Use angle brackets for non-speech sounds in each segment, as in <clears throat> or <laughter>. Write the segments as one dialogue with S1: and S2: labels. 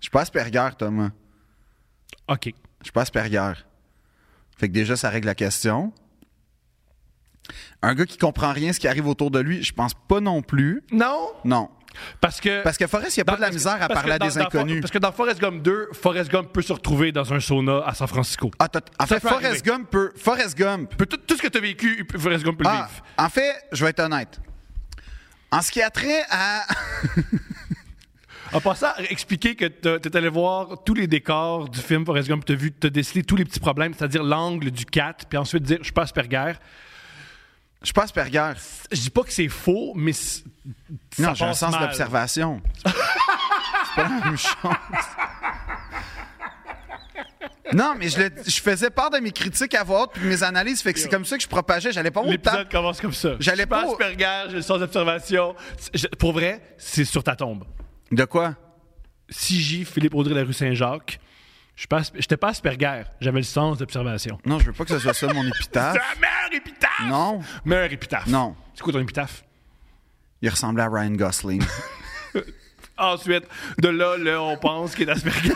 S1: suis pas Asperger, Thomas.
S2: OK.
S1: Je suis pas Asperger. Fait que déjà, ça règle la question. Un gars qui comprend rien ce qui arrive autour de lui, je pense pas non plus.
S2: Non,
S1: Non.
S2: parce que...
S1: Parce que Forrest, il a
S2: Dans-
S1: pas de la
S2: parce que-
S1: misère à
S2: parce que
S1: parler à
S2: dans-
S1: des
S2: dans For-
S1: inconnus.
S2: parce que dans Forrest Gump 2, Forrest Gump peut se retrouver dans un sauna à San Francisco.
S1: Ah, t'as- en
S2: Ça
S1: fait,
S2: peut
S1: Forrest
S2: arriver.
S1: Gump peut. Forrest Gump.
S2: Peut- tout, tout ce que tu as vécu, il peut- Forrest Gump peut le
S1: Ah,
S2: vivre.
S1: en fait, je vais être honnête. En ce qui a trait à. <laughs>
S2: En passant, expliquer que tu es allé voir tous les décors du film Forrest Gump, tu as vu, tu as décelé tous les petits problèmes, c'est-à-dire l'angle du 4, puis ensuite dire je suis pas Asperger.
S1: Je suis pas Asperger.
S2: Je dis pas que c'est faux, mais c- ça
S1: Non, j'ai un
S2: passe
S1: sens
S2: mal. <laughs>
S1: d'observation. C'est pas la même chose. Non, mais je, le- je faisais part de mes critiques à voix haute puis de mes analyses. Fait que c'est comme ça que je propageais. J'allais pas au temps.
S2: L'épisode commence comme ça.
S1: J'allais
S2: Je suis pas
S1: pas au-
S2: Asperger, j'ai le sens d'observation. C'est- je- Pour vrai, c'est sur ta tombe.
S1: De quoi?
S2: 6J, Philippe Audrey, la rue Saint-Jacques. Je suis pas Asper- J'étais pas Asperger, j'avais le sens d'observation.
S1: Non, je veux pas que ce soit
S2: <laughs>
S1: ça mon épitaphe.
S2: Ah, meilleur épitaphe!
S1: Non.
S2: Meilleur épitaphe.
S1: Non.
S2: C'est quoi ton épitaphe?
S1: Il ressemblait à Ryan
S2: <laughs>
S1: Gosling.
S2: Ensuite, de là, là, on pense qu'il est Asperger.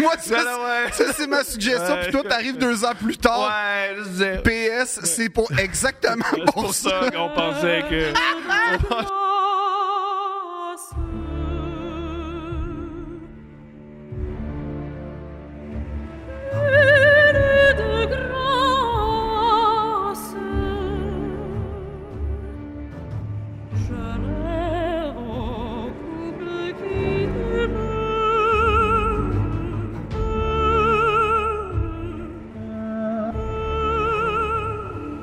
S1: Moi, ça,
S2: Non, non, ouais.
S1: ça, c'est ma suggestion.
S2: Ouais.
S1: Puis toi, t'arrives deux ans plus tard.
S2: ouais, je sais.
S1: PS, c'est pour exactement
S2: C'est
S1: pour
S2: pour ça qu'on pensait que.
S3: de grâce. Je rêve au couple qui demeure.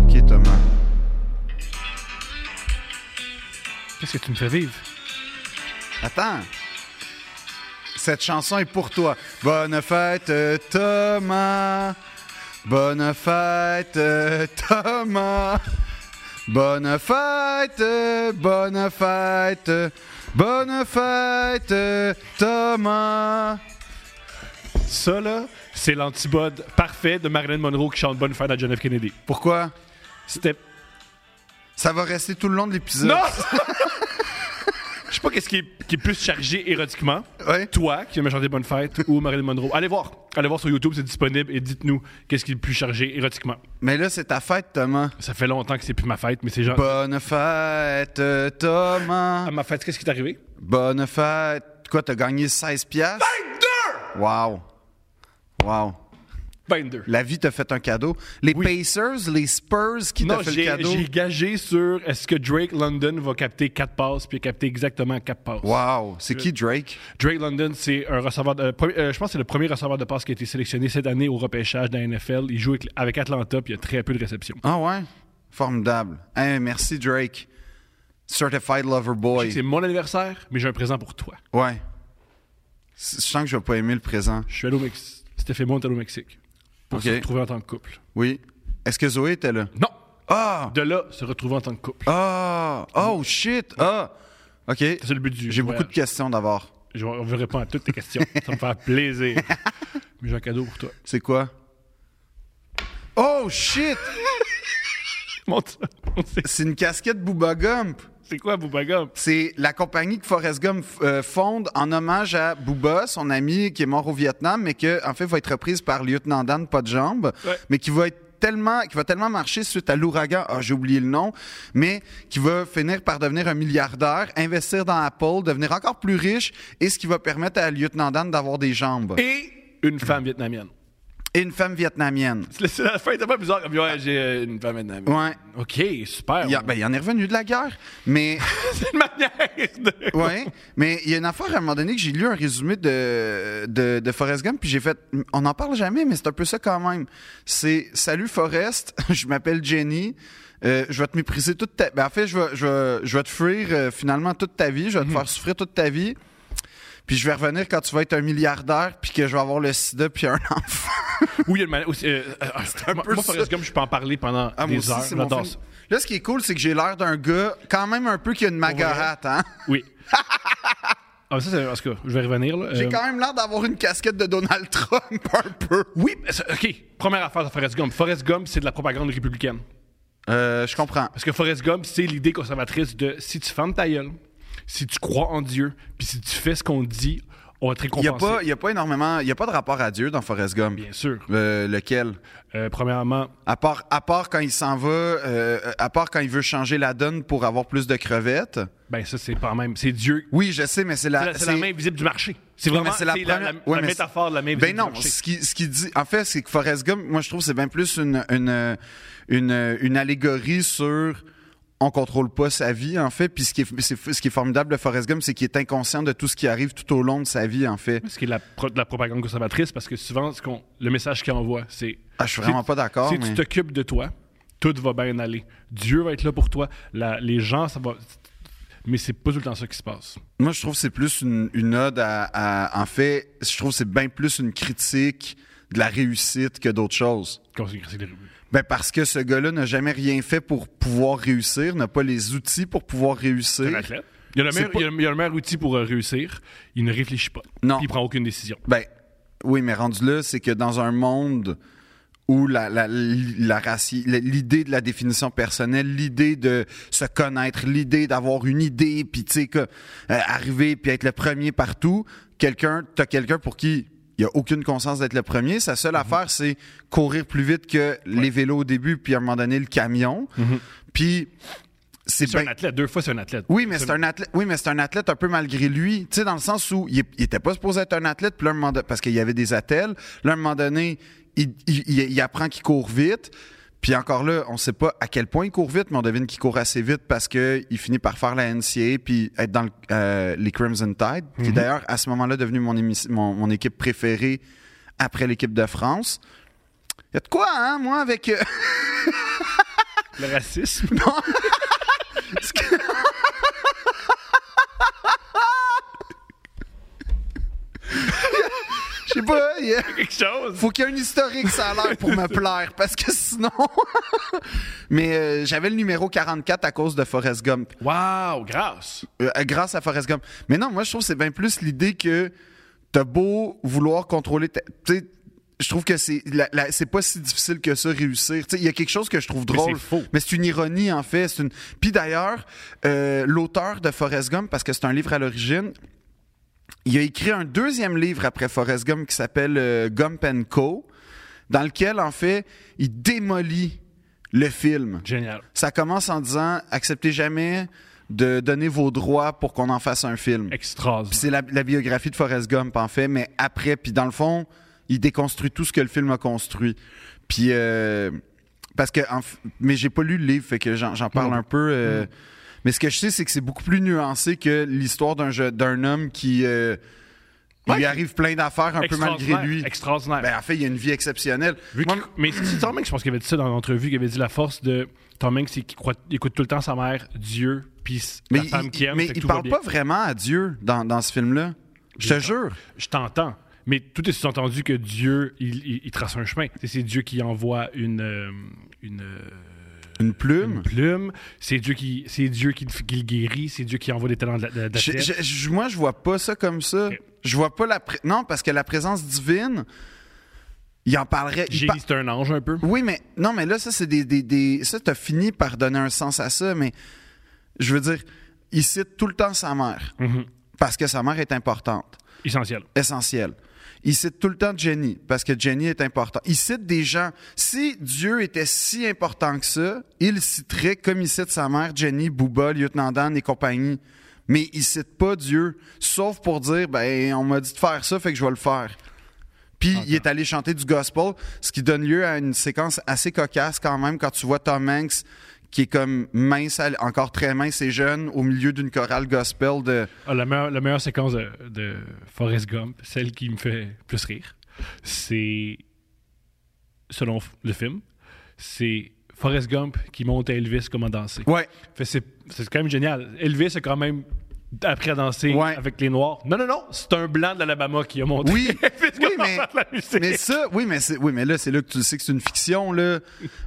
S1: Ok, Thomas.
S2: Qu'est-ce que tu me fais vivre?
S1: Attends. Cette chanson est pour toi. Bonne fête, euh, Thomas. Bonne fête, euh, Thomas. Bonne fête, euh, bonne fête, euh, bonne fête, euh, Thomas.
S2: Ça, là, c'est l'antibode parfait de Marilyn Monroe qui chante Bonne fête à John F. Kennedy.
S1: Pourquoi?
S2: C'était.
S1: Ça va rester tout le long de l'épisode.
S2: Non! <laughs> Je sais pas qu'est-ce qui est, qui est plus chargé érotiquement.
S1: Ouais.
S2: Toi qui aimes chanter Bonne fête ou Marilyn Monroe. Allez voir. Allez voir sur YouTube, c'est disponible et dites-nous qu'est-ce qui est le plus chargé érotiquement.
S1: Mais là, c'est ta fête, Thomas.
S2: Ça fait longtemps que c'est plus ma fête, mais c'est genre.
S1: Bonne fête, euh, Thomas.
S2: À ma fête, qu'est-ce qui est arrivé?
S1: Bonne fête. Quoi, t'as gagné 16 piastres? 22! Wow. Wow.
S2: 22.
S1: La vie t'a fait un cadeau. Les Pacers, les Spurs, qui
S2: Non,
S1: t'a fait le
S2: j'ai
S1: cadeau?
S2: j'ai gagé sur est-ce que Drake London va capter 4 passes, puis il a capté exactement 4 passes.
S1: Wow. C'est qui, Drake?
S2: Drake London, c'est un receveur. de- euh, premier- euh, je pense que c'est le premier receveur de passe qui a été sélectionné cette année au repêchage de la NFL. Il joue avec, avec Atlanta, puis il a très peu de réceptions.
S1: Ah ouais? Formidable. Hein, merci, Drake. Certified Lover
S2: Je sais que C'est
S1: Boy.
S2: mon anniversaire, mais j'ai un présent pour toi.
S1: Ouais. C- Je sens que je vais pas aimer le présent.
S2: Je suis allé au Mexique. Steph et moi, on est allés au Mexique. Pour
S1: Ok.
S2: se retrouver en tant que couple.
S1: Oui. Est-ce que Zoé était là?
S2: Non!
S1: Ah!
S2: De là, se retrouver en tant que couple.
S1: Ah! Oh, shit! Ah! OK.
S2: C'est le but du.
S1: J'ai beaucoup de questions d'abord.
S2: Je on veut répondre à toutes tes <laughs> questions. Ça me fait plaisir. Mais j'ai un cadeau pour toi.
S1: C'est quoi? Oh, shit!
S2: Montre ça. Montre ça.
S1: C'est une casquette Booba Gump.
S2: C'est quoi, Booba Gump?
S1: C'est la compagnie que Forrest Gump euh, fonde en hommage à Booba, son ami qui est mort au Vietnam, mais qui, en fait, va être reprise par Lieutenant Dan, pas de jambes,
S2: Ouais.
S1: mais qui va être tellement, qui va tellement marcher suite à l'ouragan, ah, j'ai oublié le nom, mais qui va finir par devenir un milliardaire, investir dans Apple, devenir encore plus riche, et ce qui va permettre à Lieutenant Dan d'avoir des jambes.
S2: Et une femme vietnamienne.
S1: et une femme vietnamienne.
S2: C'est c'est la fin, c'est pas bizarre. Comme, ouais, j'ai euh, une femme vietnamienne.
S1: Ouais.
S2: OK, super.
S1: Il, y a- ben, il en est revenu de la guerre, mais
S2: <laughs> C'est une manière de.
S1: ouais, mais il y a une affaire à un moment donné que j'ai lu un résumé de, de, de Forrest Gump, puis j'ai fait, on n'en parle jamais, mais c'est un peu ça quand même. C'est, salut Forrest, <laughs> je m'appelle Jenny, euh, je vais te mépriser toute ta... Ben, en fait, je vais, je vais, je vais te fuir euh, finalement toute ta vie, je vais te faire souffrir toute ta vie, puis je vais revenir quand tu vas être un milliardaire, puis que je vais avoir le sida, puis un <laughs> enfant.
S2: Oui, il y a une manière. aussi, euh, euh, moi,
S1: peu
S2: moi, Forrest
S1: ça.
S2: Gump, je peux en parler pendant
S1: Ah, moi
S2: des
S1: aussi,
S2: heures.
S1: c'est mon
S2: J'adore
S1: film.
S2: ça.
S1: Là, ce qui est cool, c'est que j'ai l'air d'un gars quand même un peu qui a une magarate, hein? <laughs>
S2: Oui. ah, ça, c'est. En tout cas, je vais revenir. Là.
S1: J'ai
S2: Euh,
S1: quand même l'air d'avoir une casquette de Donald Trump <laughs> un peu.
S2: Oui, mais ça- OK. Première affaire de Forrest Gump. Forrest Gump, c'est de la propagande républicaine.
S1: Euh, je comprends.
S2: Parce que Forrest Gump, c'est l'idée conservatrice de si tu fermes ta gueule, si tu crois en Dieu, puis si tu fais ce qu'on dit, on va te
S1: Il n'y
S2: récompenser.
S1: a, pas- y a pas énormément. Il n'y a pas de rapport à Dieu dans Forrest Gump.
S2: Bien sûr.
S1: Euh, lequel
S2: Euh, premièrement,
S1: à part, à part quand il s'en va, euh, à part quand il veut changer la donne pour avoir plus de crevettes.
S2: ben ça, c'est pas même. C'est Dieu.
S1: Oui, je sais, mais c'est
S2: C'est
S1: la.
S2: la, c'est la main invisible du marché. C'est
S1: Ouais,
S2: vraiment
S1: mais
S2: c'est
S1: c'est
S2: la,
S1: la
S2: la-
S1: première- ouais,
S2: la
S1: mais c'est-
S2: métaphore de la main
S1: Ben
S2: invisible
S1: non,
S2: du marché.
S1: ce qui, ce qui dit. En fait, c'est que Forrest Gump, moi, je trouve que c'est bien plus une, une, une, une allégorie sur. On contrôle pas sa vie, en fait. Puis ce qui est, c'est- ce qui est formidable de Forrest Gump, c'est qu'il est inconscient de tout ce qui arrive tout au long de sa vie, en fait.
S2: Ce qui est de la, pro- de la propagande conservatrice, parce que souvent, ce qu'on- le message qu'il envoie, c'est
S1: Ah, je suis vraiment
S2: Si-
S1: pas d'accord.
S2: si
S1: mais-
S2: tu t'occupes de toi, tout va bien aller. Dieu va être là pour toi. La- les gens, ça va. Mais c'est pas tout le temps ça qui se passe.
S1: Moi, je trouve que c'est plus une, une ode à, à- En fait, je trouve que c'est bien plus une critique de la réussite que d'autres choses.
S2: Comme c'est- c'est-
S1: Ben parce que ce gars-là n'a jamais rien fait pour pouvoir réussir, n'a pas les outils pour pouvoir
S2: Un
S1: réussir.
S2: athlète. Il y a le
S1: C'est
S2: meilleur,
S1: pas-
S2: il y a le- il y a le meilleur outil pour euh, réussir. Il ne réfléchit pas.
S1: Non.
S2: Puis il prend aucune décision.
S1: Ben oui, mais rendu là, c'est que dans un monde où la, la, la raci- la- l'idée de la définition personnelle, l'idée de se connaître, l'idée d'avoir une idée, puis tu sais, que, euh, arriver puis être le premier partout, quelqu'un, t'as quelqu'un pour qui il n'y a aucune conscience d'être le premier. Sa seule
S2: Mm-hmm.
S1: affaire, c'est courir plus vite que les vélos au début, puis à un moment donné, le camion. Puis c'est
S2: Mm-hmm. C'est
S1: bien...
S2: un athlète. Deux fois, c'est un athlète.
S1: Ben Oui, mais c'est un athlète. Oui, mais c'est un athlète un peu malgré lui, tu sais, dans le sens où il, est- il était pas supposé être un athlète, puis là, un moment don- parce qu'il y avait des attelles. Là, à un moment donné, il, il- il- il apprend qu'il court vite. Puis encore là, on sait pas à quel point il court vite, mais on devine qu'il court assez vite parce que il finit par faire la NCA puis être dans le- euh, les Crimson Tide, qui est d'ailleurs à ce moment-là devenu mon, émis- mon- mon équipe préférée après l'équipe de France. Il y a de quoi, hein, moi, avec... euh, <laughs>
S2: Le racisme. <laughs>
S1: Je sais pas, il y a-
S2: quelque chose.
S1: <laughs> faut qu'il y ait un historique, ça a l'air, pour me plaire, parce que sinon. <laughs> Mais euh, j'avais le numéro 44 à cause de Forrest Gump,
S2: Wow, grâce.
S1: Euh, euh, grâce à Forrest Gump. Mais non, moi, je trouve que c'est bien plus l'idée que t'as beau vouloir contrôler. ta- Tu sais, je trouve que c'est la- la- c'est pas si difficile que ça, réussir. Tu sais, il y a quelque chose que je trouve
S2: Mais
S1: drôle.
S2: c'est faux.
S1: Mais c'est une ironie, en fait. C'est Une... Puis d'ailleurs, euh, l'auteur de Forrest Gump, parce que c'est un livre à l'origine, il a écrit un deuxième livre après Forrest Gump qui s'appelle euh, Gump and Co., dans lequel, en fait, il démolit le film.
S2: Génial.
S1: Ça commence en disant « Acceptez jamais de donner vos droits pour qu'on en fasse un film ». Puis
S2: Extraordinaire.
S1: c'est la, la biographie de Forrest Gump, en fait, mais après, puis dans le fond, il déconstruit tout ce que le film a construit. Puis, euh, parce que, en f- mais j'ai pas lu le livre, fait que j'en j'en parle
S2: Non.
S1: un peu. euh, Mais ce que je sais, c'est que c'est beaucoup plus nuancé que l'histoire d'un je- d'un homme qui euh,
S2: Ouais,
S1: lui
S2: qui-
S1: arrive plein d'affaires un peu malgré
S2: Extraordinaire.
S1: lui.
S2: Extraordinaire.
S1: Ben, en fait, il y a une vie exceptionnelle.
S2: Vu
S1: Moi,
S2: qu'il- mais c'est c'est Tom Hanks, je pense qu'il avait dit ça dans l'entrevue, qu'il avait dit la force de Tom Hanks, c'est qu'il croit- il écoute tout le temps sa mère, Dieu, puis
S1: mais
S2: la femme
S1: il,
S2: qu'il aime.
S1: mais
S2: fait que
S1: il
S2: tout va
S1: parle
S2: bien.
S1: pas vraiment à Dieu dans, dans ce film-là. Je te jure.
S2: Je t'entends, mais tout est sous-entendu que Dieu, il, il- il trace un chemin. C'est- C'est Dieu qui envoie une, euh, une, euh,
S1: Une plume.
S2: une plume, c'est Dieu, qui, c'est Dieu qui, le- qui le guérit, c'est Dieu qui envoie les talents de la, de la- de la
S1: Je-
S2: terre.
S1: je- je- moi, je vois pas ça comme ça.
S2: Ok.
S1: Je vois pas la. pré- Non, parce que la présence divine, il en parlerait. il
S2: J'ai
S1: par-
S2: dit c'est un ange un peu.
S1: Oui, mais non, mais là, ça, c'est des, des, des- Ça, t'as fini par donner un sens à ça, mais je veux dire, il cite tout le temps sa mère,
S2: Mhm.
S1: parce que sa mère est importante,
S2: Essentiel.
S1: essentielle. Il cite tout le temps Jenny, parce que Jenny est importante. Il cite des gens. Si Dieu était si important que ça, il citerait, comme il cite sa mère, Jenny, Booba, Lieutenant Dan et compagnie. Mais il cite pas Dieu, sauf pour dire, ben, on m'a dit de faire ça, fait que je vais le faire. Puis il est allé chanter du gospel, ce qui donne lieu à une séquence assez cocasse quand même quand tu vois Tom Hanks qui est comme mince, à l- encore très mince et jeune, au milieu d'une chorale gospel de...
S2: Ah, la, meilleure, la meilleure séquence de, de Forrest Gump, celle qui me fait plus rire, c'est, selon f- le film, c'est Forrest Gump qui monte à Elvis comment danser.
S1: Ouais,
S2: Fait que c'est, c'est quand même génial. Elvis a quand même appris à danser
S1: Ouais.
S2: avec les Noirs. Non, non, non, c'est un blanc de l'Alabama qui a monté <laughs>
S1: Oui.
S2: Elvis
S1: Oui,
S2: comment
S1: mais-
S2: faire de la musique.
S1: mais ça, oui, mais c'est, oui, mais là, c'est là que tu sais que c'est une fiction, là.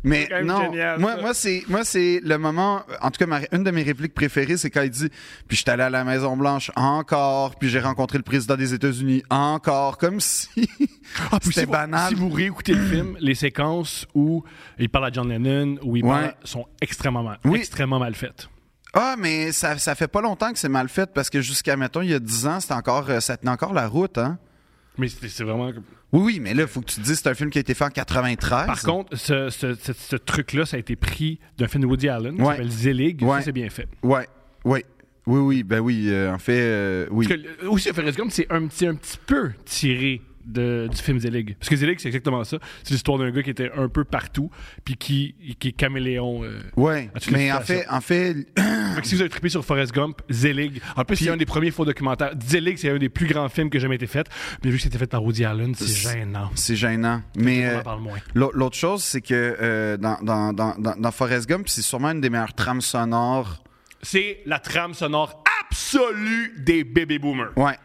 S1: Mais
S2: quand même
S1: non,
S2: génial,
S1: moi,
S2: ça.
S1: moi, c'est, moi, c'est le moment. En tout cas, ma- une de mes répliques préférées, c'est quand il dit, puis je suis allé à la Maison Blanche encore, puis j'ai rencontré le président des États-Unis encore, comme si
S2: <laughs> Ah, puis
S1: c'était
S2: si vous-
S1: banal.
S2: si vous réécoutez le film, les séquences où il parle à John Lennon, où il
S1: Ouais.
S2: parle, sont extrêmement mal,
S1: Oui.
S2: extrêmement mal faites.
S1: Ah, mais ça, ça fait pas longtemps que c'est mal fait parce que jusqu'à mettons il y a 10 ans, c'était encore, euh, ça tenait encore la route, hein.
S2: Mais c'est, c'est vraiment. comme-
S1: Oui, oui, mais là, faut que tu te dises, c'est un film qui a été fait en 93.
S2: Par contre, ce, ce- ce- ce truc-là, ça a été pris d'un film de Woody Allen qui
S1: Ouais.
S2: s'appelle Zelig. Ça,
S1: Ouais.
S2: c'est bien fait.
S1: ouais, ouais, oui, oui, ben oui, euh, en fait, euh, oui.
S2: Parce que, euh, aussi, Forrest Gump, c'est un petit, un petit peu tiré de- du film Zelig. Parce que Zelig, c'est exactement ça. C'est l'histoire d'un gars qui était un peu partout, puis qui, qui est caméléon. euh.
S1: Ouais,
S2: Ah, tu
S1: mais
S2: l'as
S1: en
S2: fait à
S1: fait, en fait,
S2: Fait que si vous avez trippé sur Forrest Gump, Zelig. En plus, c'est un des premiers faux documentaires. Zelig, c'est un des plus grands films qui a jamais été fait. Mais vu que c'était fait par Woody Allen, c'est
S1: C'est-
S2: gênant.
S1: <coughs> c'est gênant. Mais
S2: On
S1: euh,
S2: en parle moins.
S1: l'au- l'autre chose, c'est que euh, dans, dans, dans, dans- dans Forrest Gump, c'est sûrement une des meilleures trames sonores.
S2: C'est la trame sonore absolue des baby boomers.
S1: Ouais.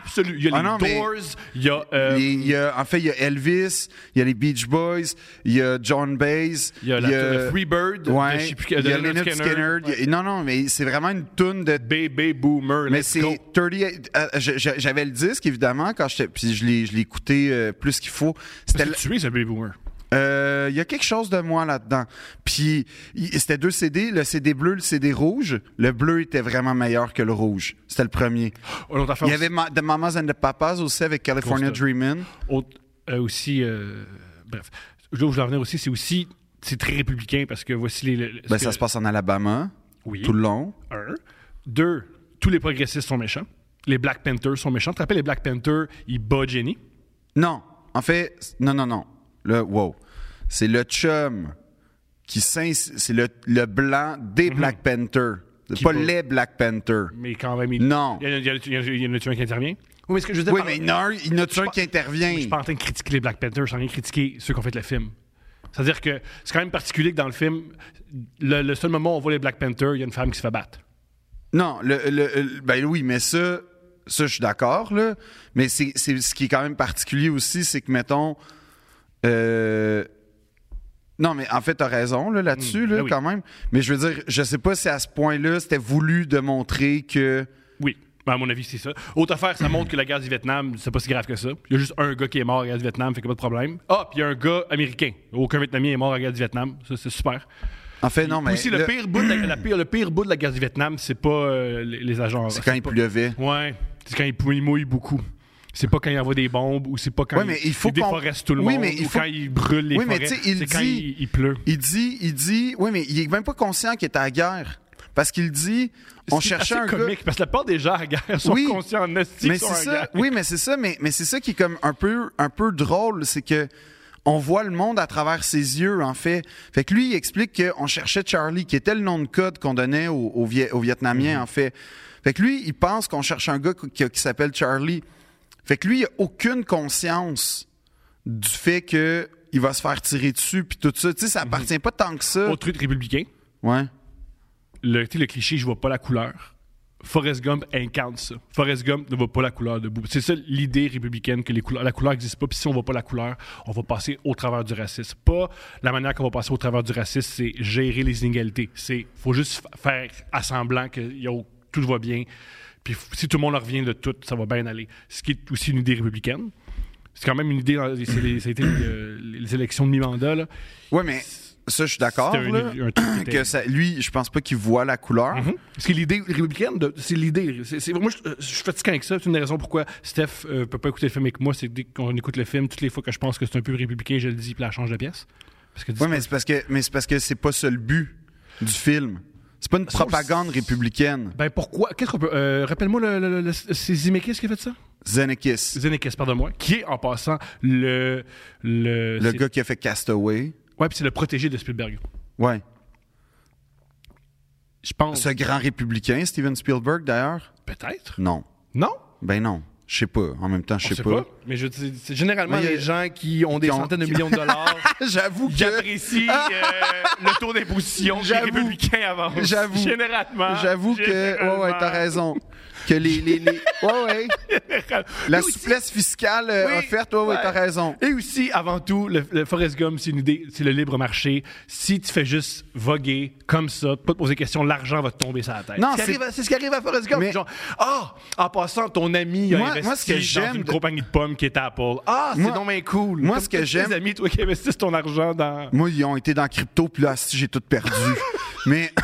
S2: Absolue. Il y a
S1: Ah
S2: les
S1: non, mais-
S2: Doors, il y a. euh,
S1: Les- il y a- en fait, il y a Elvis, il y a les Beach Boys, il y a John Baez,
S2: Il y a la tune de Free Bird, de
S1: ouais,
S2: je sais plus-
S1: il y a
S2: de Leonard
S1: Leonard Skinner.
S2: Skinner.
S1: il y a- non, non, mais c'est vraiment une tune de
S2: Baby Boomer,
S1: Mais
S2: let's
S1: c'est
S2: go.
S1: 38. euh, je- je- J'avais le disque, évidemment, quand j'étais. Puis je l'ai je l'ai écouté euh, plus qu'il faut. C'était
S2: C'est tué, ce Baby Boomer.
S1: Euh, Il y a quelque chose de moi là-dedans. Puis il- c'était deux CD, le CD bleu, le CD rouge. Le bleu était vraiment meilleur que le rouge. C'était le premier.
S2: Oh, l'autre affaire
S1: Il y avait Ma- The Mamas and the Papas aussi avec California
S2: Gros stuff.
S1: Dreamin'.
S2: autre- euh, aussi, euh, bref, là où je veux en venir aussi, c'est aussi, c'est très républicain parce que voici les... le- ce
S1: Ben,
S2: que-
S1: ça se passe en Alabama
S2: Oui,
S1: tout le long.
S2: un. Deux, tous les progressistes sont méchants. Les Black Panthers sont méchants. Tu te rappelles, les Black Panthers, ils bat Jenny.
S1: Non, en fait, c- non, non, non. Le wow. C'est le chum qui s'ins- c'est le, le blanc des Black Panther. C'est
S2: Mhm. Qui
S1: Pas
S2: bat-
S1: les Black Panther.
S2: Mais quand même, ils-
S1: Non.
S2: Il y en a- il y en a- il y en a- il y en a-tu un qui intervient? Oui, mais ce que je veux dire
S1: Oui,
S2: par-
S1: mais il y en a un- il y en a un qui intervient.
S2: Je suis pas en train de critiquer les Black Panthers, je suis en train de critiquer ceux qui ont fait le film. C'est-à-dire que c'est quand même particulier que dans le film, le, le seul moment où on voit les Black Panthers, il y a une femme qui se fait battre.
S1: Non, le, le- le- ben oui, mais ça, ça je suis d'accord, là. Mais c'est, c'est- ce qui est quand même particulier aussi, c'est que, mettons. euh, non, mais en fait, t'as raison là, là-dessus,
S2: Mm,
S1: là,
S2: ben oui.
S1: quand même. Mais je veux dire, je sais pas si à ce point-là, c'était voulu de montrer que.
S2: Oui. Ben, à mon avis, c'est ça. Autre affaire, ça montre que la guerre du Vietnam, c'est pas si grave que ça. Il y a juste un gars qui est mort à la guerre du Vietnam, fait qu'il n'y a pas de problème. Ah, puis il y a un gars américain. Aucun Vietnamien est mort à la guerre du Vietnam. Ça, c'est super.
S1: En fait, non, mais.
S2: Aussi, le,
S1: là,
S2: pire bout de la, la pire, le pire bout de la guerre du Vietnam, c'est pas euh, les, les agents.
S1: c'est quand il
S2: pas-
S1: pleuvait.
S2: Ouais. C'est quand ils pou- ils mouillent beaucoup. C'est pas quand ils envoient des bombes ou c'est pas quand
S1: Ouais, mais il faut
S2: ils
S1: qu'on-
S2: déforestent tout le
S1: Oui,
S2: monde
S1: mais il
S2: ou
S1: faut-
S2: quand ils brûlent les
S1: Oui, mais
S2: forêts.
S1: tu sais, il
S2: c'est quand
S1: dit-
S2: il, il pleut.
S1: Il dit, il dit, oui, mais il est même pas conscient qu'il est à la guerre. Parce qu'il dit, on
S2: C'est
S1: cherchait
S2: assez
S1: un gars.
S2: comique parce que la part des gens à la guerre sont
S1: Oui,
S2: conscients de
S1: Mais c'est ça, oui, mais c'est ça, mais, mais c'est ça qui est comme un peu, un peu drôle, c'est que on voit le monde à travers ses yeux, en fait. Fait que lui, il explique qu'on cherchait Charlie, qui était le nom de code qu'on donnait aux, aux Viet- aux Vietnamiens,
S2: Mm-hmm.
S1: en fait. Fait que lui, il pense qu'on cherche un gars qui, qui s'appelle Charlie. Fait que lui, il a aucune conscience du fait que il va se faire tirer dessus, puis tout ça. Tu sais,
S2: Mm-hmm.
S1: ça appartient pas tant que ça.
S2: Autre truc républicain.
S1: Ouais.
S2: le, tu sais, le cliché je vois pas la couleur. Forrest Gump incarne ça. Forrest Gump ne voit pas la couleur debout. C'est ça l'idée républicaine que les couleurs, la couleur n'existe pas. Puis si on voit pas la couleur, on va passer au travers du racisme. Pas la manière qu'on va passer au travers du racisme, c'est gérer les inégalités. C'est faut juste fa- faire à semblant que yo, tout va bien. Puis f- si tout le monde en revient de tout, ça va bien aller. Ce qui est aussi une idée républicaine. C'est quand même une idée. dans- c'est les- Ça a été euh, les élections de mi-mandat. là.
S1: Ouais, mais ça, je suis d'accord.
S2: C'était un-
S1: là,
S2: un truc qui était- Mm-hmm.
S1: que ça, lui, je pense pas qu'il voit la couleur.
S2: Parce que l'idée républicaine, de- c'est l'idée. c'est- c'est- moi, je, euh, je suis fatigué avec ça. C'est une des raisons pourquoi Steph ne peut pas écouter le film avec moi. C'est que dès qu'on écoute le film, toutes les fois que je pense que c'est un peu républicain, je le dis, puis elle change de pièce. Parce que
S1: Oui, mais c'est parce que mais c'est parce que c'est pas ça le but du film. C'est pas une propagande républicaine.
S2: Ben pourquoi Qu'est-ce qu'on peut. euh, Rappelle-moi, le, le, le- le- c'est Zemeckis qui a fait ça
S1: Zeneckis,
S2: Zeneckis, pardonne-moi, qui est en passant le. Le,
S1: le
S2: c'est-
S1: gars qui a fait Castaway.
S2: Ouais, puis c'est le protégé de Spielberg.
S1: Ouais.
S2: Je pense.
S1: Ce grand républicain, Steven Spielberg, d'ailleurs?
S2: Peut-être.
S1: Non.
S2: Non?
S1: Ben non. Je sais pas. En même temps, je sais pas. <laughs>
S2: Mais je veux dire, c'est généralement
S1: Mais il y a-
S2: les gens qui ont des
S1: qui ont-
S2: centaines de millions de dollars.
S1: <laughs> Ah, J'avoue que. <laughs>
S2: J'apprécie euh, le tour des positions que les
S1: J'avoue.
S2: républicains avancent.
S1: J'avoue.
S2: Généralement.
S1: J'avoue que. Ouais, ouais, t'as raison. Que les. les, les- Ouais, ouais. La souplesse fiscale euh,
S2: Oui,
S1: offerte, ouais, ouais,
S2: ouais.
S1: t'as raison.
S2: Et aussi, avant tout, le, le Forrest Gump, c'est une idée, c'est le libre marché. Si tu fais juste voguer comme ça, pas te poser question, l'argent va te tomber sur la tête.
S1: Non,
S2: C'est
S1: c'est-
S2: arrive à- c'est ce qui arrive à Forrest Gump.
S1: Mais-
S2: Genre, ah, en passant, ton ami a
S1: Moi-
S2: investi
S1: moi, ce que
S2: dans
S1: j'aime
S2: une
S1: de-
S2: compagnie de pommes qui est Apple. Ah, c'est
S1: Moi-
S2: non mais cool.
S1: moi,
S2: Comme
S1: ce que
S2: tous tes
S1: j'aime-
S2: amis, toi qui investissent ton argent dans...
S1: Moi, ils ont été dans crypto, puis là, j'ai tout perdu.
S2: <laughs>
S1: Mais. <laughs>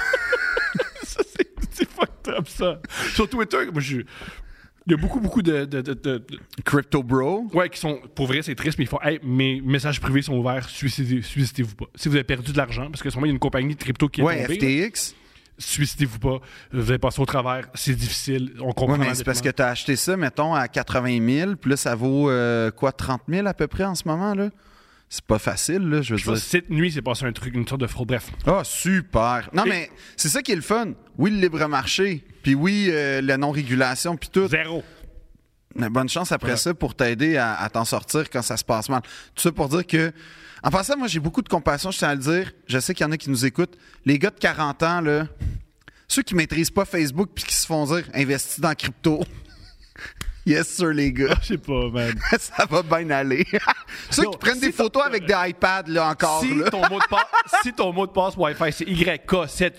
S2: Ça, c'est- c'est fucked up, ça. Sur Twitter, moi, je... Il y a beaucoup, beaucoup de- de- de- de, de
S1: Crypto Bro.
S2: Ouais, qui sont, pour vrai, c'est triste, mais ils font, hey, mes messages privés sont ouverts, suicidez- suicidez-vous pas. Si vous avez perdu de l'argent, parce que sûrement il y a une compagnie de crypto qui est
S1: Ouais,
S2: tombée,
S1: FTX.
S2: là, suicidez-vous pas, vous avez passé au travers, c'est difficile, on comprend.
S1: Ouais, mais c'est parce que
S2: l'endettement.
S1: t'as acheté ça, mettons, à 80 000, puis là, ça vaut euh, quoi, 30 000 à peu près en ce moment, là? C'est pas facile, là, je veux
S2: Je sais pas,
S1: dire.
S2: cette nuit, c'est passé un truc, une sorte de fraude. Bref,
S1: Ah, super! Non,
S2: Et-
S1: mais c'est ça qui est le fun. Oui, le libre-marché, puis oui, euh, la non-régulation, puis tout.
S2: zéro.
S1: Mais bonne chance après
S2: Ouais.
S1: ça pour t'aider à, à t'en sortir quand ça se passe mal. Tout ça pour dire que, en passant, moi, j'ai beaucoup de compassion, je tiens à le dire. Je sais qu'il y en a qui nous écoutent. Les gars de 40 ans, là, ceux qui maîtrisent pas Facebook puis qui se font dire « investis dans crypto ». <laughs> Yes, sir, les gars. <laughs>
S2: Je sais pas, man.
S1: ça va bien aller. <laughs> Ceux
S2: Non,
S1: qui prennent
S2: si
S1: des photos avec des iPads, là, encore,
S2: si,
S1: là.
S2: ton mot de passe, si ton mot de passe Wi-Fi, c'est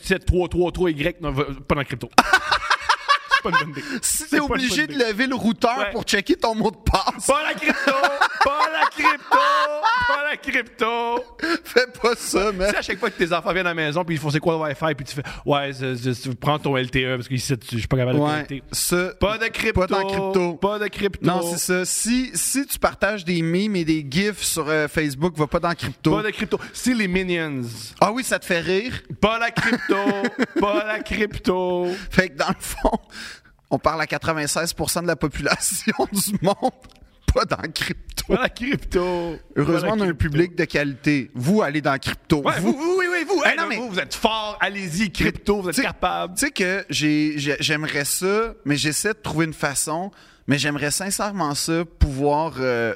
S2: YK77333Y, non, va- pas dans le crypto. <laughs> c'est pas une bonne idée.
S1: Si
S2: c'est
S1: t'es
S2: pas une
S1: obligé de
S2: bonne
S1: lever le routeur
S2: Ouais.
S1: pour checker ton mot de passe,
S2: Pas la crypto! Pas la crypto! Pas la crypto!
S1: <laughs> fais pas ça, man.
S2: Tu sais, à chaque fois que tes enfants viennent à la maison, puis ils font c'est quoi le Wi-Fi, puis tu fais ouais, c'est- c'est- tu prends ton LTE parce qu'ici, tu- je suis pas capable de
S1: Ouais,
S2: connecter.
S1: ça,
S2: Pas de crypto.
S1: Pas dans crypto.
S2: Pas de crypto.
S1: Non, c'est ça. Si, si tu partages des memes et des gifs sur euh, Facebook, va pas dans crypto.
S2: Pas de crypto. C'est les minions.
S1: Ah oui, ça te fait rire. <laughs>
S2: Pas la crypto. pas la crypto.
S1: Fait que dans le fond, on parle à 96% de la population <laughs> du monde. Pas dans crypto.
S2: Pas la crypto.
S1: Heureusement,
S2: Pas
S1: on
S2: la
S1: a un
S2: crypto.
S1: public de qualité. Vous, allez dans crypto.
S2: Ouais, vous, vous, oui, oui, vous.
S1: Hey,
S2: Hey,
S1: non,
S2: non,
S1: mais-
S2: vous, vous êtes fort. Allez-y, crypto, vous êtes
S1: Tu-
S2: capable.
S1: Tu sais que j'ai- j'ai- j'aimerais ça, mais j'essaie de trouver une façon, mais j'aimerais sincèrement ça, pouvoir euh,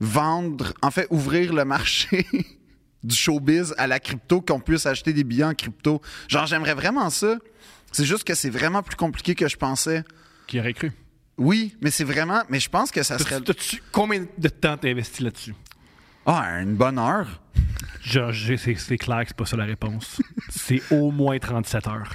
S1: vendre, en fait, ouvrir le marché <laughs> du showbiz à la crypto, qu'on puisse acheter des billets en crypto. Genre, j'aimerais vraiment ça. C'est juste que c'est vraiment plus compliqué que je pensais.
S2: Qui aurait cru?
S1: Oui, mais c'est vraiment. Mais je pense que ça serait.
S2: T'as-tu- Combien de temps t'as investi là-dessus?
S1: Ah, une bonne heure. <laughs>
S2: Genre, j'ai- c'est c'est clair que c'est pas ça la réponse. c'est au moins 37 heures.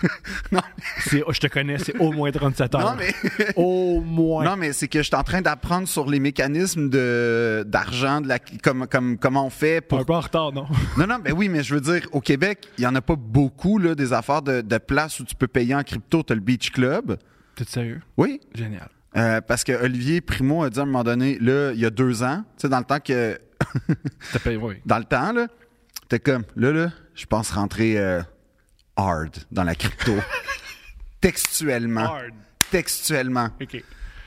S1: Non,
S2: C'est- oh, Je te connais, c'est au moins 37 heures.
S1: non mais.
S2: Au moins.
S1: Non, mais c'est que je suis en train d'apprendre sur les mécanismes de d'argent, de la comme, comme comment on fait pour
S2: Un peu en retard, non?
S1: Non, non, ben oui, mais je veux dire, au Québec, il n'y en a pas beaucoup là, des affaires de, de places où tu peux payer en crypto. Tu as le Beach Club.
S2: T'es sérieux?
S1: Oui.
S2: Génial.
S1: Euh, parce que Olivier Primo a dit à un moment donné, là, il y a deux ans, tu sais, dans le temps que.
S2: Ça paye, oui.
S1: dans le temps, là, t'es comme, là, là, je pense rentrer euh, hard dans la
S2: <laughs>
S1: crypto. textuellement.
S2: Hard.
S1: Textuellement.
S2: OK.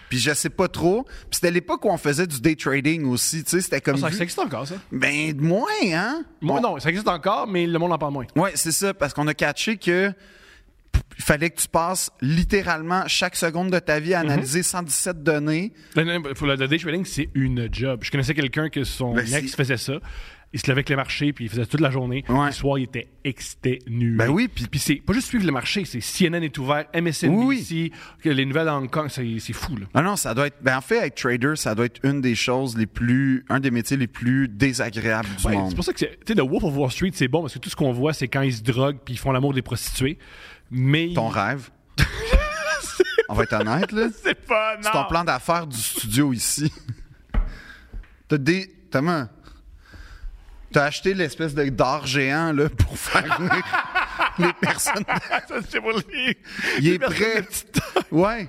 S1: Puis je sais pas trop. Puis c'était l'époque où on faisait du day trading aussi, tu sais, c'était comme.
S2: Ah, Ça,
S1: vu-
S2: ça existe encore, ça?
S1: Ben, moins, hein?
S2: Moi,
S1: On-
S2: non, ça existe encore, mais le monde en parle moins.
S1: Oui, c'est ça, parce qu'on a catché que p- il fallait que tu passes littéralement chaque seconde de ta vie à
S2: Mhm.
S1: analyser 117 données.
S2: Non, non, non, Pour le, le day trading, c'est une job. Je connaissais quelqu'un que son
S1: Ben,
S2: ex
S1: c'est-
S2: faisait ça. Il se levait avec les marchés, puis il faisait toute la journée.
S1: Ouais.
S2: Le soir, il était exténué.
S1: Ben oui, puis-
S2: Puis c'est pas juste suivre le marché, c'est CNN est ouvert, MSNBC,
S1: Oui,
S2: que les nouvelles à Hong Kong, c'est c'est fou, là.
S1: Ah non, ça doit être. Ben en fait, être trader, ça doit être une des choses les plus. Un des métiers les plus désagréables du
S2: Ouais,
S1: monde.
S2: c'est pour ça que c'est- tu sais, le Wolf of Wall Street, c'est bon parce que tout ce qu'on voit, c'est quand ils se droguent puis ils font l'amour des prostituées. Mais
S1: Ton rêve. On va être honnête, là.
S2: <laughs> c'est pas
S1: C'est ton plan d'affaires du studio ici. <laughs> T'as des. T'as T'as acheté l'espèce de d'or géant là, pour faire venir
S2: <laughs>
S1: les personnes
S2: <laughs> Ça, c'est pour les-
S1: Il est
S2: les personnes
S1: prêt.
S2: de petite taille.
S1: Ouais.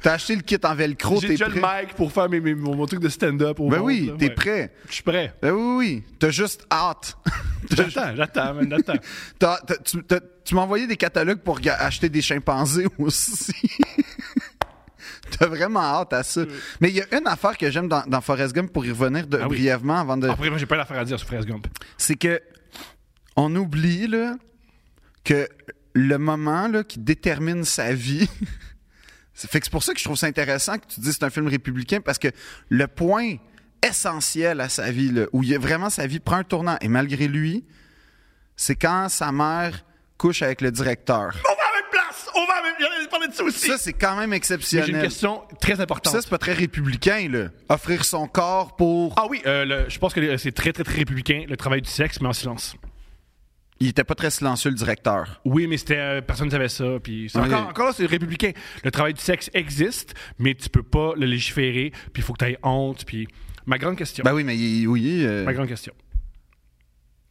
S1: T'as acheté le kit en velcro,
S2: J'ai
S1: t'es
S2: déjà
S1: prêt.
S2: le mic pour faire mes, mes- mon, mon truc de stand-up. au
S1: Ben
S2: monde,
S1: oui,
S2: là,
S1: t'es
S2: ouais.
S1: prêt.
S2: Je suis prêt.
S1: Ben oui, oui, oui. T'as juste
S2: <laughs>
S1: hâte. T'as-
S2: J'attends, j'attends, man, j'attends.
S1: t'as- t'as- tu <laughs> t'as- tu m'as envoyé des catalogues pour ga- acheter des chimpanzés aussi. T'as vraiment hâte à ça. Mais il y a une affaire que j'aime dans, dans Forrest Gump pour y revenir de-
S2: Euh. Ah oui.
S1: brièvement avant de.
S2: Après, moi, j'ai pas d'affaire à dire sur Forrest Gump.
S1: c'est que on oublie là, que le moment là, qui détermine sa vie. <laughs> c'est- fait que c'est pour ça que je trouve ça intéressant que tu dis que c'est un film républicain parce que le point essentiel à sa vie, là, où il y a vraiment sa vie prend un tournant et malgré lui, c'est quand sa mère couche avec le directeur.
S2: On va à la même place! On va à la même... J'allais parler de ça aussi!
S1: Ça, c'est quand même
S2: Mais J'ai une
S1: exceptionnel.
S2: question très importante.
S1: Ça, c'est pas très républicain, là. Offrir son corps pour.
S2: Ah oui, euh, le- je pense que euh, c'est très, très, très républicain, le travail du sexe, mais en silence.
S1: Il était pas très silencieux, le directeur.
S2: Oui, mais c'était euh, personne ne savait ça. Puis c'est-
S1: Ok.
S2: encore, encore là, c'est républicain. Le travail du sexe existe, mais tu peux pas le légiférer. Puis il faut que tu aies honte. Puis ma grande question.
S1: Ben oui, mais il- oui. euh,
S2: ma grande question.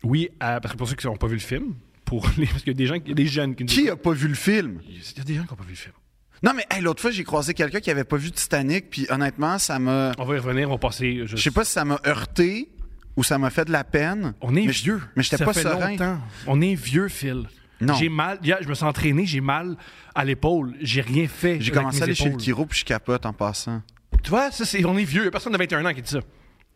S2: Oui, à- parce que pour ceux qui n'ont pas vu le film, pour les- parce qu'il y a des gens, il y a des jeunes qui. nous
S1: Qui
S2: écoutent.
S1: a pas vu le film?
S2: Il y a des gens qui n'ont pas vu le film.
S1: Non, mais hey, l'autre fois, j'ai croisé quelqu'un qui avait pas vu Titanic, puis honnêtement, ça m'a.
S2: On va y revenir, on va passer. euh,
S1: Je sais pas si ça m'a heurté ou ça m'a fait de la peine.
S2: On est
S1: mais je-
S2: vieux.
S1: Mais j'étais
S2: Ça
S1: pas
S2: fait
S1: serein.
S2: longtemps. On est vieux, Phil.
S1: Non.
S2: J'ai mal. hier, je me suis entraîné, j'ai mal à l'épaule. J'ai rien fait.
S1: J'ai
S2: avec
S1: commencé
S2: mes
S1: à aller chez le
S2: épaules.
S1: chiro, puis je capote en passant.
S2: Tu vois, ça, c'est, on est vieux. Il y a personne de 21 ans qui dit ça.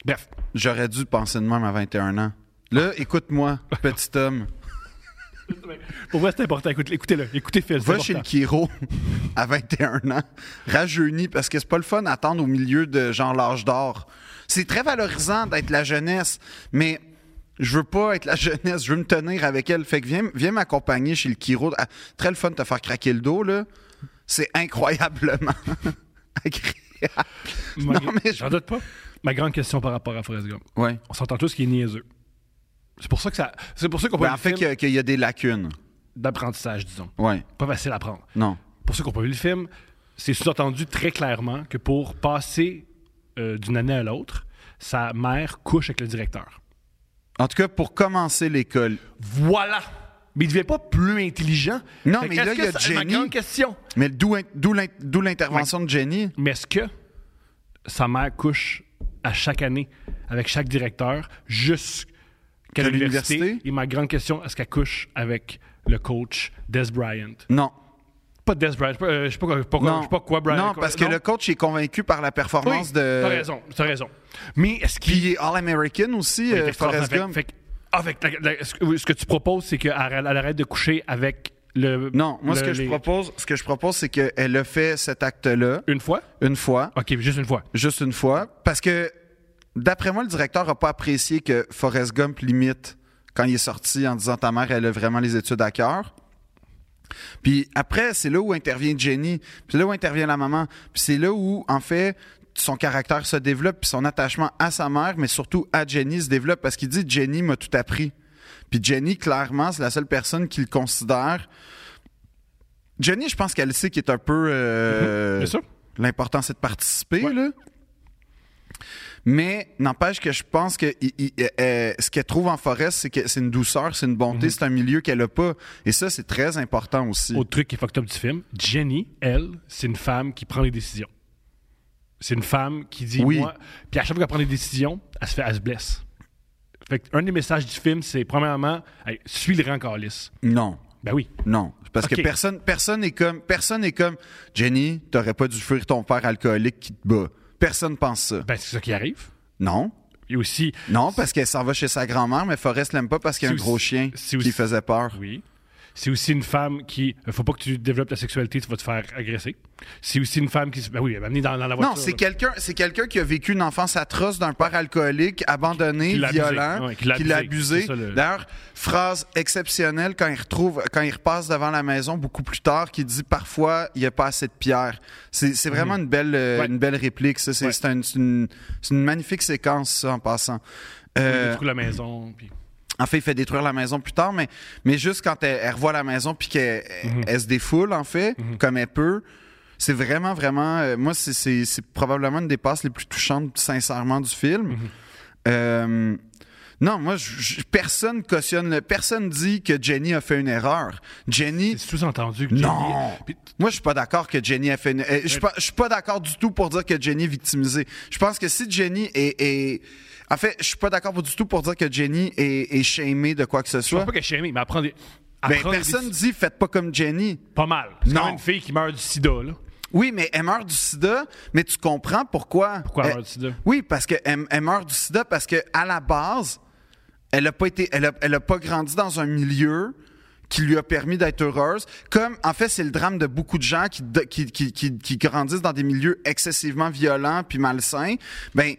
S2: Bref.
S1: J'aurais dû penser de même à 21 ans. Là, écoute-moi, petit homme.
S2: Pour moi, c'est important. Écoute- écoutez-le. Écoutez Phil. c'est
S1: Va chez le
S2: important.
S1: chiro <laughs> à 21 ans, rajeuni, parce que c'est pas le fun d'attendre au milieu de genre l'âge d'or. C'est très valorisant d'être la jeunesse, mais je veux pas être la <laughs> jeunesse, je veux me tenir avec elle. Fait que viens, viens m'accompagner chez le chiro. Ah, très le fun de te faire craquer le dos, là. C'est incroyablement <laughs> agréable.
S2: Ma-
S1: <laughs> Non, mais je-
S2: J'en doute pas. Ma grande question par rapport à Forrest Gump.
S1: Ouais.
S2: On s'entend tous qu'il est niaiseux. C'est pour ça que ça, c'est pour ça qu'on peut
S1: Ben, en fait, qu'il y a- qu'il y a des lacunes.
S2: d'apprentissage, disons.
S1: Ouais.
S2: Pas facile à prendre.
S1: Non.
S2: Pour ceux qui n'ont pas vu le film, c'est sous-entendu très clairement que pour passer euh, d'une année à l'autre, sa mère couche avec le directeur.
S1: En tout cas, pour commencer l'école.
S2: Voilà! Mais il ne devient pas plus intelligent.
S1: Non,
S2: Fait
S1: mais
S2: que
S1: là,
S2: est-ce
S1: il y
S2: que
S1: a
S2: ça-
S1: Jenny.
S2: Ma grande question.
S1: Mais d'où d'où l'in- d'où l'intervention de Jenny.
S2: Mais est-ce que sa mère couche à chaque année avec chaque directeur jusqu'à
S1: Que
S2: l'université?
S1: l'université?
S2: Et ma grande question, est-ce qu'elle couche avec le coach Des Bryant?
S1: Non.
S2: Pas Des Bryant, je sais pas, euh, je sais pas, quoi- pas quoi- je sais pas quoi Bryant.
S1: Non,
S2: quoi-
S1: parce que le coach est convaincu par la
S2: Oui,
S1: performance de.
S2: T'as raison, t'as raison. Mais est-ce
S1: Puis
S2: qu'il
S1: il est All-American aussi,
S2: est
S1: euh,
S2: extraordinaire?
S1: Forrest Gump.
S2: Fait, que- ah, fait que la- la- ce, que, ce que tu proposes, c'est qu'elle arrête- elle arrête de coucher avec le.
S1: Non, moi, ce,
S2: le-
S1: que je
S2: les-
S1: propose, ce que je propose, c'est qu'elle a fait cet acte-là
S2: Une fois?
S1: une fois,
S2: Ok, juste une fois.
S1: juste une fois, parce que d'après moi, le directeur n'a pas apprécié que Forrest Gump limite quand il est sorti en disant ta mère, elle a vraiment les études à cœur. Puis après, c'est là où intervient Jenny, puis c'est là où intervient la maman, puis c'est là où, en fait, son caractère se développe, puis son attachement à sa mère, mais surtout à Jenny se développe, parce qu'il dit « Jenny m'a tout appris ». Puis Jenny, clairement, c'est la seule personne qu'il considère. Jenny, je pense qu'elle sait qu'il est un peu... euh,
S2: C'est ça?
S1: L'important, c'est de participer,
S2: Ouais.
S1: là. Mais n'empêche que je pense que il- il- euh, euh, ce qu'elle trouve en forêt, c'est que c'est une douceur, c'est une
S2: Mhm.
S1: bonté, c'est un milieu qu'elle a pas. Et ça, c'est très important aussi.
S2: Autre truc qui est fucked up du film, Jenny, elle, c'est une femme qui prend les décisions. C'est une femme qui dit
S1: Oui.
S2: moi. Puis à chaque fois qu'elle prend des décisions, elle se, fait, elle se blesse. Fait que un des messages du film, c'est premièrement, hey, suis le rang calice.
S1: Non,
S2: Ben oui.
S1: non. Parce que
S2: Ok.
S1: personne personne est comme personne est comme Jenny, t'aurais pas dû fuir ton père alcoolique qui te bat. Personne pense ça.
S2: Ben c'est ça qui arrive.
S1: Non.
S2: Et aussi,
S1: Non, parce qu'elle s'en va chez sa grand-mère, mais Forrest l'aime pas parce qu'il y a un
S2: C'est
S1: gros
S2: aussi-
S1: chien
S2: c'est
S1: qui
S2: aussi-
S1: faisait peur.
S2: Oui. C'est aussi une femme qui. euh, Faut pas que tu développes ta sexualité, tu vas te faire agresser. C'est aussi une femme qui. se- Ben oui, elle m'a amené dans, dans la voiture.
S1: Non, c'est
S2: là.
S1: quelqu'un, c'est quelqu'un qui a vécu une enfance atroce d'un père alcoolique, abandonné,
S2: Qui l'a abusé.
S1: violent,
S2: Ouais,
S1: qui l'a abusé.
S2: C'est ça, le-
S1: D'ailleurs, phrase exceptionnelle quand il retrouve, quand il repasse devant la maison beaucoup plus tard, qui dit parfois il n'y a pas assez de pierres. C'est c'est vraiment une belle, euh,
S2: Mhm. Ouais.
S1: une belle réplique. ça. C'est
S2: Ouais.
S1: c'est un- c'est une, c'est une magnifique séquence ça, en passant.
S2: Elle
S1: Euh,
S2: détruit la maison. puis-
S1: en fait, il fait détruire la maison plus tard, mais, mais juste quand elle, elle revoit la maison puis qu'elle
S2: Mhm.
S1: elle- elle se défoule, en fait, comme elle peut, c'est vraiment, vraiment. euh, moi, c'est- c'est c'est probablement une des passes les plus touchantes, sincèrement, du film.
S2: Mhm.
S1: Euh, non, moi, je- je- personne cautionne le. Personne dit que Jenny a fait une erreur. Jenny.
S2: C'est sous-entendu que
S1: Non!
S2: Jenny- Puis-
S1: Moi, je suis pas d'accord que Jenny a fait une. euh, Je suis pas, je suis pas d'accord du tout pour dire que Jenny est victimisée. Je pense que si Jenny est. est- En fait, je suis pas d'accord du tout pour dire que Jenny est, est shamée de quoi que ce
S2: Je pense
S1: soit.
S2: pas qu'elle chérie, mais elle prend des. elle
S1: Ben,
S2: prend des
S1: personne
S2: décisions.
S1: dit faites pas comme Jenny.
S2: Pas mal. C'est
S1: Non.
S2: quand même une fille qui meurt du sida, là.
S1: Oui, mais elle meurt du sida, mais tu comprends pourquoi.
S2: Pourquoi
S1: elle-
S2: elle meurt du sida?
S1: Oui, parce que elle, elle meurt du sida parce que à la base, elle a pas été, elle a, elle a pas grandi dans un milieu qui lui a permis d'être heureuse. Comme en fait, c'est le drame de beaucoup de gens qui, de- qui, qui, qui- qui grandissent dans des milieux excessivement violents puis malsains. Ben,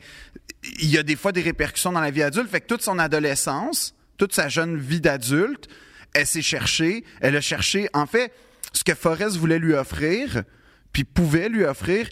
S1: il y a des fois des répercussions dans la vie adulte. Fait que toute son adolescence, toute sa jeune vie d'adulte, elle s'est cherchée. Elle a cherché, en fait, ce que Forrest voulait lui offrir, puis pouvait lui offrir,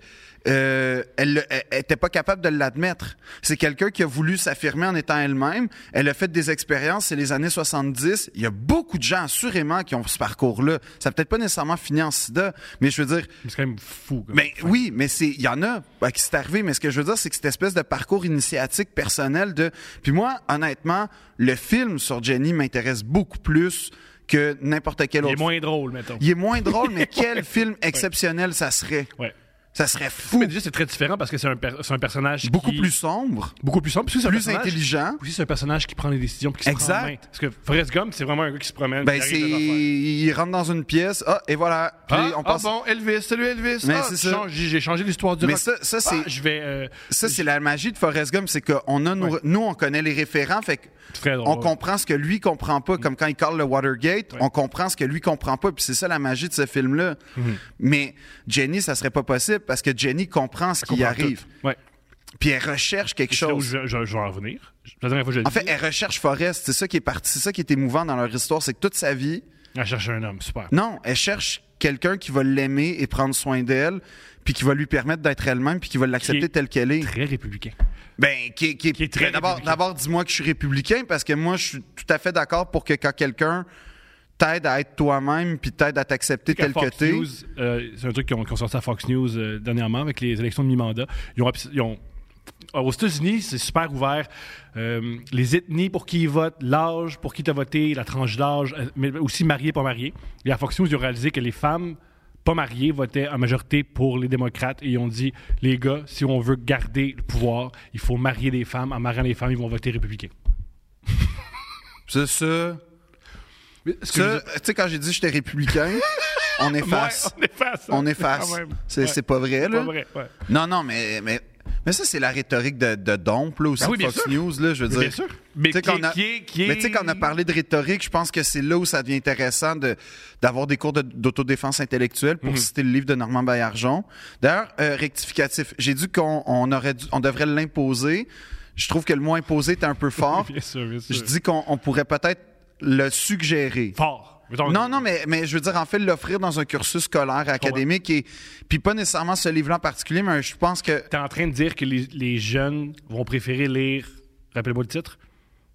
S1: euh, elle n'était pas capable de l'admettre. C'est quelqu'un qui a voulu s'affirmer en étant elle-même. Elle a fait des expériences, c'est les années 70. Il y a beaucoup de gens, assurément, qui ont ce parcours-là. Ça n'a peut-être pas nécessairement fini en sida, mais je veux dire,
S2: C'est quand même fou. comme-
S1: ben oui, mais c'est il y en a à qui c'est arrivé, mais ce que je veux dire c'est que cette espèce de parcours initiatique personnel de puis moi honnêtement, le film sur Jenny m'intéresse beaucoup plus que n'importe quel
S2: Il est
S1: autre.
S2: moins drôle, mettons.
S1: Il est moins drôle, mais quel film exceptionnel ça serait.
S2: Ouais.
S1: Ça serait fou,
S2: Mais déjà, c'est très différent parce que c'est un, per- c'est un personnage
S1: beaucoup
S2: qui-
S1: plus sombre,
S2: beaucoup plus simple.
S1: plus intelligent.
S2: Aussi, c'est un personnage qui prend les décisions puis qui se
S1: Exact.
S2: prend en main. Parce que Forrest Gump, c'est vraiment un gars qui se promène.
S1: Ben
S2: qui
S1: c'est
S2: arrive des affaires.
S1: il rentre dans une pièce, ah et voilà, Puis
S2: Ah,
S1: on
S2: ah
S1: passe
S2: bon, Elvis, salut Elvis.
S1: Mais
S2: Ah,
S1: c'est
S2: j'ai
S1: ça.
S2: changé- J'ai changé l'histoire du
S1: Mais
S2: rock.
S1: ça- ça,
S2: Ah,
S1: c'est-
S2: je vais... euh,
S1: Ça c'est la magie de Forrest Gump, c'est qu'on a nos-
S2: Ouais.
S1: nous on connaît les référents fait que
S2: Très drôle. Mm.
S1: on comprend ce que lui comprend pas, comme quand il parle le Watergate, on comprend ce que lui comprend pas, puis c'est ça la magie de ce film-là.
S2: Mm-hmm.
S1: Mais Jenny, ça serait pas possible parce que Jenny comprend ce
S2: On
S1: qui
S2: comprend
S1: arrive,
S2: tout. Ouais.
S1: puis elle recherche quelque
S2: C'est là où
S1: chose.
S2: je, je- je vais en revenir. La dernière fois, je l'ai
S1: En fait, elle recherche Forrest, c'est ça qui est parti, c'est ça qui est émouvant dans leur histoire, c'est que toute sa vie,
S2: elle cherche un homme, super.
S1: non, elle cherche quelqu'un qui va l'aimer et prendre soin d'elle, puis qui va lui permettre d'être elle-même, puis qui va l'accepter
S2: est
S1: telle qu'elle est.
S2: Très républicain.
S1: Ben, qui, est- qui est-
S2: Qui est très
S1: ben, d'abord,
S2: républicain.
S1: d'abord, dis-moi que je suis républicain parce que moi, je suis tout à fait d'accord pour que quand quelqu'un t'aide à être toi-même puis t'aide à t'accepter tel
S2: À Fox
S1: que t'es.
S2: News, euh, c'est un truc qu'ils ont, qu'ils ont sorti à Fox News euh, dernièrement avec les élections de mi-mandat. Ils ont, abs- ils ont- Alors, aux États-Unis, c'est super ouvert. Euh, les ethnies pour qui ils votent, l'âge pour qui tu as voté, la tranche d'âge, euh, mais aussi marié, pas marié. Et à Fox News, ils ont réalisé que les femmes pas mariées votaient en majorité pour les démocrates et ils ont dit les gars, si on veut garder le pouvoir, il faut marier des femmes. En mariant les femmes, ils vont voter républicain.
S1: Ça, ça.
S2: Ce que
S1: ça, Tu sais, quand j'ai dit que j'étais
S2: <laughs>
S1: républicain, on
S2: je- Ouais,
S1: efface.
S2: on efface.
S1: on efface.
S2: Quand même.
S1: C'est,
S2: Ouais.
S1: c'est pas vrai, là.
S2: Pas vrai, ouais.
S1: Non, non, mais, mais, mais ça, c'est la rhétorique de, de Domp, là, aussi,
S2: Ben oui,
S1: de
S2: bien
S1: Fox
S2: sûr.
S1: News, là, je veux dire.
S2: Bien sûr. Mais
S1: Tu sais,
S2: qui
S1: quand on
S2: est-
S1: a-
S2: qui est- qui
S1: Mais tu sais,
S2: est-
S1: quand on a parlé de rhétorique, je pense que c'est là où ça devient intéressant de, d'avoir des cours de- d'autodéfense intellectuelle
S2: Mhm.
S1: pour citer le livre de Normand Baillargeon. D'ailleurs, euh, rectificatif, j'ai dit qu'on on aurait dû- on devrait l'imposer. Je trouve que le mot imposer est
S2: <laughs>
S1: un peu fort.
S2: <laughs> Bien sûr, bien sûr.
S1: je dis qu'on on pourrait peut-être le suggérer.
S2: fort. Mettons-
S1: Non, non, mais, mais je veux dire, en fait, l'offrir dans un cursus scolaire, académique, et puis pas nécessairement ce livre-là en particulier, mais je pense que,
S2: T'es en train de dire que les, les jeunes vont préférer lire, rappelez-moi le titre,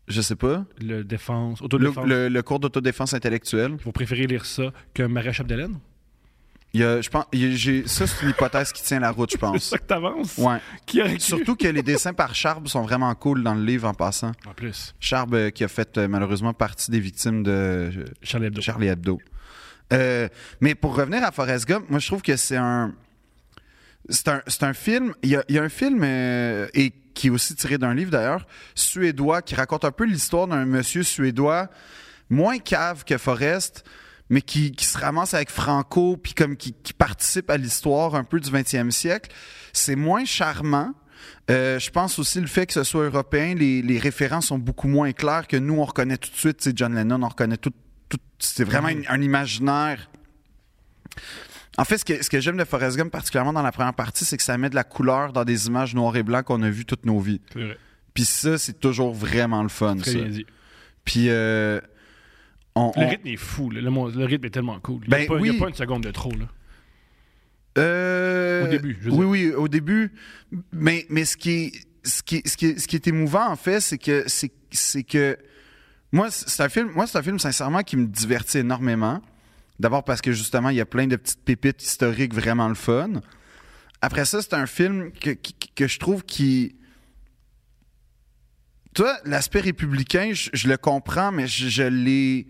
S1: je sais pas,
S2: le défense,
S1: le,
S2: autodéfense.
S1: le- le cours d'autodéfense intellectuelle.
S2: Ils vont préférer lire ça que Maria Chapdelaine.
S1: Il y a- je pense, il y a- j'ai- ça, c'est une hypothèse qui tient la route, je
S2: C'est <laughs>
S1: pense.
S2: ça que t'avances.
S1: Ouais.
S2: Qui aurait cru?
S1: Surtout que les dessins par Charb sont vraiment cool dans le livre en passant.
S2: En plus,
S1: Charb euh, qui a fait euh, malheureusement partie des victimes de euh,
S2: Charlie Hebdo.
S1: Charlie Hebdo. Euh, mais pour revenir à Forrest Gump, moi je trouve que c'est un. C'est un, c'est un film. Il y a, il y a un film euh, et qui est aussi tiré d'un livre d'ailleurs, suédois, qui raconte un peu l'histoire d'un monsieur suédois moins cave que Forrest, mais qui, qui se ramasse avec Franco, puis comme qui, qui participe à l'histoire un peu du 20e siècle. C'est moins charmant. Euh, je pense aussi le fait que ce soit européen, les, les références sont beaucoup moins claires que nous, on reconnaît tout de suite. C'est John Lennon, on reconnaît tout. tout c'est vraiment une- un imaginaire. En fait, ce que, ce que j'aime de Forrest Gump, particulièrement dans la première partie, c'est que ça met de la couleur dans des images noires et blancs qu'on a vues toutes nos vies.
S2: C'est vrai.
S1: Puis ça, c'est toujours vraiment le fun.
S2: Très
S1: ça.
S2: bien dit.
S1: Puis euh, on,
S2: Le
S1: on-
S2: rythme est fou. là. Le, mon- le rythme est tellement cool. Il n'y
S1: Ben
S2: a, pas-
S1: oui.
S2: il y a pas une seconde de trop. Là.
S1: Euh,
S2: Au début, je veux
S1: oui,
S2: dire.
S1: oui, au début. Mais, mais ce, qui est, ce, qui est- ce, qui est, ce qui est émouvant, en fait, c'est que, c'est, c'est que moi, c'est un film, moi, c'est un film, sincèrement, qui me divertit énormément. D'abord parce que, justement, il y a plein de petites pépites historiques vraiment le fun. Après ça, c'est un film que, qui- qui- que je trouve qui... Toi, l'aspect républicain, je, je le comprends, mais je, je l'ai...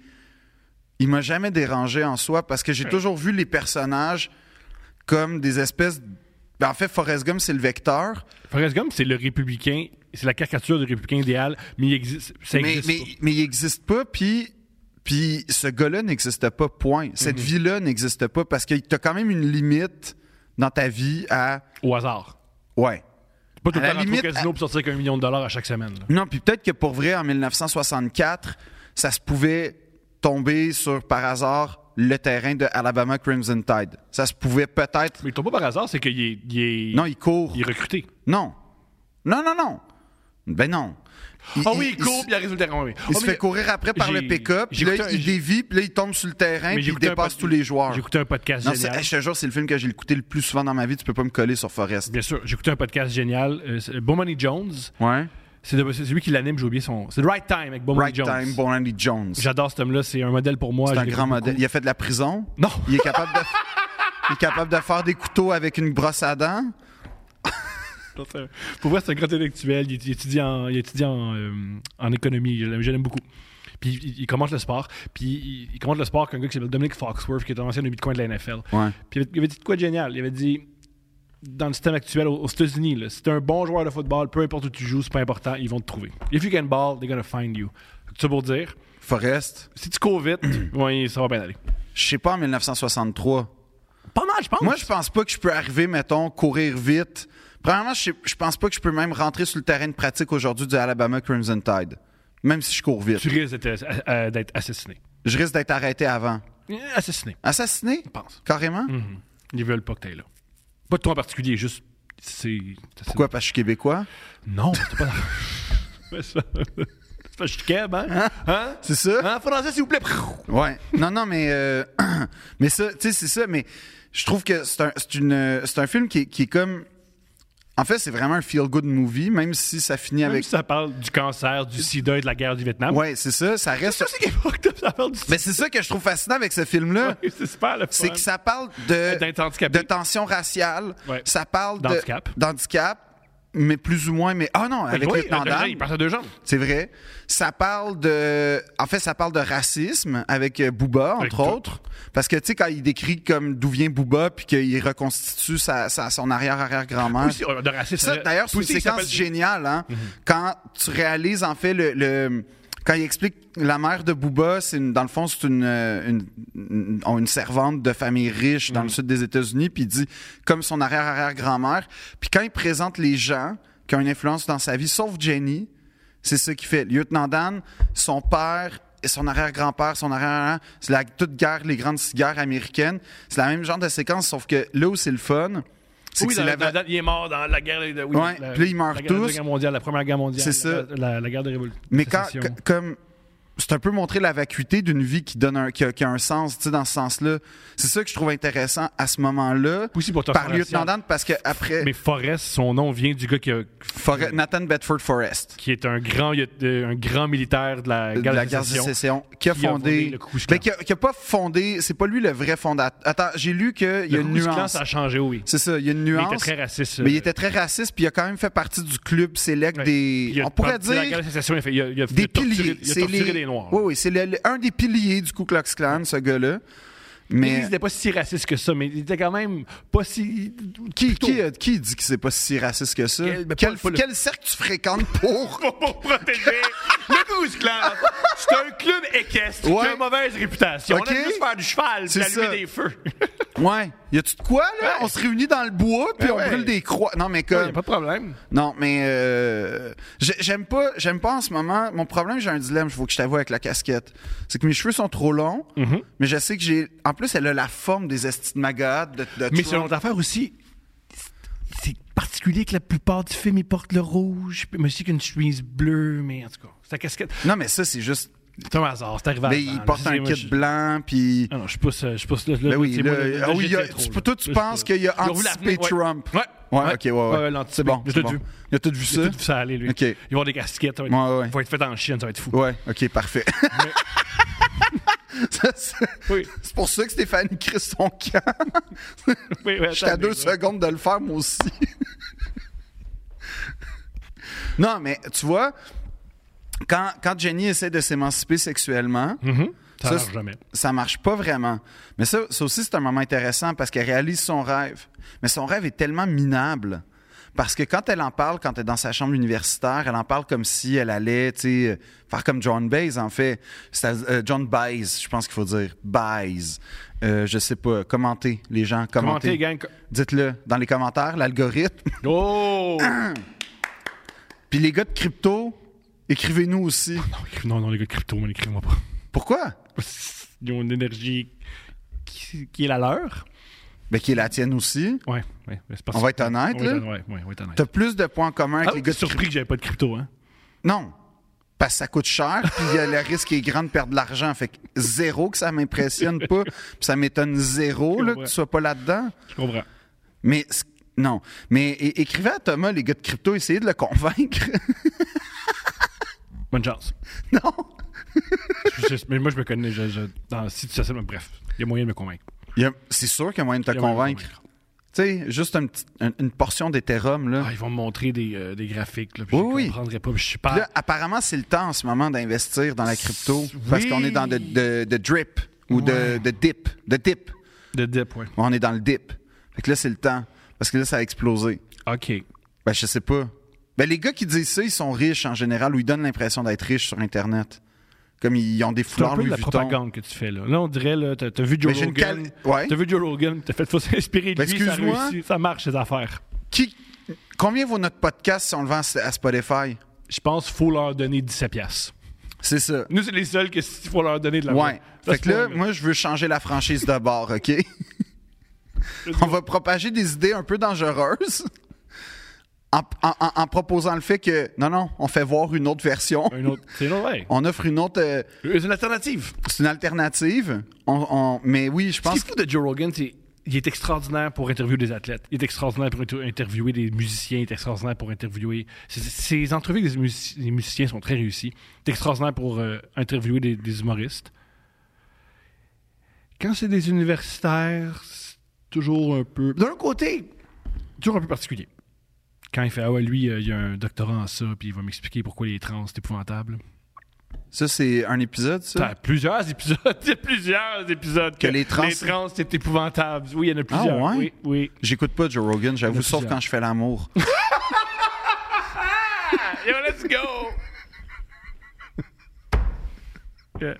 S1: Il m'a jamais dérangé en soi parce que j'ai toujours vu les personnages comme des espèces. Ben, en fait, Forrest Gump, c'est le vecteur.
S2: Forrest Gump, c'est le républicain, c'est la caricature du républicain idéal, mais il existe. Ça
S1: mais,
S2: existe
S1: mais,
S2: pas.
S1: mais il n'existe pas, puis. Puis
S2: Mhm.
S1: ce gars-là n'existe pas, point. Cette vie-là n'existe pas parce que t'as quand même une limite dans ta vie à.
S2: Au hasard.
S1: Ouais.
S2: Pas tout
S1: À
S2: le
S1: la
S2: temps rentrer au
S1: limite,
S2: casino
S1: à-
S2: pour sortir qu'un million de dollars à chaque semaine. là.
S1: Non, puis peut-être que pour vrai, en 1964, ça se pouvait tomber sur, par hasard, le terrain de Alabama Crimson Tide. Ça se pouvait peut-être.
S2: Mais ils tombent pas par hasard, c'est qu'il est, il est-
S1: Non, il court.
S2: il est recruté.
S1: Non. Non, non, non. Ben non. Il-
S2: Ah oui,
S1: il-
S2: il court,
S1: il-
S2: puis il arrive sur le terrain. oui, oui.
S1: Il
S2: Ah,
S1: se
S2: mais-
S1: fait courir après par
S2: j'ai-
S1: le pick-up, puis
S2: j'ai
S1: là,
S2: écouté un-
S1: il
S2: j'ai-
S1: dévie, puis là, il tombe sur le terrain,
S2: mais
S1: puis
S2: j'ai
S1: il
S2: écouté un
S1: dépasse
S2: pod-
S1: tous les joueurs.
S2: J'ai écouté un podcast
S1: Non, c'est-
S2: génial.
S1: hey, je te jure, c'est le film que j'ai écouté le plus souvent dans ma vie. Tu peux pas me coller sur Forrest.
S2: Bien sûr, j'ai écouté un podcast génial. euh, c'est- Bo Money Jones,
S1: Ouais.
S2: c'est de- c'est lui qui l'anime, j'ai oublié son. C'est The Right Time avec Bo Money
S1: Right
S2: Jones.
S1: Time, Bon Andy Jones. C'est
S2: J'adore cet homme-là, c'est un modèle pour moi. je
S1: un
S2: l'écoute
S1: grand
S2: beaucoup.
S1: modèle. Il a fait de la prison.
S2: Non,
S1: Il est capable de, il est capable de faire des couteaux avec une brosse à dents.
S2: c'est un- pour vrai, c'est un grand intellectuel. Il, il étudie en, il étudie en, euh, en économie. Je l'aime je l'aime beaucoup. Puis il, il commente le sport. Puis il, il commente le sport avec un gars qui s'appelle Dominic Foxworth, qui est un ancien numéro de coin de la NFL.
S1: Ouais.
S2: Puis il avait- il avait dit de quoi de génial. Il avait dit dans le système actuel aux, aux États-Unis, là, si t'es un bon joueur de football, peu importe où tu joues, c'est pas important, ils vont te trouver. If you can ball, they're gonna find you. C'est ça pour dire,
S1: Forrest,
S2: si tu cours <clears throat> vite, ouais, ça va bien aller.
S1: je sais pas en 1963.
S2: Pas mal, je pense.
S1: Moi, je pense pas que je peux arriver, mettons, courir vite. Premièrement, je, sais- je pense pas que je peux même rentrer sur le terrain de pratique aujourd'hui du Alabama Crimson Tide. Même si je cours vite.
S2: tu risques d'être, euh, d'être assassiné.
S1: Je risque d'être arrêté avant.
S2: Euh, Assassiné,
S1: Assassiné?
S2: je pense.
S1: Carrément?
S2: Mhm. Ils veulent pas que t'ailles là. Pas de toi en particulier, juste. C'est. c'est-
S1: Pourquoi? Parce que je suis québécois?
S2: Non, c'est <laughs> pas. Mais ça- c'est pas chiqueb, hein? Hein?
S1: C'est ça?
S2: Hein? Français, s'il vous plaît!
S1: Ouais. Non, non, mais. euh, <clears throat> mais ça, tu sais, c'est ça, mais je trouve que c'est un, c'est une, euh, c'est un film qui, est- qui est comme. En fait, c'est vraiment un feel-good movie, même si ça finit
S2: Même
S1: avec.
S2: si ça parle du cancer, du sida et de la guerre du Vietnam.
S1: Ouais, c'est ça, ça reste.
S2: C'est qui est fucked up, ça parle du
S1: Mais c'est ça que je trouve fascinant avec ce film-là.
S2: Ouais, <laughs> C'est super le fun.
S1: C'est que ça parle de,
S2: D'être handicapé.
S1: de tension raciale.
S2: Ouais.
S1: Ça parle de-
S2: D'handicap.
S1: d'handicap, mais plus ou moins. Mais ah non, avec
S2: Oui, euh, ben,
S1: le Vietnam
S2: il passe à deux jambes.
S1: c'est vrai. Ça parle de, en fait, ça parle de racisme avec euh, Booba
S2: Avec
S1: entre
S2: tout.
S1: autres, parce que tu sais quand il décrit comme d'où vient Booba puis qu'il reconstitue sa, sa- son arrière-arrière-grand-mère.
S2: Aussi, euh, de racisme.
S1: Hein? Ça, d'ailleurs, c'est une
S2: Aussi, il
S1: séquence
S2: s'appelle- Mm-hmm.
S1: géniale, hein? Quand tu réalises, en fait, le. le- quand il explique la mère de Booba, c'est une- dans le fond, c'est une, euh, une, une- une servante de famille riche
S2: Mm-hmm.
S1: dans le sud des États-Unis, puis il dit comme son arrière-arrière-grand-mère. Puis quand il présente les gens qui ont une influence dans sa vie, sauf Jenny, c'est ça qu'il fait. Lieutenant Dan, son père et son arrière-grand-père, son arrière c'est la toute guerre, les grandes guerres américaines. C'est la même genre de séquence, sauf que là où c'est le fun, c'est
S2: Oui,
S1: que c'est
S2: dans-
S1: la,
S2: dans- il est mort dans la guerre de. Oui,
S1: Ouais,
S2: la-
S1: puis là, ils meurent
S2: la guerre- la
S1: tous.
S2: guerre mondiale, la première guerre mondiale.
S1: C'est ça.
S2: La, la- la guerre de révolution.
S1: Mais quand, que- comme. C'est un peu montrer la vacuité d'une vie qui donne un, qui a, qui a un sens, tu sais, dans ce sens-là. C'est ça que je trouve intéressant à ce moment-là.
S2: Aussi pour te
S1: Par
S2: faire la
S1: lieutenant
S2: science.
S1: Dan, parce que après,
S2: Mais Forrest, son nom vient du gars qui, a-
S1: Forre- Nathan Bedford Forrest,
S2: qui est un grand, euh, un grand militaire de la
S1: de
S2: guerre de
S1: la guerre de sécession, qui a
S2: qui a fondé
S1: fondé.
S2: le Ku Klux Klan.
S1: mais qui a, qui a pas fondé. C'est pas lui le vrai fondateur. Attends, j'ai lu qu'il y a
S2: Le
S1: une
S2: Ku Klux Klan,
S1: nuance.
S2: ça a changé, oui.
S1: C'est ça, il y a une
S2: Mais
S1: nuance.
S2: il était très raciste.
S1: Mais il
S2: euh,
S1: était très raciste, puis il a quand même fait partie du club sélect
S2: ouais. Puis il
S1: des.
S2: a-
S1: On pourrait
S2: pendant la
S1: dire.
S2: guerre de sécession, il a fait- il a- il a- il a
S1: des
S2: torturé-
S1: piliers.
S2: Il a
S1: C'est
S2: torturé
S1: les-
S2: des Noirs.
S1: Oui, oui, c'est le- le- un des piliers du Ku Klux Klan, ce gars-là.
S2: Il
S1: Mais
S2: n'était pas si raciste que ça, mais il était quand même pas si.
S1: qui,
S2: plutôt-
S1: qui, euh, qui dit que c'est pas si raciste que ça?
S2: Quel-
S1: Quel,
S2: ben, pas le- pas le-
S1: quel cercle tu
S2: <laughs>
S1: fréquentes pour? <laughs>
S2: pour protéger le Goose Clan. C'est un club équestre qui a
S1: Ouais.
S2: une mauvaise réputation.
S1: Ok.
S2: On aime juste faire du cheval puis
S1: C'est
S2: allumer
S1: ça. Euh,
S2: des feux.
S1: ouais. Y a-tu de quoi, là?
S2: Ouais.
S1: On se réunit dans le bois, puis
S2: Ben
S1: on
S2: ouais.
S1: brûle des croix. Non, mais
S2: <laughs> Il
S1: comme.
S2: a pas de problème.
S1: Non, mais euh, j'ai- j'aime pas, j'aime pas en ce moment. Mon problème, j'ai un dilemme. Je faut que je t'avoue avec la casquette. C'est que mes cheveux sont trop longs,
S2: Mm-hmm.
S1: mais je sais que j'ai. En plus, elle a la forme des estimagades de, de
S2: Mais
S1: Trump.
S2: selon l'affaire aussi, c'est particulier que la plupart du film, ils portent le rouge, mais aussi qu'une chemise bleue, mais en tout cas, c'est la casquette.
S1: Non, mais ça, c'est juste.
S2: C'est un hasard, c'est arrivé
S1: Mais
S2: avant,
S1: il
S2: là.
S1: porte
S2: C'est-
S1: un
S2: moi,
S1: kit
S2: Ah, je-
S1: blanc, puis.
S2: Ah non, je pousse, euh, je pousse là. là,
S1: Ben oui,
S2: c'est moi,
S1: là,
S2: là, là,
S1: ah oui, il y a-
S2: j'étais trop,
S1: tu-
S2: là.
S1: toi, tu
S2: Là,
S1: penses
S2: je-
S1: qu'il a
S2: il roulé la
S1: anticipé
S2: fenêtre, ouais.
S1: Trump.
S2: Ouais.
S1: Ouais, ok, ouais, ouais.
S2: l'anticipé.
S1: C'est bon,
S2: Je
S1: c'est
S2: l'ai
S1: bon.
S2: vu.
S1: Il a tout vu ça?
S2: J'ai tout vu ça aller, lui.
S1: Ok.
S2: Il va y avoir des casquettes. Ça va être,
S1: Ouais, ouais, ouais.
S2: ça va être fait en Chine, ça va être fou.
S1: Ouais, ok, parfait. <laughs> Ça, c'est
S2: Oui,
S1: c'est pour ça que Stéphane crie son camp.
S2: oui, oui,
S1: J'étais à
S2: attendez,
S1: deux
S2: là.
S1: secondes de le faire, moi aussi. <laughs> non, mais tu vois, quand, quand Jenny essaie de s'émanciper sexuellement,
S2: Mhm. Ça
S1: Ça,
S2: marche
S1: c'est-
S2: jamais.
S1: ça marche pas vraiment. Mais ça, ça aussi, c'est un moment intéressant parce qu'elle réalise son rêve. Mais son rêve est tellement minable. Parce que quand elle en parle, quand elle est dans sa chambre universitaire, elle en parle comme si elle allait, tu sais, euh, faire comme John Baez, en fait. C'est- euh, John Baez, je pense qu'il faut dire. Baez. Euh, je sais pas. Commentez, les gens. Commentez.
S2: Commentez, gang.
S1: Dites-le dans les commentaires, l'algorithme. <laughs>
S2: Oh! <coughs>
S1: Puis les gars de crypto, écrivez-nous aussi.
S2: non, écri- non, non, les gars, crypto, mais écrivez-moi pas.
S1: Pourquoi?
S2: <laughs> Ils ont une énergie qui, qui est la leur.
S1: Ben, qui est la tienne aussi.
S2: Ouais, ouais. mais c'est parce
S1: On va être honnête,
S2: on va être
S1: là.
S2: hon- Ouais, ouais, on va être honnête.
S1: T'as plus de points en commun avec
S2: Ah,
S1: les gars de
S2: surpris que j'avais pas de crypto, hein.
S1: Non. Parce que ça coûte cher, puis il y a le risque est grand de perdre de l'argent. Fait que zéro que ça m'impressionne pas, puis ça m'étonne zéro là, que tu sois pas là-dedans.
S2: Je comprends.
S1: Mais c- non. Mais é- écrivez à Thomas, les gars de crypto, essayez de le convaincre. <laughs>
S2: Bonne chance.
S1: non.
S2: Je- je- mais moi, je me connais. Je, je- dans- si tu sais, bref, il y a moyen de me convaincre.
S1: Il y a- C'est sûr qu'il y a moyen de te
S2: Il y a moyen de me
S1: convaincre. Tu sais, juste un petit- un- une portion d'Ethereum. Là.
S2: Ah, ils vont me montrer des, euh, des graphiques. Là, puis
S1: Oui,
S2: je
S1: oui.
S2: comprendrais pas. puis Je suis pas.
S1: Puis là, apparemment, c'est le temps en ce moment d'investir dans la crypto parce
S2: Oui.
S1: qu'on est dans de, de- de drip ou de-
S2: Ouais.
S1: de dip. De dip.
S2: de dip, ouais.
S1: On est dans le dip. Fait que là, c'est le temps. Parce que là, ça a explosé.
S2: OK.
S1: Ben, je sais pas. Ben, les gars qui disent ça, ils sont riches en général ou ils donnent l'impression d'être riches sur Internet. Comme ils ont des
S2: C'est un
S1: foulards
S2: peu de
S1: Louis
S2: la
S1: Vuitton.
S2: propagande que tu fais, là. Là, on dirait, là, t'as t'as vu Joe
S1: Mais j'ai une
S2: Rogan.
S1: cal- ouais.
S2: T'as vu Joe Rogan, t'as fait, faut s'inspirer de
S1: Ben,
S2: lui, ça
S1: excuse-moi.
S2: réussit. Ça marche, ces affaires.
S1: Qui... Combien vaut notre podcast si on le vend à à Spotify?
S2: Je pense qu'il faut leur donner 17 piastres.
S1: C'est ça.
S2: Nous, c'est les seuls que s'il faut leur donner de la
S1: Ouais. Fait que là, moi, je veux changer la franchise de bord,
S2: <laughs>
S1: OK? On va propager des idées un peu dangereuses en, en- en- en proposant le fait que, non, non, on fait voir une autre version.
S2: Un autre, c'est une autre, <laughs> ouais.
S1: On offre une autre... euh,
S2: C'est une alternative.
S1: C'est une alternative. On, on- Mais oui, je
S2: Ce qui
S1: pense
S2: est fou de Joe Rogan, c'est il est extraordinaire pour interviewer des athlètes. Il est extraordinaire pour inter- interviewer des musiciens. Il est extraordinaire pour interviewer. Ses, ses entrevues avec des, musici- des musiciens sont très réussies. Il est extraordinaire pour euh, interviewer des, des humoristes. Quand c'est des universitaires, c'est toujours un peu. D'un côté, toujours un peu particulier. Quand il fait Ah ouais, lui, euh, il a un doctorat en ça, puis il va m'expliquer pourquoi il est trans, c'est épouvantable.
S1: Ça, c'est un épisode, ça?
S2: T'as plusieurs épisodes, <laughs> t'as plusieurs épisodes que, Ah,
S1: Que les trans-
S2: c'est épouvantable. Oui, il y en a plusieurs.
S1: ouais?
S2: Oui, oui.
S1: J'écoute pas Joe Rogan, j'avoue,
S2: Le
S1: sauf
S2: plusieurs.
S1: quand je fais
S2: <laughs>
S1: l'amour. <laughs>
S2: Yo, let's <laughs> go. Yeah,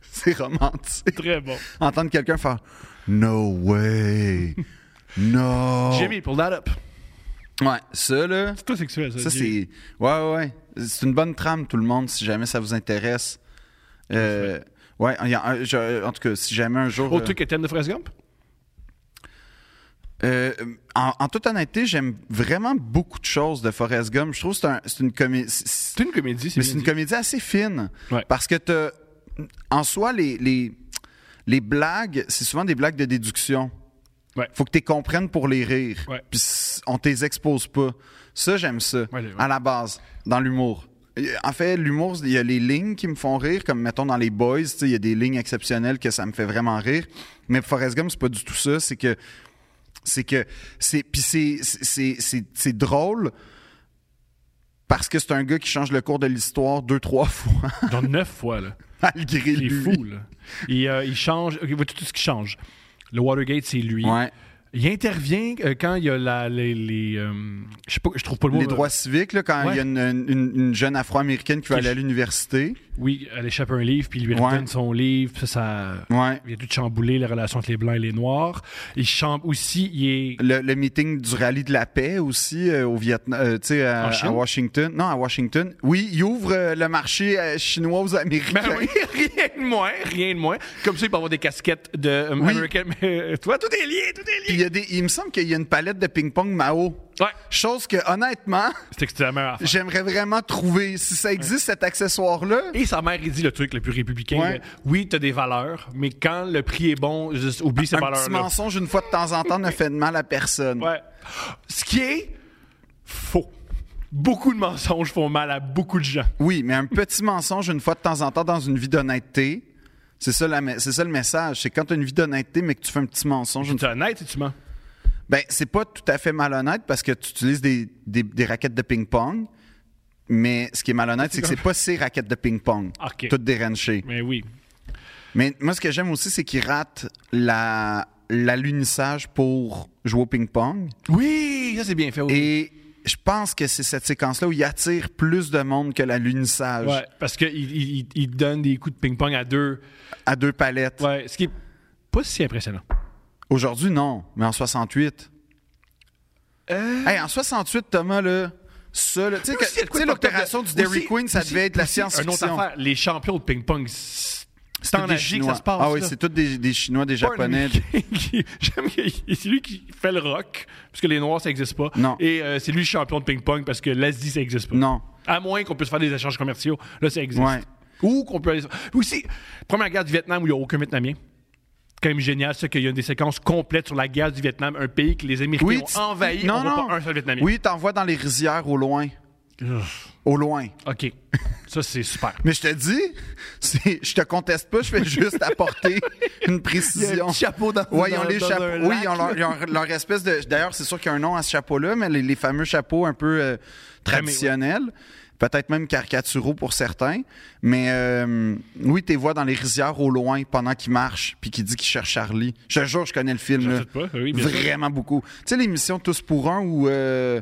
S1: c'est romantique.
S2: Très bon.
S1: Entendre quelqu'un faire No way! No!
S2: Jimmy, pull that up.
S1: Ouais, ça, là,
S2: Oh. C'est toi sexuel, ça.
S1: ça,
S2: Jimmy.
S1: c'est. Ouais, ouais, ouais. C'est une bonne trame, tout le monde, si jamais ça vous intéresse. Euh, ouais, il y a un- je- en tout cas, si jamais un jour.
S2: Autre
S1: euh,
S2: truc que t'aimes de Forrest Gump?
S1: Euh, en, en toute honnêteté, j'aime vraiment beaucoup de choses de Forrest Gump. Je trouve que c'est un- c'est une comédie.
S2: C'est une comédie, c'est
S1: Mais
S2: bien
S1: c'est une
S2: dit.
S1: comédie assez fine.
S2: Ouais.
S1: Parce que t'as- en soi, les, les, les blagues, c'est souvent des blagues de déduction.
S2: Ouais.
S1: Faut que tu les comprennes pour les rire.
S2: Ouais.
S1: Puis c- on t'es expose pas. Ça, j'aime ça.
S2: Ouais, ouais.
S1: À la base, dans l'humour. Et, En fait, l'humour, il y a les lignes qui me font rire, comme mettons dans les Boys, tu sais, il y a des lignes exceptionnelles que ça me fait vraiment rire. Mais Forrest Gump, c'est pas du tout ça. C'est que c'est que c'est puis c'est c'est- c'est- c'est drôle parce que c'est un gars qui change le cours de l'histoire deux trois <laughs> fois
S2: Genre neuf fois, là.
S1: malgré
S2: <laughs> Il est
S1: lui.
S2: fou, là. Il, euh, il change. Ok, vois tout ce qui change. Le Watergate, c'est lui.
S1: Ouais.
S2: Il intervient euh, quand il y a la, les. les, euh, je sais pas, je trouve pas le mot.
S1: Les
S2: là.
S1: droits civiques là, quand
S2: Ouais.
S1: il y a une, une- une jeune Afro-américaine qui veut
S2: Qui-
S1: aller à l'université.
S2: euh, Oui, elle échappe un livre, puis il lui
S1: Ouais.
S2: redonne son livre. puis Ça, ça.
S1: Ouais.
S2: Il a tout chamboulé, les relations entre les Blancs et les Noirs. Il chamboule aussi, il est.
S1: Le, le meeting du rallye de la paix aussi euh, au Vietnam, euh, tu sais, à,
S2: En Chine?
S1: à Washington. Non, à Washington. Oui, il ouvre euh, le marché euh, chinois aux Américains.
S2: Ben <laughs> oui, rien de moins, rien de moins. Comme ça, il peut avoir des casquettes de euh,
S1: Oui.
S2: American. <laughs> Mais, toi, tout est lié, tout est
S1: Puis il
S2: lié.
S1: y a des, il me semble qu'il y a une palette de ping-pong Mao.
S2: Ouais,
S1: Chose que, honnêtement, <laughs>
S2: c'est extrêmement à faire.
S1: J'aimerais vraiment trouver si ça existe cet accessoire-là.
S2: Et sa mère, il dit le truc le plus républicain.
S1: Ouais.
S2: le, oui, t'as des valeurs, mais quand le prix est bon, juste oublie ces
S1: Un petit
S2: valeurs-là.
S1: mensonge une fois de temps en temps ne fait de mal à personne.
S2: Ouais. Ce qui est faux. Beaucoup de mensonges font mal à beaucoup de gens.
S1: Oui, mais un petit mensonge une fois de temps en temps dans une vie d'honnêteté, c'est ça, la me- c'est ça le message. C'est quand tu as une vie d'honnêteté mais que tu fais un petit mensonge, une...
S2: Tu es honnête si tu mens.
S1: ben c'est pas tout à fait malhonnête parce que tu utilises des, des- des raquettes de ping-pong. Mais ce qui est malhonnête, c'est que c'est pas ces raquettes de ping-pong,
S2: Ok.
S1: toutes déranchées.
S2: Mais Ben oui.
S1: Mais moi, ce que j'aime aussi, c'est qu'il rate la, l'alunissage pour jouer au ping-pong.
S2: Oui, ça c'est bien fait. oui.
S1: Et je pense que c'est cette séquence-là où il attire plus de monde que l'alunissage
S2: Ouais, parce qu'il il, il- il donne des coups de ping-pong à deux.
S1: à deux palettes.
S2: Ouais, ce qui est pas si impressionnant.
S1: Aujourd'hui, non, mais en 68. Hey, en 68, Thomas, là, ça, là, tu sais,
S2: Mais
S1: que-
S2: aussi, il y a
S1: tu
S2: de Euh. quoi
S1: sais,
S2: de pas-
S1: l'opération du
S2: aussi-
S1: Dairy Queen, ça
S2: aussi-
S1: devait être la
S2: aussi, Une autre
S1: science-fiction.
S2: affaire, les champions de ping-pong, c'est c'est
S1: Tous
S2: en
S1: des
S2: Asie que ça
S1: Chinois.
S2: se passe.
S1: Ah oui,
S2: là.
S1: c'est tous des, des Chinois, des
S2: Pas un
S1: Japonais.
S2: Américain <laughs> qui- J'aime que c'est lui qui fait le rock, parce que les Noirs, ça n'existe pas.
S1: Non.
S2: Et euh, c'est lui le champion de ping-pong, parce que l'Asie, ça n'existe pas.
S1: Non.
S2: À moins qu'on puisse faire des échanges commerciaux. Là, ça existe.
S1: Ouais.
S2: Ou qu'on peut aller. Puis Aussi, première guerre du Vietnam où il n'y a aucun Vietnamien. C'est quand même génial, ça, qu'il y a des séquences complètes sur la guerre du Vietnam, un pays que les Américains
S1: Oui, tu-
S2: ont envahi.
S1: non,
S2: on voit
S1: non.
S2: pas un seul Vietnamien.
S1: Oui, t'en vois dans les rizières au loin. Au loin.
S2: OK. Ça, c'est super.
S1: <laughs> Mais je te dis, c'est- je te conteste pas, je fais juste
S4: <laughs>
S1: apporter une précision.
S4: Il y a un petit chapeau dans-
S1: Ouais, ils ont
S4: dans-
S1: les
S4: dans
S1: chapeaux.
S4: un
S1: Oui,
S4: lac,
S1: ils ont leur, ils ont leur espèce de. D'ailleurs, c'est sûr qu'il y a un nom à ce chapeau-là, mais les, les fameux chapeaux un peu euh, traditionnels, peut-être même caricaturaux pour certains. Mais euh, oui, tu les vois dans les rizières au loin pendant qu'ils marchent, puis qu'ils dit qu'ils cherchent Charlie. Je te jure, je connais le film. là.
S2: doute pas, oui, bien sûr.
S1: Vraiment beaucoup. Tu sais, l'émission Tous pour un où euh,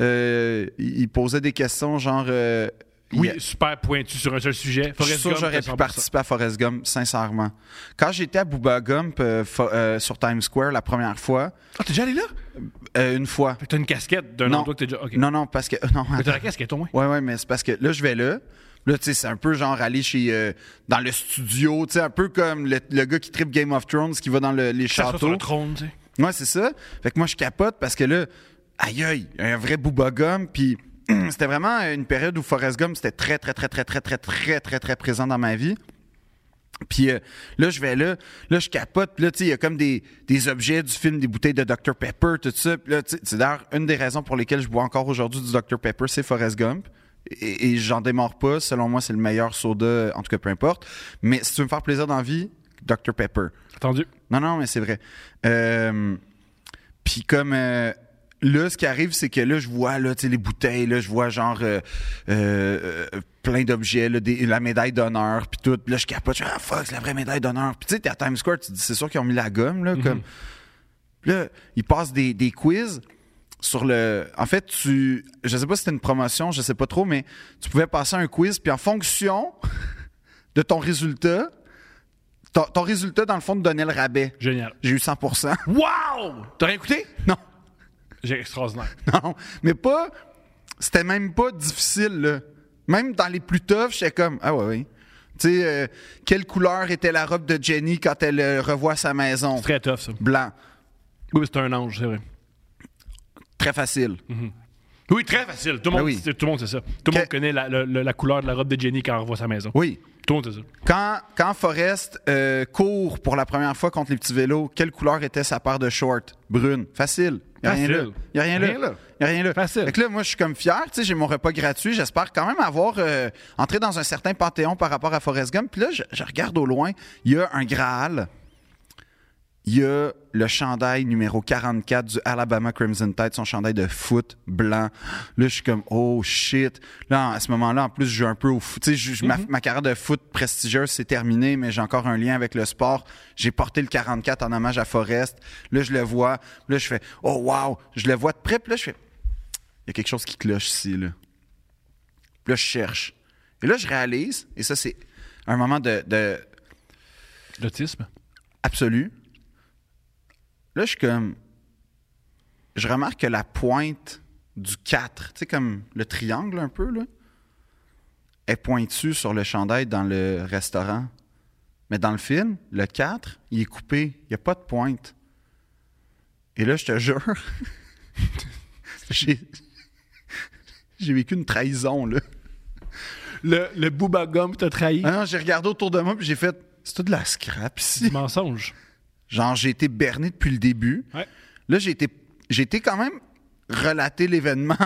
S1: euh, ils posaient des questions genre. euh,
S2: Oui,
S1: il-
S2: super pointu sur un seul sujet.
S1: je suis
S2: Forrest
S1: sûr que
S2: Gump,
S1: j'aurais pu
S2: 100%.
S1: participer à Forrest Gump, sincèrement. Quand j'étais à Booba Gump euh, fo- euh, sur Times Square la première fois,
S2: Ah, t'es déjà allé là?
S1: euh, une fois.
S2: Fait que t'as une casquette d'un
S1: Non.
S2: endroit que t'es déjà. OK.
S1: Non, non, parce que. <laughs> Non,
S2: Mais t'as la
S1: attends.
S2: casquette au moins.
S1: ouais, ouais, mais c'est parce que là, je vais là. Là, tu sais, c'est un peu genre aller chez. euh, dans le studio, tu sais, un peu comme le, le gars qui tripe Game of Thrones, qui va dans le- les
S2: Ça sur
S1: châteaux.
S2: le trône, tu sais.
S1: Ouais, c'est ça. Fait que moi, je capote parce que là, aïe, aïe, un vrai booba gum. Puis <clears throat> c'était vraiment une période où Forrest Gump, c'était très, très, très, très, très, très, très, très, très présent dans ma vie. Puis euh, là, je vais là, là, je capote. Puis là, tu sais, il y a comme des, des objets du film, des bouteilles de Dr. Pepper, tout ça. Puis là, tu sais, c'est d'ailleurs une des raisons pour lesquelles je bois encore aujourd'hui du Dr. Pepper, c'est Forrest Gump. Et, et j'en démords pas. Selon moi, c'est le meilleur soda, en tout cas, peu importe. Mais si tu veux me faire plaisir dans la vie, Dr. Pepper.
S2: Attendu.
S1: Non, non, mais c'est vrai. Euh, Puis comme euh, là, ce qui arrive, c'est que là, je vois là, tu sais, les bouteilles, là, je vois genre euh, euh, euh, plein d'objets, là, des- la médaille d'honneur, puis tout. Puis là, je capote, je fais, ah fuck, c'est la vraie médaille d'honneur. Puis tu sais, t'es à Times Square, tu te dis, c'est sûr qu'ils ont mis la gomme, là, comme. Puis là, ils passent des, des quiz sur le. En fait, tu. Je sais pas si c'était une promotion, je sais pas trop, mais tu pouvais passer un quiz, puis en fonction de ton résultat, ton, ton résultat, dans le fond, te donnait le rabais.
S2: Génial.
S1: J'ai eu 100
S2: Wow! T'as rien écouté?
S1: Non,
S2: J'ai extraordinaire.
S1: <laughs> non. Mais pas. C'était même pas difficile, là. Même dans les plus toughs, j'étais comme. Ah ouais, oui. Tu sais, euh, quelle couleur était la robe de Jenny quand elle euh, revoit sa maison?
S2: Très tough, ça.
S1: Blanc.
S2: Oui, c'est un ange, c'est vrai.
S1: Très facile.
S2: Oui, très facile. Tout le monde,
S1: Ben oui.
S2: c'est- tout le monde sait ça. Tout le monde
S1: Que-
S2: connaît la, le- le- la couleur de la robe de Jenny quand elle revoit sa maison.
S1: Oui.
S2: Tout le monde sait ça.
S1: Quand, quand Forrest euh, court pour la première fois contre les petits vélos, quelle couleur était sa paire de shorts? Brune. Facile. Il a rien là.
S2: Facile.
S1: Il a rien, là.
S2: Rien là.
S1: Il a rien là.
S2: Facile.
S1: Fait que là, moi, je suis comme fier. Tu sais, j'ai mon repas gratuit. J'espère quand même avoir euh, entré dans un certain panthéon par rapport à Forrest Gump. Puis là, je, je regarde au loin. Il y a un Graal. Il y a le chandail numéro 44 du Alabama Crimson Tide, son chandail de foot blanc. Là, je suis comme, oh shit. Là, à ce moment-là, en plus, je joue un peu au foot. Tu sais, je- je- ma, ma carrière de foot prestigieuse, c'est terminé, mais j'ai encore un lien avec le sport. J'ai porté le 44 en hommage à Forrest. Là, je le vois. Là, je fais, oh wow. Je le vois de près. Puis là, je fais, il y a quelque chose qui cloche ici, là. Puis là, je cherche. Et là, je réalise, et ça, c'est un moment de- de,
S2: L'autisme.
S1: absolu. Là, je suis comme. Je remarque que la pointe du 4, tu sais, comme le triangle un peu, là, est pointue sur le chandail dans le restaurant. Mais dans le film, le 4, il est coupé. Il n'y a pas de pointe. Et là, je te jure, <laughs> j'ai. J'ai vécu une trahison, là.
S2: Le, le Booba Gump t'a trahi.
S1: Ah non, j'ai regardé autour de moi puis j'ai fait. C'est tout de la scrap ici.
S2: Mensonge.
S1: Genre, j'ai été berné depuis le début.
S2: Ouais.
S1: Là, j'ai été, j'ai été quand même relater l'événement.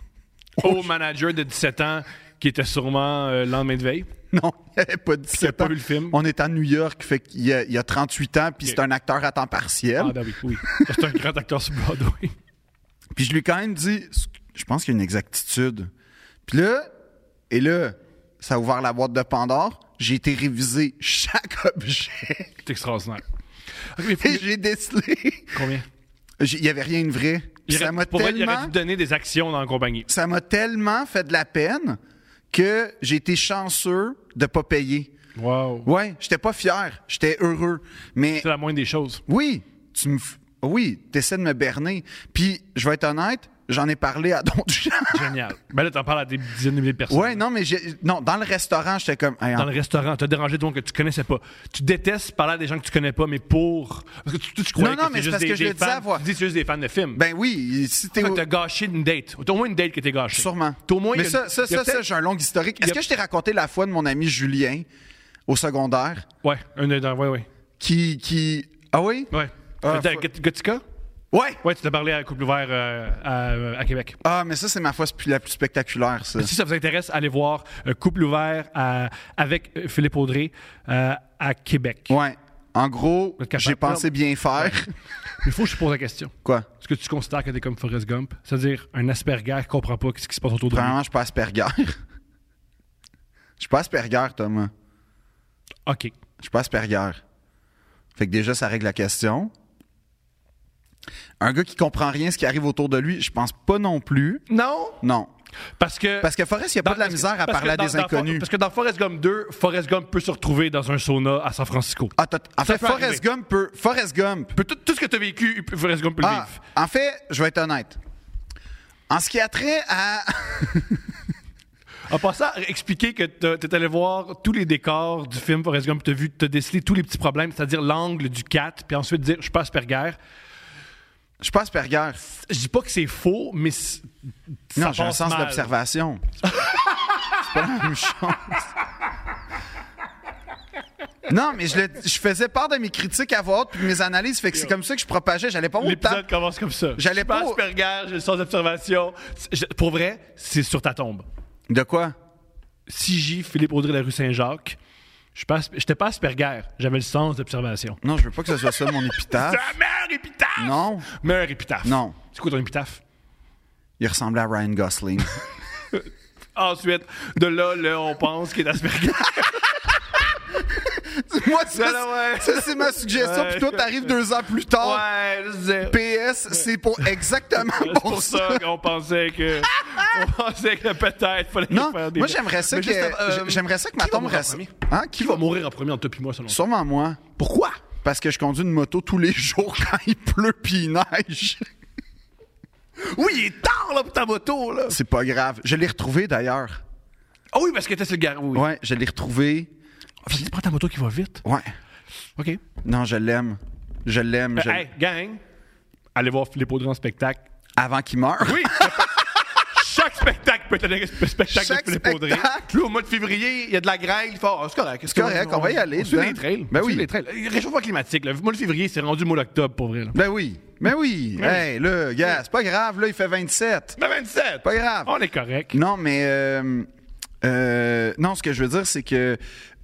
S1: <laughs>
S2: Au manager de 17 ans qui était sûrement euh, le lendemain de veille.
S1: non, il avait pas 17
S2: pas
S1: ans.
S2: vu le film.
S1: On est à New York, fait qu'il y a, il y a 38 ans, puis
S2: Ok.
S1: c'est un acteur à temps partiel.
S2: Ah, ben oui, oui. C'est un grand acteur sur Broadway.
S1: Puis je lui ai quand même dit, je pense qu'il y a une exactitude. Puis là, et là, ça a ouvert la boîte de Pandore. J'ai été révisé chaque <laughs> objet.
S2: C'est extraordinaire. Ok, mais faut-
S1: Et j'ai décelé.
S2: Combien
S1: J'ai- Il n'y avait rien de vrai. Puis ça
S2: aurait-
S1: m'a
S2: pour vrai, il aurait
S1: tellement,
S2: dû donner des actions dans la compagnie.
S1: ça m'a tellement fait de la peine que j'ai été chanceux de pas payer.
S2: Wow.
S1: Ouais, j'étais pas fier, j'étais heureux. Mais
S2: C'est la moindre des choses.
S1: oui, tu me, f- oui, t'essaies de me berner. Puis je vais être honnête, j'en ai parlé à <laughs> d'autres gens.
S2: Génial. Ben là, t'en parles à des dizaines de milliers de personnes.
S1: Ouais, non, mais j'ai- non, dans le restaurant, j'étais comme, hey, en-
S2: Dans le restaurant, t'as dérangé des gens que tu connaissais pas. Tu détestes parler à des gens que tu connais pas, mais pour. Parce que tu, tu, tu croyais
S1: Non, non,
S2: que
S1: mais c'est
S2: c'est juste
S1: parce
S2: des,
S1: que je
S2: des
S1: le disais
S2: fans-
S1: à voix.
S2: Tu dis que c'est juste des fans de films.
S1: ben oui, si t'es
S2: Fait que t'as gâché une date. T'as au moins une date qui était gâchée.
S1: Sûrement.
S2: T'as au moins
S1: Mais
S2: il y
S1: ça,
S2: a-
S1: ça,
S2: il y a
S1: ça, ça
S2: peut-être-
S1: j'ai un long historique.
S2: il y
S1: Est-ce
S2: a-
S1: que je t'ai raconté la fois de mon ami Julien au secondaire
S2: Ouais, un des ouais, ouais.
S1: qui. qui... Ah oui?
S2: Ouais.
S1: Ah,
S2: T'as-
S1: faut-
S2: Got- Gotica?
S1: Ouais!
S2: Ouais, tu t'as parlé à Couple Ouvert euh, à, euh, à Québec.
S1: Ah, mais ça, c'est ma fois la plus spectaculaire, ça.
S2: Si ça vous intéresse, allez voir euh, Couple Ouvert à- avec euh, Philippe Audrey euh, à Québec.
S1: Ouais. En gros,
S2: Notre capable-
S1: j'ai pensé bien faire.
S2: Il faut que je pose la question.
S1: Quoi?
S2: Est-ce que tu considères que t'es comme Forrest Gump? C'est-à-dire un Asperger qui comprend pas ce qui se passe autour de lui.
S1: Premièrement, je suis pas Asperger. <laughs> Je suis pas Asperger, Thomas.
S2: OK.
S1: Je suis pas Asperger. Fait que déjà, ça règle la question. Un gars qui comprend rien ce qui arrive autour de lui, je pense pas non plus.
S2: Non!
S1: Non.
S2: Parce que...
S1: Parce que Forrest, il n'y a
S2: Dans-
S1: pas de la
S2: parce que-
S1: misère à
S2: parce que
S1: parler à
S2: dans-
S1: des
S2: dans For-
S1: inconnus.
S2: parce que dans Forrest Gump 2, Forrest Gump peut se retrouver dans un sauna à San Francisco.
S1: Ah, t'as- en
S2: Ça
S1: fait,
S2: peut arriver.
S1: Forrest Gump peut. Forrest Gump.
S2: Peut- Tout, tout ce que tu as vécu, il peut- Forrest Gump peut le
S1: Ah,
S2: vivre.
S1: en fait, je vais être honnête. En ce qui a trait à. <laughs>
S2: En passant, expliquer que t'as- t'es allé voir tous les décors du film Forrest Gump, t'as vu, t'as décelé tous les petits problèmes, c'est-à-dire l'angle du 4, puis ensuite dire « je suis pas Asperger
S1: Je suis pas Asperger. ».
S2: Je dis pas que c'est faux, mais c- ça
S1: Non, j'ai un
S2: passe
S1: sens
S2: mal. <laughs>
S1: d'observation. C'est pas- c'est pas la même chose. Non, mais je, le- je faisais part de mes critiques à voix haute puis de mes analyses. Fait que c'est comme ça que je propageais. J'allais pas au temps.
S2: L'épisode commence comme ça.
S1: J'allais
S2: Je suis pas
S1: pas au-
S2: Asperger, j'ai le sens d'observation. C'est- je- Pour vrai, c'est sur ta tombe.
S1: De quoi?
S2: 6J, Philippe Audrey, la rue Saint-Jacques. Je suis pas Asp- J'étais pas Asperger, j'avais le sens d'observation.
S1: Non, je veux pas que ce soit ça mon épitaphe.
S2: <laughs> Ah, meilleur épitaphe!
S1: Non.
S2: Meilleur épitaphe.
S1: Non.
S2: C'est quoi ton épitaphe?
S1: Il ressemblait à Ryan
S2: <laughs>
S1: Gosling.
S2: Ensuite, de là, là, on pense qu'il est Asperger.
S1: <laughs> Moi, ça,
S2: Non, non, ouais.
S1: ça, c'est ma suggestion.
S2: Ouais.
S1: Puis toi, t'arrives deux ans plus tard.
S2: ouais, je sais.
S1: PS, c'est pour exactement
S2: C'est
S1: pour,
S2: pour
S1: ça.
S2: ça qu'on pensait que. on pensait que peut-être fallait
S1: Non,
S2: faire des.
S1: moi j'aimerais ça
S2: Mais
S1: que
S2: juste avant, euh,
S1: j'ai- j'aimerais ça que ma
S2: qui va
S1: tombe
S2: mourir en
S1: reste.
S2: premier?
S1: Hein, qui,
S2: Qui
S1: va
S2: va mourir en premier entre toi et moi, selon toi?
S1: Sûrement moi,
S2: Pourquoi?
S1: parce que je conduis une moto tous les <laughs> jours quand il pleut puis il neige.
S2: Oui, il est tard, là, pour ta moto, là.
S1: C'est pas grave. Je l'ai retrouvé d'ailleurs.
S2: Ah oui, parce que t'es sur le garou. Oui.
S1: Ouais, je l'ai retrouvé.
S2: Fait que tu prends ta moto qui va vite.
S1: Ouais.
S2: OK.
S1: Non, je l'aime. Je l'aime. je-
S2: Ben, Hey, gang, allez voir Philippe Audrey en spectacle.
S1: Avant qu'il meure.
S2: Oui! <laughs> Chaque spectacle peut être un spe- spectacle
S1: Chaque
S2: de Philippe Audrey.
S1: spectacle.
S2: Là, au mois de février, il y a de la grêle. Il fait, Ah, c'est correct.
S1: C'est correct, on va y aller,
S2: Sur
S1: dedans.
S2: les trails.
S1: Ben
S2: on suit
S1: oui.
S2: les trails. Euh, Réchauffement climatique. Le mois de février, c'est rendu le mois d'octobre, pour vrai. là.
S1: Ben oui. Ben oui. Hey, là, gars, c'est pas grave. Là, il fait 27.
S2: Ben 27!
S1: Pas grave.
S2: On est correct.
S1: Non, mais euh, euh, non, ce que je veux dire, c'est que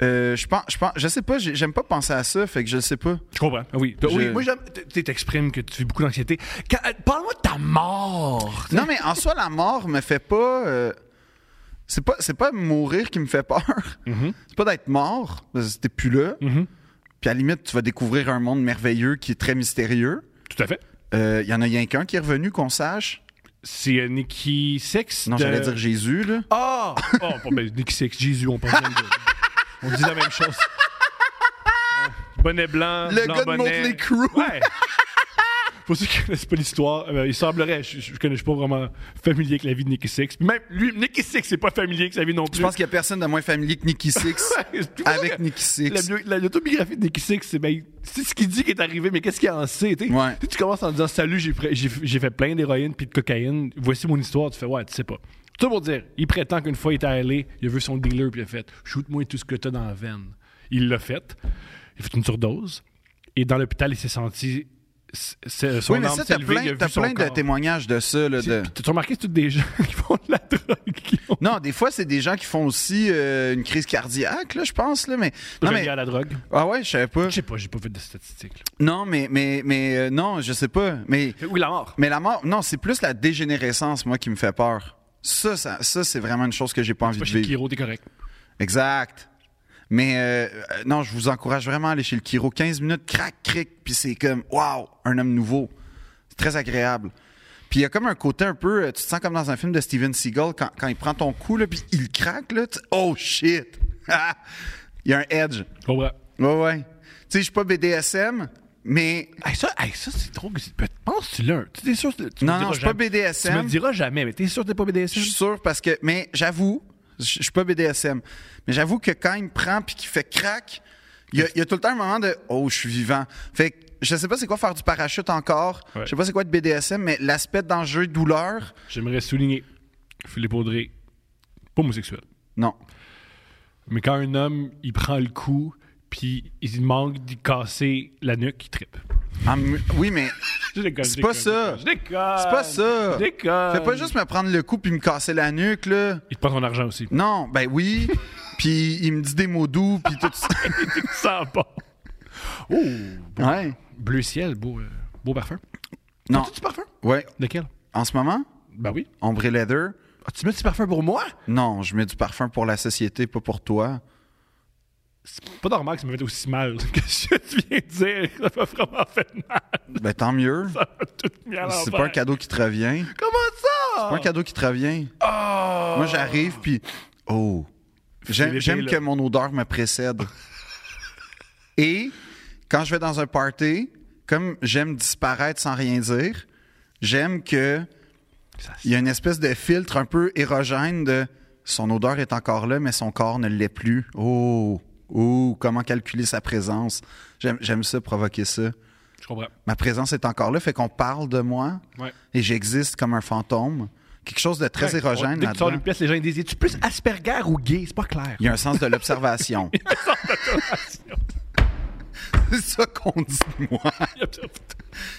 S1: euh, je pense, je pense, je sais pas, j'ai- j'aime pas penser à ça, fait que je le sais pas.
S2: Je comprends. Ah Oui. T'as- oui,
S1: Je-
S2: moi, j'aime- t- tu t'exprimes que tu vis beaucoup d'anxiété. Quand- euh, Parle-moi de ta mort.
S1: <laughs> Non, mais en soi, la mort me fait pas. euh, c'est pas, c'est pas mourir qui me fait peur.
S2: Mhm.
S1: C'est pas d'être mort, parce que t'es plus là. Puis à la limite, tu vas découvrir un monde merveilleux qui est très mystérieux.
S2: Tout à fait.
S1: Il y en a rien qu'un qui est revenu, qu'on sache.
S2: C'est euh, Nikki Six.
S1: Non,
S2: de-
S1: j'allais dire Jésus, là.
S2: Ah! <laughs> Oh, bon, ben, Nicky Six, Jésus, on parle de... On dit la même chose. Euh, Bonnet blanc,
S1: Le
S2: blanc
S1: gars de
S2: Ah, bonnet.
S1: Motley Crue.
S2: Ouais! Pour ceux qui connaissent pas l'histoire, euh, il semblerait, je, je, je connais je suis pas vraiment familier avec la vie de Nicky Six. Puis Même lui, Nicky Six, c'est pas familier avec sa vie non plus.
S1: Je pense qu'il y a personne de moins familier que Nicky Six
S2: <laughs> C'est pour ça
S1: avec
S2: que
S1: Nicky
S2: la
S1: Six.
S2: bio- la- L'autobiographie de Nicky Six, c'est ben, c'est ce qu'il dit qui est arrivé, mais qu'est-ce qu'il en sait? t'sais?
S1: Ouais.
S2: Tu sais, Tu commences en disant Salut, j'ai pr- j'ai j'ai fait plein d'héroïne puis de cocaïne, voici mon histoire. Tu fais Ouais, tu sais pas. Tout pour dire, il prétend qu'une fois il était allé, il a vu son dealer puis il a fait Shoot-moi tout ce que t'as dans la veine. Il l'a fait. Il a fait une surdose. Et dans l'hôpital, il s'est senti. s- s- Son
S1: Oui, mais
S2: âme
S1: ça,
S2: s'est
S1: t'as
S2: levée, il a
S1: plein,
S2: vu
S1: t'as
S2: son
S1: plein de
S2: corps.
S1: témoignages de ça, là.
S2: C'est-
S1: De...
S2: puis T'as remarqué que c'est tous des gens <laughs> qui font de la drogue, qui ont
S1: Non, des fois, c'est des gens qui font aussi euh, une crise cardiaque, là, je pense, là, mais... Non,
S2: relié
S1: mais...
S2: à la drogue.
S1: Ah ouais, je savais pas.
S2: Je sais pas, j'ai pas fait de statistiques. là.
S1: Non, mais... mais, mais euh, non, je sais pas. Mais,
S2: Oui, la mort.
S1: mais la mort... Non, c'est plus la dégénérescence, moi, qui me fait peur. Ça, ça, ça c'est vraiment une chose que j'ai pas envie
S2: Pas
S1: de
S2: chez
S1: vivre.
S2: Kiro, t'es correct.
S1: Exact. Mais euh, euh, non, je vous encourage vraiment à aller chez le Kiro. 15 minutes, crac, cric, puis c'est comme, waouh, un homme nouveau. C'est très agréable. Puis il y a comme un côté un peu, euh, tu te sens comme dans un film de Steven Seagal quand, quand il prend ton cou, là, puis il craque, là, tu- oh shit! <laughs> il y a un edge.
S2: Je comprends.
S1: Ouais, ouais. Tu sais, je suis pas BDSM, mais
S2: Hey, ça, hey, ça c'est trop. Je pense que tu l'as. Tu es sûr que tu
S1: Non, non,
S2: me diras
S1: je suis pas
S2: jamais.
S1: BDSM.
S2: Tu me le diras jamais, mais t'es sûr que t'es pas
S1: Je
S2: BDSM?
S1: suis sûr parce que. Mais j'avoue, je je suis pas BDSM, mais j'avoue que quand il me prend puis qu'il fait crack, il y, a- il y a tout le temps un moment de Oh, je suis vivant. Fait que je sais pas c'est quoi faire du parachute encore.
S2: Ouais.
S1: Je sais pas c'est quoi de BDSM, mais l'aspect d'enjeu douleur,
S2: J'aimerais souligner Philippe Audrey, pas homosexuel.
S1: non.
S2: Mais quand un homme, il prend le coup, puis il manque d'y casser la nuque, il trippe.
S1: En mu- Ah, oui, mais
S2: Je déconne,
S1: C'est
S2: je
S1: pas
S2: déconne,
S1: ça.
S2: Je déconne.
S1: c'est pas ça.
S2: Je déconne.
S1: Fais pas juste me prendre le coup puis me casser la nuque, là.
S2: Il te prend son argent aussi.
S1: Non, ben oui. puis il me dit des mots doux puis tout <laughs> ça.
S2: Il sent bon. Oh, beau-
S1: ouais.
S2: bleu ciel, beau, euh, beau parfum.
S1: Non.
S2: As-tu du parfum?
S1: Ouais.
S2: Lequel?
S1: En ce moment,
S2: Ben oui.
S1: ombre et leather.
S2: As-tu mis du parfum pour moi?
S1: Non, je mets du parfum pour la société, pas pour toi.
S2: C'est pas normal que ça me fait aussi mal <laughs> que ce que tu viens de dire. Ça m'a vraiment fait mal.
S1: Ben tant mieux.
S2: Ça m'a tout mis à
S1: C'est
S2: l'envère.
S1: pas un cadeau qui te revient.
S2: Comment ça? Ah!
S1: Pas un cadeau qui te revient. Moi, j'arrive, puis... Oh! J'aime
S2: Philippe est
S1: j'aime
S2: là.
S1: que mon odeur me précède. Et quand je vais dans un party, comme j'aime disparaître sans rien dire, j'aime que...
S2: Ça sent.
S1: Il y a une espèce de filtre un peu érogène de... Son odeur est encore là, mais son corps ne l'est plus. Oh! Oh! Comment calculer sa présence? J'aime- J'aime ça, provoquer ça.
S2: Je comprends.
S1: Ma présence est encore là, fait qu'on parle de moi
S2: Ouais.
S1: et j'existe comme un fantôme. Quelque chose de très
S2: Ouais, on-
S1: érogène
S2: Dès que tu sors
S1: là-dedans.
S2: d'une pièce, les gens ils disent Es-tu plus Asperger ou gay C'est pas clair. <laughs>
S1: Il y a un sens de l'observation. <laughs> C'est ça qu'on dit, moi.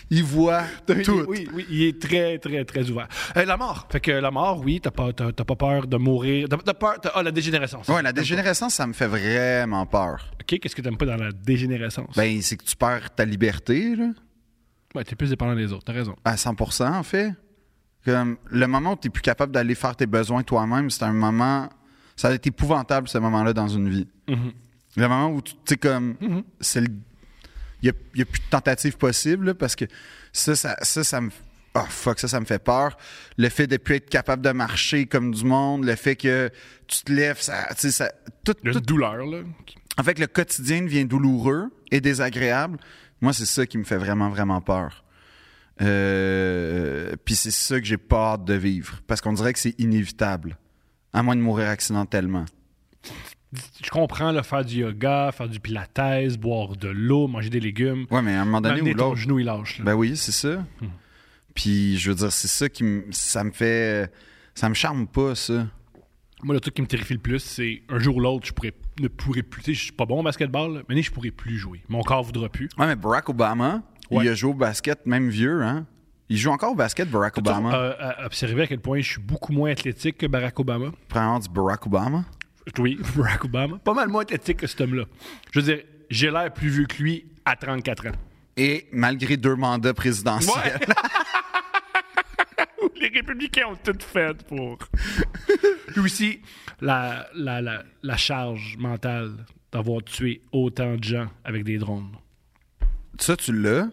S1: Il
S2: <laughs>
S1: voit tout.
S2: Oui, oui, il est très, très, très ouvert. Euh, la mort. Fait que la mort, oui, t'as pas, t'as, t'as pas peur de mourir. T'as, t'as peur. t'as- ah, la dégénérescence.
S1: Ouais, la dégénérescence, ça me fait vraiment peur.
S2: Ok, qu'est-ce que t'aimes pas dans la dégénérescence
S1: Ben, c'est que tu perds ta liberté, là,
S2: Ouais, t'es plus dépendant des autres, t'as raison.
S1: à 100 en fait. Comme le moment où tu n'es plus capable d'aller faire tes besoins toi-même, c'est un moment. Ça va être épouvantable, ce moment-là, dans une vie. Le moment où tu tu sais, comme. c'est le- Il n'y a, plus de tentative possible, là, parce que ça, ça, ça, ça me. Ah, fuck, ça, ça me fait peur. Le fait de plus être capable de marcher comme du monde, le fait que tu te lèves, ça. Tu sais, ça tout,
S2: Il y a
S1: tout-
S2: une douleur, là.
S1: En fait, le quotidien devient douloureux et désagréable. Moi, c'est ça qui me fait vraiment, vraiment peur. Euh, Puis c'est ça que j'ai pas hâte de vivre, parce qu'on dirait que c'est inévitable, à moins de mourir accidentellement.
S2: Je comprends, là, faire du yoga, faire du pilates, boire de l'eau, manger des légumes.
S1: Ouais, mais à un moment donné
S2: Amener
S1: ou
S2: ton Hmm.
S1: l'autre.
S2: genou, il lâche. là.
S1: Ben oui, c'est ça. Puis je veux dire, c'est ça qui me, ça me fait, ça me charme pas ça.
S2: Moi, le truc qui me terrifie le plus, c'est un jour ou l'autre, je pourrais, ne pourrais plus. Tu sais, je suis pas bon au basketball, là, mais je pourrais plus jouer. Mon corps voudra plus.
S1: Ouais, mais Barack Obama,
S2: Ouais.
S1: il a joué au basket, même vieux, hein. Il joue encore au basket, Barack Obama.
S2: Euh, à- à observer à quel point je suis beaucoup moins athlétique que Barack Obama.
S1: Premièrement, du Barack Obama.
S2: Oui, <laughs> Barack Obama. Pas mal moins athlétique que cet homme-là. Je veux dire, j'ai l'air plus vieux que lui à 34 ans.
S1: Et malgré deux mandats présidentiels.
S2: <laughs> Les républicains ont tout fait pour. Puis aussi, la, la, la, la charge mentale d'avoir tué autant de gens avec des drones.
S1: Ça, tu l'as.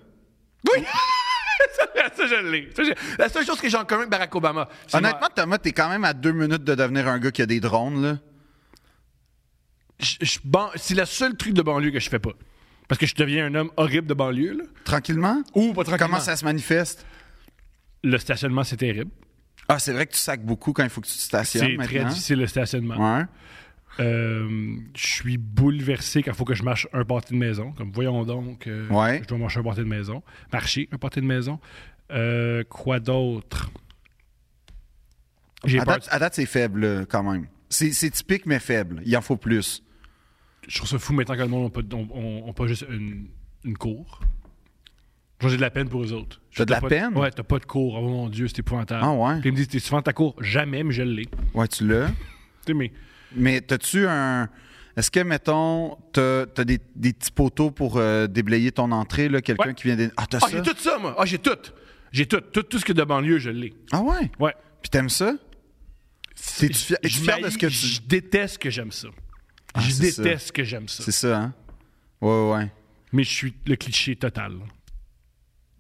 S2: <laughs> ça, ça, je l'ai. Ça, je- La seule chose que j'ai en commun avec Barack Obama, c'est
S1: Honnêtement, Thomas, t'es quand même à deux minutes de devenir un gars qui a des drones, là.
S2: Je- je ban- c'est le seul truc de banlieue que je fais pas. Parce que je deviens un homme horrible de banlieue, là.
S1: Tranquillement?
S2: Ou pas tranquillement.
S1: Comment ça se manifeste?
S2: Le stationnement, c'est terrible.
S1: Ah, c'est vrai que tu sacs beaucoup quand il faut que tu te stationnes
S2: C'est très
S1: maintenant.
S2: difficile, le stationnement.
S1: Ouais.
S2: Euh, je suis bouleversé quand il faut que je marche un pâté de maison. Comme voyons donc, euh,
S1: Ouais.
S2: je dois marcher un pâté de maison. Marcher un pâté de maison. Euh, quoi d'autre? J'ai
S1: À
S2: peur.
S1: date, à date, c'est faible, là, quand même. C'est c'est typique, mais faible. Il en faut plus.
S2: Je trouve ça fou maintenant que le monde n'a pas, on- on- on pas juste une, une cour. Genre, j'ai de la peine pour eux autres.
S1: T'as de la
S2: pas
S1: peine?
S2: Ouais, t'as pas de cours. Oh mon Dieu, c'est épouvantable.
S1: Ah ouais?
S2: Puis ils me disent, t'es souvent ta cour. Jamais, mais je l'ai. Tu
S1: Ouais, tu l'as.
S2: sais, mais
S1: Mais t'as-tu un. Est-ce que, mettons, t'as t'as des, des petits poteaux pour euh, déblayer ton entrée, là, quelqu'un
S2: Ouais.
S1: qui vient. dé- Ah, t'as ça?
S2: Ah, j'ai tout ça, moi. Ah, j'ai tout. J'ai tout. tout. Tout ce qui est de banlieue, je l'ai.
S1: Ah, ouais.
S2: Ouais.
S1: Puis t'aimes ça? T'es-tu fier-
S2: Je
S1: es-tu fier de
S2: m'haïs-
S1: ce que tu-
S2: Je déteste que j'aime ça.
S1: Ah,
S2: je
S1: c'est ça.
S2: déteste que j'aime ça.
S1: C'est ça, hein? Ouais, ouais, ouais.
S2: Mais je suis le cliché total.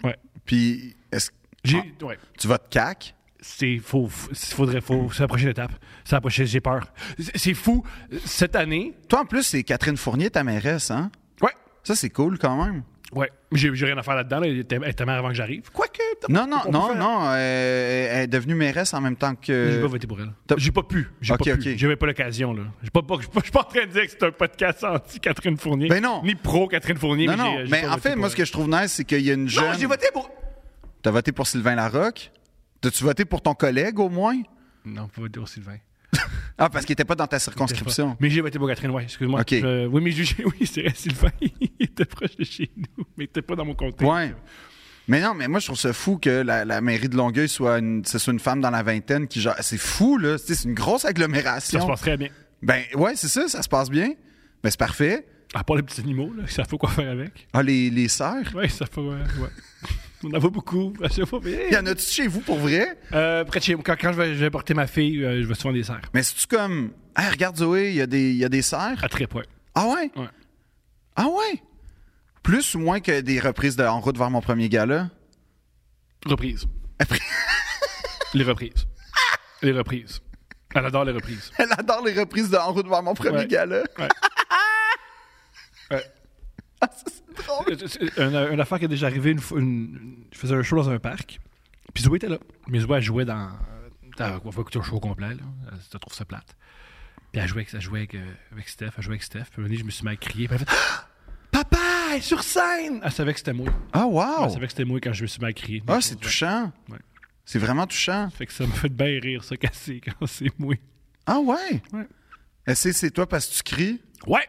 S2: Ouais.
S1: Puis, est-ce
S2: J'ai.
S1: Ah,
S2: Ouais.
S1: tu votes CAC?
S2: C'est faux. Faudrait, faut, c'est la prochaine étape. C'est la prochaine. J'ai peur. C'est- C'est fou. Cette année.
S1: Toi, en plus, c'est Catherine Fournier, ta mairesse, hein?
S2: Ouais.
S1: Ça, c'est cool quand même.
S2: Ouais. J'ai j'ai rien à faire là-dedans. là. Elle était elle était mère avant que j'arrive. Quoique.
S1: Non, non,
S2: on peut
S1: non,
S2: faire-
S1: non. euh, elle est devenue mairesse en même temps
S2: J'ai
S1: que.
S2: pas voté pour elle.
S1: Euh, t'as-
S2: J'ai pas pu. J'ai
S1: Ok,
S2: pas
S1: ok.
S2: pu. J'avais pas l'occasion, là. J'ai pas- pas- Je suis pas, je suis pas en train de dire que c'est un podcast anti-Catherine Fournier.
S1: Ben non.
S2: Ni pro-Catherine Fournier.
S1: Non,
S2: mais
S1: non.
S2: j'ai- j'ai
S1: Mais
S2: pas
S1: en
S2: voté
S1: fait,
S2: pour
S1: moi, ce que
S2: elle.
S1: je trouve nice, c'est qu'il y a une jeune.
S2: Non, j'ai voté pour.
S1: T'as voté pour Sylvain Larocque? T'as-tu voté pour ton collègue, au moins?
S2: Non, pas voté pour Sylvain.
S1: Ah, parce qu'il était pas dans ta circonscription.
S2: Mais j'ai voté pour Catherine, ouais, excuse-moi.
S1: Ok.
S2: Euh, oui, mais j'ai- <laughs> oui, c'est vrai, Sylvain, il était proche de chez nous, mais <laughs> il était pas dans mon comté.
S1: Ouais. Mais non, mais moi, je trouve ça fou que la, la mairie de Longueuil soit une, ce soit une femme dans la vingtaine qui genre. C'est fou, là. C'est c'est une grosse agglomération.
S2: Ça se passe très bien.
S1: Ben, ouais, c'est ça, ça se passe bien. Ben, c'est parfait.
S2: À part les petits animaux, là, ça fait quoi faire avec.
S1: Ah, les, les sœurs?
S2: Ouais, ça fait, ouais. ouais. <laughs> On en voit beaucoup. <laughs> à chaque fois, mais-
S1: Il y en a-tu chez vous pour vrai?
S2: Euh, près de chez moi, quand, quand je, vais, je vais porter ma fille, euh, je vais souvent des serres.
S1: Mais c'est-tu comme. Ah, regarde, Zoé, il y, a des- il y a des serres?
S2: À très point.
S1: Ah ouais?
S2: Ouais.
S1: Ah ouais? Plus ou moins que des reprises de En route vers mon premier gala?
S2: Reprise.
S1: Après- <laughs>
S2: Les reprises. Les reprises. Elle adore les reprises.
S1: Elle adore les reprises de En route vers mon premier
S2: Ouais.
S1: gala. <laughs>
S2: Ouais. Ouais.
S1: Ah, ça, c'est drôle.
S2: Euh, C'est- c'est Une, une affaire qui est déjà arrivée. Une, fois- une- je faisais un show dans un parc. Puis Zoé était là. Mais Zoé, elle jouait dans. dans- On va écouter un show complet. Là. Elle se trouve ça plate. Puis elle jouait, avec- elle jouait avec, euh, avec Steph. Elle jouait avec Steph. Puis un moment donné, je me suis mis à crier. Puis elle fait Ah! Papa, elle est sur scène! Elle savait que c'était moi.
S1: Ah,
S2: Elle
S1: wow!
S2: savait que c'était moi quand je me suis mis à crier.
S1: Ah, c'est touchant.
S2: Ouais.
S1: C'est vraiment touchant.
S2: Fait que ça me fait bien rire, ça, casser quand c'est moi.
S1: Ah ouais?
S2: Ouais.
S1: Est-ce que c'est toi parce que tu cries?
S2: Ouais!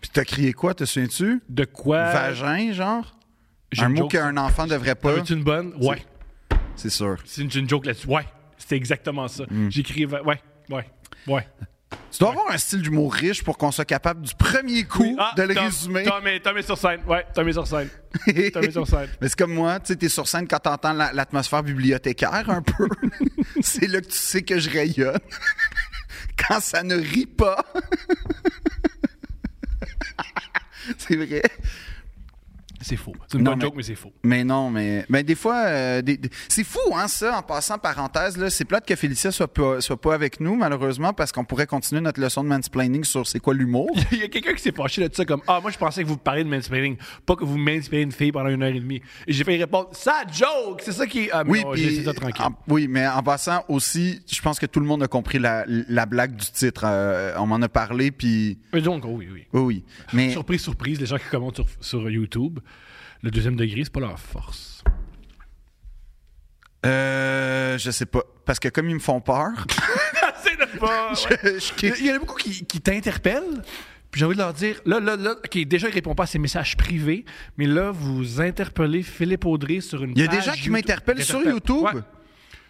S1: Puis t'as crié quoi, te souviens-tu?
S2: De quoi?
S1: Vagin, genre?
S2: Euh, J'ai
S1: Un
S2: une
S1: mot
S2: joke.
S1: qu'un enfant devrait pas,
S2: T'avais-tu une bonne? Ouais.
S1: c'est sûr.
S2: C'est une, j'ai une joke là-dessus. Ouais. C'était exactement ça.
S1: Mm.
S2: J'ai crié. va- Ouais. Ouais. Ouais.
S1: Tu dois avoir un style d'humour riche pour qu'on soit capable du premier coup
S2: Ah,
S1: de le
S2: Tom,
S1: résumer.
S2: Tom est, Tom est sur scène. Ouais, Tom est sur scène. Tom est sur scène.
S1: <laughs> Mais c'est comme moi, tu sais, t'es sur scène quand t'entends la- l'atmosphère bibliothécaire un peu. <laughs> c'est là que tu sais que je rayonne. <laughs> quand ça ne rit pas. <laughs> c'est vrai.
S2: <laughs> C'est faux. C'est une
S1: Non,
S2: bonne
S1: mais-
S2: joke, mais c'est faux.
S1: Mais non, mais, mais des fois, euh, des- des- c'est fou, hein, ça, en passant parenthèse, là, c'est plate que Félicia soit pas, soit pas avec nous, malheureusement, parce qu'on pourrait continuer notre leçon de mansplaining sur c'est quoi l'humour.
S2: <laughs> Il y a quelqu'un qui s'est fâché là-dessus comme Ah, moi, je pensais que vous parliez de mansplaining, pas que vous mansplainez une fille pendant une heure et demie. Et j'ai fait répondre Ça, joke C'est ça qui est. Ah, mais
S1: Oui,
S2: non,
S1: puis-
S2: j'ai laissé ça tranquille.
S1: en- oui, mais en passant aussi, je pense que tout le monde a compris la, la blague du titre. euh, on m'en a parlé, puis
S2: Mais donc, oh oui, oui.
S1: oui, oui. Mais
S2: Surprise, surprise, les gens qui commentent sur, sur YouTube, le deuxième degré, c'est pas leur force.
S1: euh, je sais pas, parce que comme ils me font peur,
S2: <laughs>
S1: <laughs>
S2: c'est le <laughs> pas. ouais.
S1: je- je
S2: Il y a- il y en a beaucoup qui, qui t'interpellent. Puis j'ai envie de leur dire, là, là, là, OK, déjà, il répond pas à ses messages privés, mais là, vous interpellez Philippe Audrey sur une
S1: Il y a des
S2: page
S1: gens qui
S2: Ah, YouTube.
S1: m'interpellent sur
S2: Interpelle.
S1: YouTube.
S2: Ouais.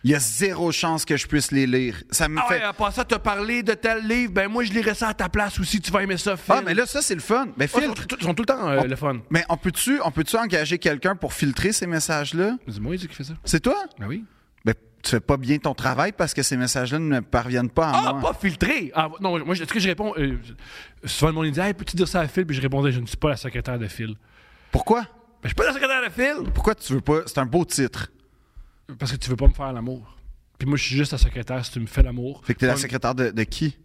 S1: Il y a zéro chance que je puisse les lire. Ça me
S2: Ah
S1: fait.
S2: ouais, à part ça, t'as parlé de tel livre, ben moi, je lirai ça à ta place aussi, tu vas aimer ça, Phil.
S1: Ah, mais là, ça, c'est le fun. Mais
S2: Ah, ils
S1: Phil,
S2: sont, tout- ils sont tout le temps euh,
S1: On-
S2: le fun.
S1: mais on peut-tu on peut engager quelqu'un pour filtrer ces messages-là?
S2: Dis-moi, il dit qu'il fait ça.
S1: C'est toi?
S2: Ah oui?
S1: Ben, tu fais pas bien ton travail parce que ces messages-là ne parviennent pas à
S2: Ah,
S1: moi.
S2: pas filtré! Ah, non, moi, je- est-ce que je réponds... euh, souvent, le monde il dit « Hey, peux-tu dire ça à Phil? » Puis je répondais « Je ne suis pas la secrétaire de Phil.
S1: Pourquoi? »
S2: Ben, je suis pas la secrétaire de Phil!
S1: Pourquoi tu veux pas? C'est un beau titre.
S2: Parce que tu veux pas me faire l'amour. Puis moi, je suis juste la secrétaire si tu me fais l'amour.
S1: Fait que t'es la
S2: Pas-
S1: secrétaire de, de qui?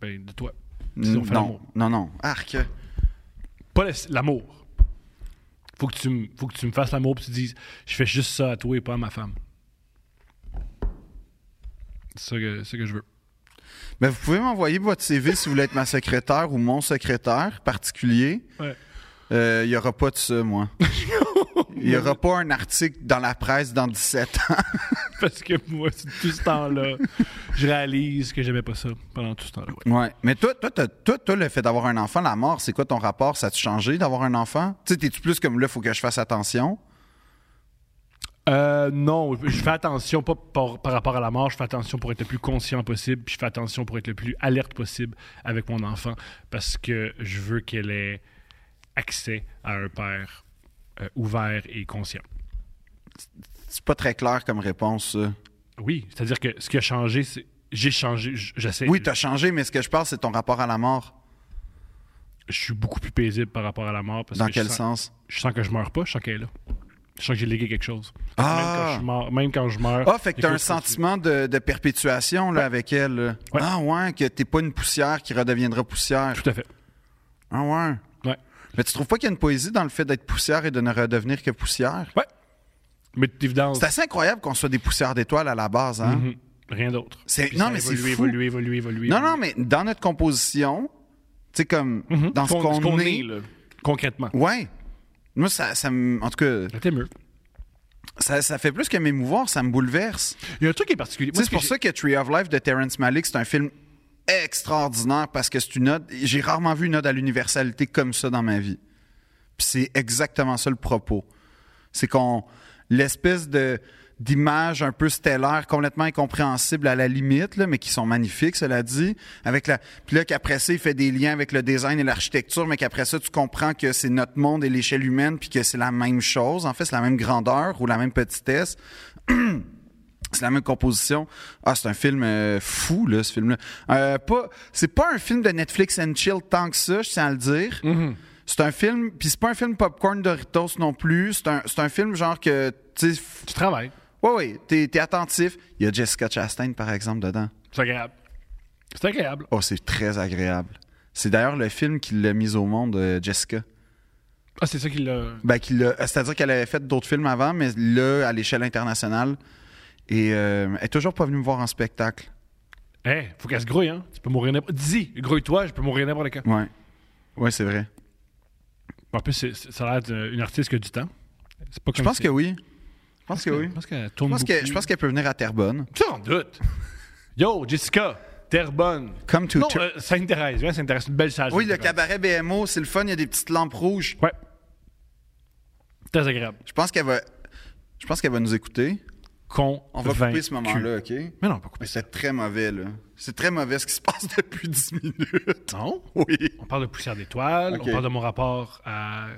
S2: Ben, de toi. Si on fait
S1: Mm, Non,
S2: l'amour.
S1: non, non. Arc.
S2: Pas le- l'amour. Faut que tu me faut que tu me fasses l'amour puis tu dises je fais juste ça à toi et pas à ma femme. C'est ça que, c'est ça que je veux.
S1: Ben, vous pouvez m'envoyer votre CV si vous voulez être ma secrétaire ou mon secrétaire particulier.
S2: Ouais.
S1: Euh, Il y aura pas de ça, <laughs> moi. Il y aura pas un article dans la presse dans 17 ans.
S2: <laughs> Parce que moi, tout ce temps-là, je réalise que j'aimais pas ça pendant tout ce temps-là.
S1: <laughs>
S2: ouais.
S1: Ouais. Mais toi, toi, t'as- toi, toi, le fait d'avoir un enfant, la mort, c'est quoi ton rapport? Ça a-tu changé d'avoir un enfant? Tu sais, t'es-tu plus comme là, faut que je fasse attention?
S2: Euh, non, je fais attention, pas par, par rapport à la mort, je fais attention pour être le plus conscient possible, puis je fais attention pour être le plus alerte possible avec mon enfant, parce que je veux qu'elle ait accès à un père euh, ouvert et conscient.
S1: C'est pas très clair comme réponse, ça.
S2: Oui, c'est-à-dire que ce qui a changé, c'est j'ai changé, j- j'essaie.
S1: Oui, t'as changé, mais ce que je parle, c'est ton rapport à la mort.
S2: Je suis beaucoup plus paisible par rapport à la mort. Parce
S1: Dans
S2: que je
S1: quel
S2: sens-
S1: sens?
S2: Je sens que je meurs pas, je sens qu'elle est là. Je sens que j'ai légué quelque chose.
S1: Ah!
S2: Même, quand je meurs, même quand je meurs.
S1: Ah,
S2: <laughs>
S1: fait que
S2: il
S1: t'as
S2: faut
S1: un
S2: je
S1: sentiment de, de perpétuation là, avec elle. là.
S2: Ouais.
S1: Ah ouais, que t'es pas une poussière qui redeviendra poussière.
S2: continue. Tout à fait.
S1: Ah ouais.
S2: Ouais.
S1: Mais tu trouves pas qu'il y a une poésie dans le fait d'être poussière et de ne redevenir que poussière?
S2: Ouais. Mais d'évidence.
S1: C'est assez incroyable qu'on soit des poussières d'étoiles à la base, hein?
S2: Mhm. Rien d'autre.
S1: C'est-
S2: Puis
S1: non,
S2: ça
S1: mais
S2: évolue,
S1: c'est fou.
S2: évolue, évolue, évolue.
S1: Non, non, mais dans notre composition, tu sais, comme
S2: Mhm.
S1: dans ce
S2: Qu'on-
S1: qu'on
S2: qu'on
S1: est.
S2: est, là, concrètement.
S1: ouais. Moi, ça, ça me. En tout cas,
S2: C'était mieux.
S1: ça, ça fait plus que m'émouvoir, ça me bouleverse.
S2: Il y a un truc qui est particulier.
S1: Tu sais,
S2: Moi,
S1: C'est
S2: ce que
S1: pour
S2: j'ai-
S1: ça que Tree of Life de Terrence Malick, c'est un film extraordinaire parce que c'est une ode. J'ai rarement vu une ode à l'universalité comme ça dans ma vie. Puis c'est exactement ça le propos. C'est qu'on. L'espèce de d'image un peu stellaire, complètement incompréhensible à la limite, là, mais qui sont magnifiques, cela dit. Avec la, puis là, qu'après ça, il fait des liens avec le design et l'architecture, mais qu'après ça, tu comprends que c'est notre monde et l'échelle humaine, puis que c'est la même chose. En fait, c'est la même grandeur ou la même petitesse. C'est la même composition. Ah, c'est un film euh, fou, là, ce film-là. Euh, pas, c'est pas un film de Netflix and chill tant que ça, je tiens à le dire. C'est un film, puis c'est pas un film popcorn Doritos non plus. C'est un, c'est un film genre que, tu sais, f-
S2: Tu travailles.
S1: ouais, ouais, t'es, t'es attentif. Il y a Jessica Chastain, par exemple, dedans.
S2: C'est agréable. C'est agréable.
S1: Oh, c'est très agréable. C'est d'ailleurs le film qui l'a mise au monde, euh, Jessica.
S2: Ah, c'est ça qui l'a.
S1: Ben, qu'il l'a- c'est-à-dire qu'elle avait fait d'autres films avant, mais là, à l'échelle internationale. Et euh, elle est toujours pas venue me voir en spectacle.
S2: Hé, faut qu'elle se grouille, hein. Tu peux mourir n'importe. Dis, grouille-toi, je peux mourir n'importe quand.
S1: Ouais. Ouais, c'est vrai.
S2: En plus, c'est- c'est- ça a l'air d'une- une artiste qui a du temps. C'est pas
S1: Je
S2: comme
S1: pense
S2: si-
S1: que oui. Je pense que oui.
S2: Je pense qu'elle
S1: Je
S2: tourne.
S1: pense que-
S2: beaucoup.
S1: je pense qu'elle peut venir à Terrebonne.
S2: Sans doute. Yo, Jessica, Terrebonne.
S1: Come to
S2: Non,
S1: Ter-
S2: euh, Sainte-Thérèse, viens, Sainte-Thérèse, une belle salle.
S1: Oui, le
S2: Sainte-Thérèse.
S1: cabaret BMO, c'est le fun, il y a des petites lampes rouges.
S2: Ouais. Très agréable.
S1: Je pense qu'elle va je pense qu'elle va nous écouter.
S2: Con.
S1: On va couper ce moment-là, OK Mais
S2: Mais non, on va couper ça.
S1: c'est très mauvais là. C'est très mauvais ce qui se passe <laughs> depuis 10 minutes. <laughs>
S2: Non.
S1: Oui.
S2: On parle de poussière d'étoiles,
S1: Ok.
S2: on parle de mon rapport à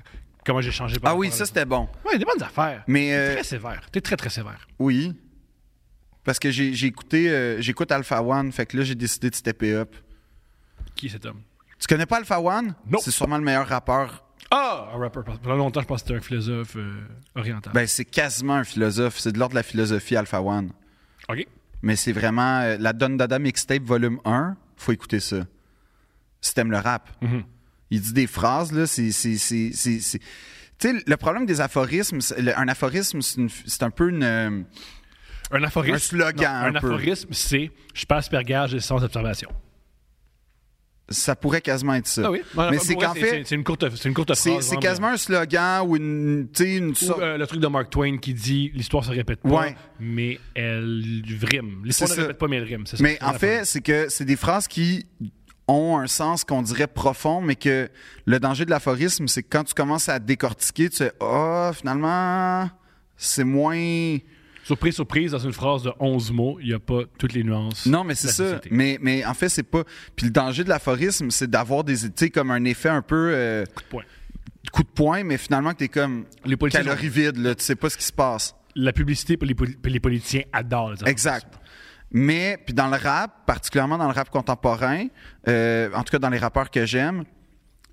S2: comment j'ai changé par
S1: Ah oui,
S2: rapport à
S1: ça
S2: la-
S1: c'était bon.
S2: Ouais, des bonnes affaires.
S1: Mais
S2: T'es
S1: euh,
S2: très sévère. T'es très, très sévère.
S1: oui. Parce que j'ai j'ai écouté euh, j'écoute Alpha One, fait que là j'ai décidé de stepper up.
S2: Qui est cet homme?
S1: Tu connais pas Alpha One
S2: Non.
S1: C'est sûrement le meilleur rappeur.
S2: Ah! Un rapper. parce- Pendant longtemps, je pense que c'était un philosophe euh, oriental.
S1: Ben c'est quasiment un philosophe, c'est de l'ordre de la philosophie Alpha One.
S2: OK.
S1: Mais c'est vraiment euh, la Don Dada mixtape volume 1, faut écouter ça. Si t'aimes le rap.
S2: Mhm.
S1: Il dit des phrases, là, c'est... c'est- c'est- c'est- c'est- Tu sais, le problème des aphorismes, c'est- le- un aphorisme, c'est une- c'est un peu une... euh,
S2: Un aphorisme.
S1: Un slogan,
S2: un,
S1: un peu.
S2: aphorisme, c'est je passe per gage et sans observation.
S1: Ça pourrait quasiment être ça.
S2: Ah oui?
S1: Mais c'est
S2: Pour vrai,
S1: qu'en fait,
S2: c'est- C'est une courte, c'est une courte phrase.
S1: c'est c'est
S2: vraiment.
S1: quasiment un slogan ou une... Tu sais, une
S2: Ou,
S1: sorte...
S2: euh, le truc de Mark Twain qui dit l'histoire se répète pas,
S1: Ouais.
S2: mais elle rime. L'histoire
S1: C'est
S2: ne
S1: ça.
S2: répète pas, mais elle rime. c'est ça.
S1: Mais
S2: C'est
S1: en
S2: la
S1: fait, c'est que c'est des phrases qui ont un sens qu'on dirait profond, mais que le danger de l'aphorisme, c'est que quand tu commences à décortiquer, tu sais, oh, finalement, c'est moins.
S2: Surprise, surprise, dans une phrase de 11 mots, il n'y a pas toutes les nuances.
S1: Non, mais c'est
S2: de la
S1: ça.
S2: société.
S1: Mais, mais en fait, c'est pas. Puis le danger de l'aphorisme, c'est d'avoir des. Tu sais, comme un effet un peu euh,
S2: Point.
S1: coup de poing, mais finalement, que t'es comme.
S2: Les politiciens
S1: calories vides, là, tu sais pas ce qui se passe.
S2: La publicité pour les, poli- pour les politiciens adore. les
S1: Exact. Mais, puis dans le rap, particulièrement dans le rap contemporain, euh, en tout cas dans les rappeurs que j'aime,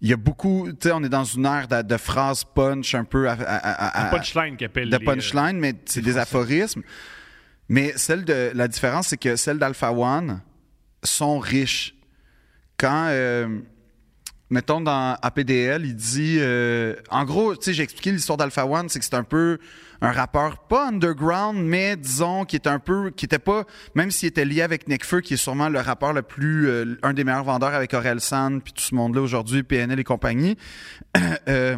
S1: il y a beaucoup, tu sais, on est dans une ère de, de phrases punch un peu à, à- à- à-
S2: aphorismes. Punchline qu'appelle.
S1: Euh, de punchline, mais c'est des aphorismes. Mais celle de la différence, c'est que celles d'Alpha One sont riches. Quand, euh, mettons, dans APDL, il dit. euh, en gros, tu sais, j'ai expliqué l'histoire d'Alpha One, c'est que c'est un peu un rappeur, pas underground, mais disons, qui est un peu. qui était pas. Même s'il était lié avec Necfeu, qui est sûrement le rappeur le plus. euh, un des meilleurs vendeurs avec Aurel San, puis tout ce monde-là aujourd'hui, PNL et compagnie. <clears throat> euh,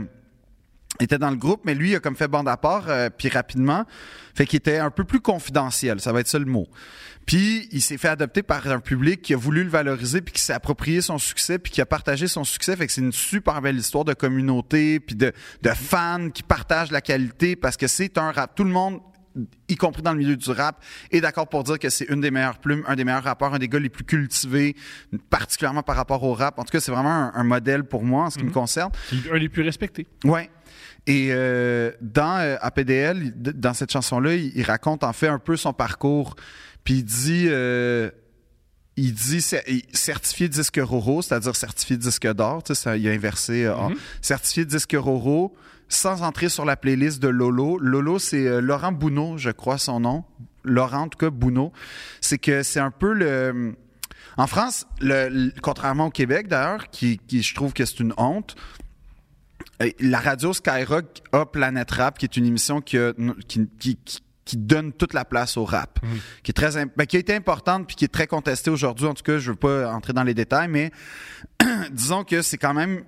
S1: était dans le groupe, mais lui, il a comme fait bande à part, euh, puis rapidement. Fait qu'il était un peu plus confidentiel, ça va être ça le mot. Puis il s'est fait adopter par un public qui a voulu le valoriser, puis qui s'est approprié son succès, puis qui a partagé son succès. Fait que c'est une super belle histoire de communauté, puis de, de fans qui partagent la qualité, parce que c'est un rap. Tout le monde y compris dans le milieu du rap, est d'accord pour dire que c'est une des meilleures plumes, un des meilleurs rappeurs, un des gars les plus cultivés, particulièrement par rapport au rap. En tout cas, c'est vraiment un, un modèle pour moi en ce qui me concerne.
S2: euh, C'est un des plus respectés.
S1: Ouais. Et euh, dans euh, APDL, il- d- dans cette chanson-là, il, il raconte en fait un peu son parcours. Puis il dit euh, il dit cer- il- certifié disque Roro, c'est-à-dire certifié disque d'or. Tu sais, ça, il a inversé. euh, en- certifié disque Roro, sans entrer sur la playlist de Lolo. Lolo, c'est euh, Laurent Bounot, je crois son nom. Laurent, en tout cas, Bounot. C'est que c'est un peu le. En France, le- le- contrairement au Québec d'ailleurs, qui, qui- je trouve que c'est une honte, euh, la radio Skyrock a Planet Rap, qui est une émission qui, a- qui, qui- qui- qui donne toute la place au rap, qui, est très, im- ben, qui a été importante puis qui est très contestée aujourd'hui. En tout cas, je veux pas entrer dans les détails, mais disons que c'est quand même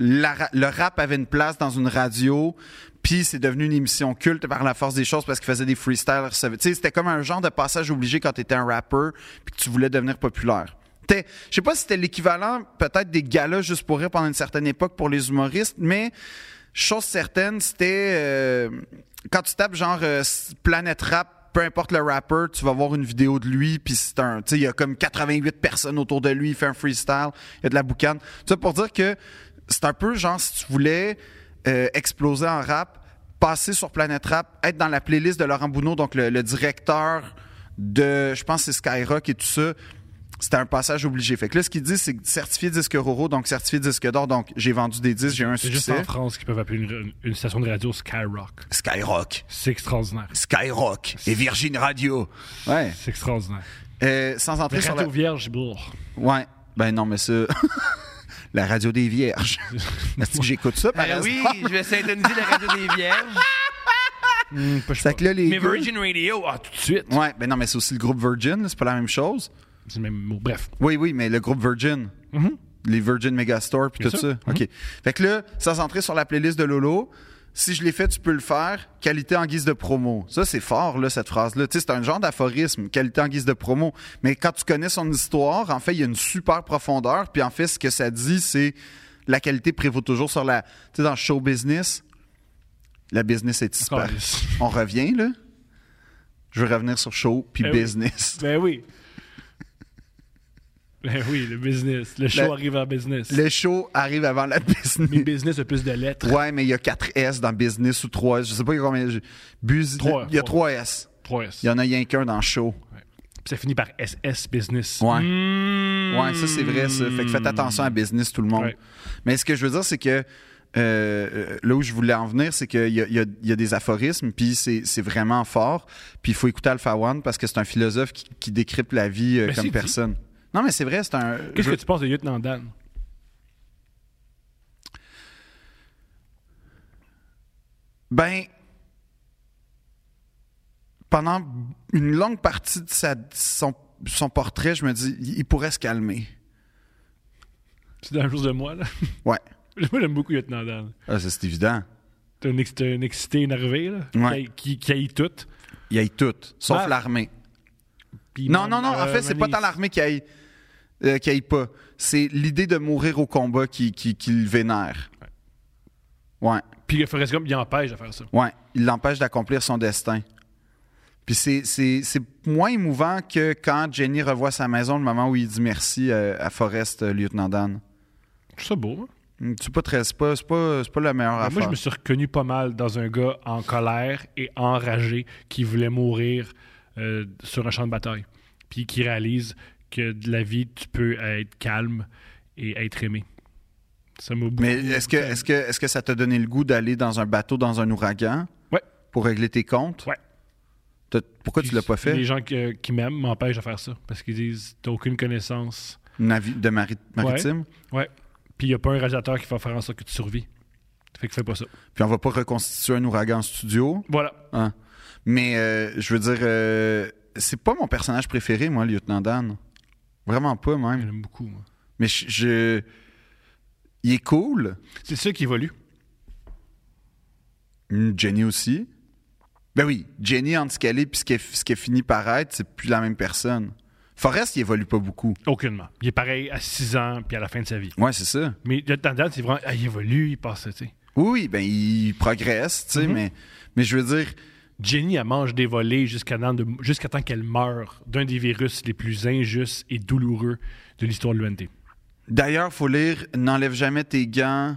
S1: la ra- le rap avait une place dans une radio, puis c'est devenu une émission culte par la force des choses parce qu'il faisait des freestyles. recevait- tu sais, C'était comme un genre de passage obligé quand tu étais un rappeur puis que tu voulais devenir populaire. C'était- Je sais pas si c'était l'équivalent peut-être des galas juste pour rire pendant une certaine époque pour les humoristes, mais chose certaine, c'était euh, quand tu tapes genre euh, s- Planète Rap peu importe le rapper, tu vas voir une vidéo de lui, puis c'est un, tu sais, il y a comme 88 personnes autour de lui, il fait un freestyle, il y a de la boucane. Tu sais, pour dire que c'est un peu genre si tu voulais euh, exploser en rap, passer sur Planète Rap, être dans la playlist de Laurent Bounot, donc le, le directeur de, je pense, que c'est Skyrock et tout ça. C'était un passage obligé. Fait que là, ce qu'il dit, c'est certifié disque Roro, donc certifié disque d'or. Donc, j'ai vendu des disques, j'ai eu un
S2: C'est juste en
S1: succès.
S2: France qu'ils peuvent appeler une, une station de radio Skyrock.
S1: Skyrock.
S2: C'est extraordinaire.
S1: Skyrock et Virgin Radio. Ouais.
S2: C'est extraordinaire.
S1: Euh, sans entrer sur
S2: Radio
S1: la...
S2: Vierge, bourre.
S1: Ouais. Ben non, mais ça... <laughs> la radio des
S4: <laughs>
S1: vierges. Est-ce que j'écoute ça? par
S4: Ben
S1: hasard?
S4: oui, je vais synthétiser la radio
S2: <laughs>
S4: des Vierges.
S1: Fait que là, les
S4: Mais
S1: gars-
S4: Virgin Radio, ah, tout de suite.
S1: Ouais, ben non, mais c'est aussi le groupe Virgin, c'est pas la même chose.
S2: C'est le même mot. Bref.
S1: Oui, oui, mais le groupe Virgin. Les Virgin Megastore puis
S2: Mhm. Bien
S1: tout
S2: sûr. Mhm.
S1: ça. OK. Fait que là, sans entrer sur la playlist de Lolo, si je l'ai fait, tu peux le faire. Qualité en guise de promo. Ça, c'est fort, là, cette phrase-là. Tu sais, c'est un genre d'aphorisme, qualité en guise de promo. Mais quand tu connais son histoire, en fait, il y a une super profondeur. Puis en fait, ce que ça dit, c'est la qualité prévaut toujours sur la. Tu sais, dans le show business, la business est
S2: Encore
S1: disparue.
S2: lisse.
S1: On revient, là. Je veux revenir sur show puis
S2: Eh oui.
S1: business.
S2: Ben oui. Ben oui, le business. Le show
S1: Le-
S2: arrive en business.
S1: Le show arrive avant la
S2: Mais
S1: business.
S2: business a plus de lettres.
S1: Ouais, mais il y a 4 S dans business ou 3 S. Je sais pas il y a combien. je- Bus-
S2: Trois,
S1: il y a
S2: trois.
S1: 3 S.
S2: 3S.
S1: Il y en a rien qu'un dans show.
S2: Puis ça finit par SS business.
S1: Ouais.
S2: Mmh.
S1: Ouais, ça c'est vrai. Ça. Fait que faites attention à business tout le monde.
S2: Ouais.
S1: Mais ce que je veux dire, c'est que euh, là où je voulais en venir, c'est qu'il y a, il y a- il y a des aphorismes, puis c'est c'est vraiment fort. Puis il faut écouter Alpha One parce que c'est un philosophe qui, qui décrypte la vie euh,
S2: Mais c'est
S1: comme
S2: dit.
S1: personne. Non, mais c'est vrai, c'est un.
S2: Qu'est-ce
S1: je-
S2: que tu penses de Lieutenant Dan?
S1: Ben, pendant une longue partie de sa- son, son portrait, je me dis, il il pourrait se calmer.
S2: C'est dans la chose de moi, là. <laughs>
S1: Ouais.
S2: Moi, j'aime beaucoup Lieutenant Dan.
S1: Ah, ça, c'est évident.
S2: T'es un, ex- t'es un excité énervé, là.
S1: Ouais.
S2: Qui, qui, qui haït tout.
S1: Il aille tout, sauf
S2: Ben,
S1: l'armée.
S2: Puis
S1: Non,
S2: même,
S1: non, non, en
S2: euh,
S1: fait, c'est
S2: même
S1: pas
S2: les-
S1: tant l'armée qui aille, euh, qui aille pas. C'est l'idée de mourir au combat qui, qui, qui le vénère. Ouais.
S2: Puis le Forrest Gump, il empêche de faire ça.
S1: Ouais, il l'empêche d'accomplir son destin. Puis c'est- c'est c'est moins émouvant que quand Jenny revoit sa maison, le moment où il dit merci euh, à Forrest, euh, lieutenant Dan.
S2: Je trouve ça beau, hein?
S1: Mm, C'est pas très, c'est pas, c'est pas, c'est pas la meilleure
S2: Ben,
S1: affaire.
S2: Moi, je me suis reconnu pas mal dans un gars en colère et enragé qui voulait mourir euh, sur un champ de bataille. Puis qui réalise que de la vie, tu peux être calme et être aimé. Ça m'a beaucoup-
S1: Mais est-ce que, est-ce que, est-ce que ça t'a donné le goût d'aller dans un bateau dans un ouragan
S2: Ouais.
S1: pour régler tes comptes
S2: Ouais.
S1: T'as- Pourquoi tu l'as pas fait
S2: Les gens que- qui m'aiment m'empêchent de faire ça parce qu'ils disent T'as aucune connaissance.
S1: Navi- de mari- maritime
S2: Ouais. Puis il n'y a pas un réalisateur qui va faire en sorte que tu survis. Fait que fais pas ça.
S1: Puis on va pas reconstituer un ouragan en studio.
S2: Voilà.
S1: hein. Mais euh, je veux dire, euh, c'est pas mon personnage préféré, moi, le lieutenant Dan. Vraiment pas
S2: Je
S1: même.
S2: l'aime beaucoup. moi.
S1: Mais je, je- il est cool.
S2: C'est ça qui évolue.
S1: Mm, Jenny aussi. Ben oui, Jenny entre ce qu'elle est puis ce qu'elle ce qu'elle finit par être, c'est plus la même personne. Forrest, il évolue pas beaucoup.
S2: Aucunement. Il est pareil à 6 ans puis à la fin de sa vie.
S1: Ouais, c'est ça.
S2: Mais le tendance, c'est vraiment. ah, il évolue, il passe, tu sais.
S1: Oui, oui, ben il progresse, tu sais, mais, mais je veux dire,
S2: Jenny, elle mange des volets jusqu'à dans de- jusqu'à temps qu'elle meure d'un des virus les plus injustes et douloureux de l'histoire de l'UNT.
S1: d'ailleurs, faut lire N'enlève jamais tes gants.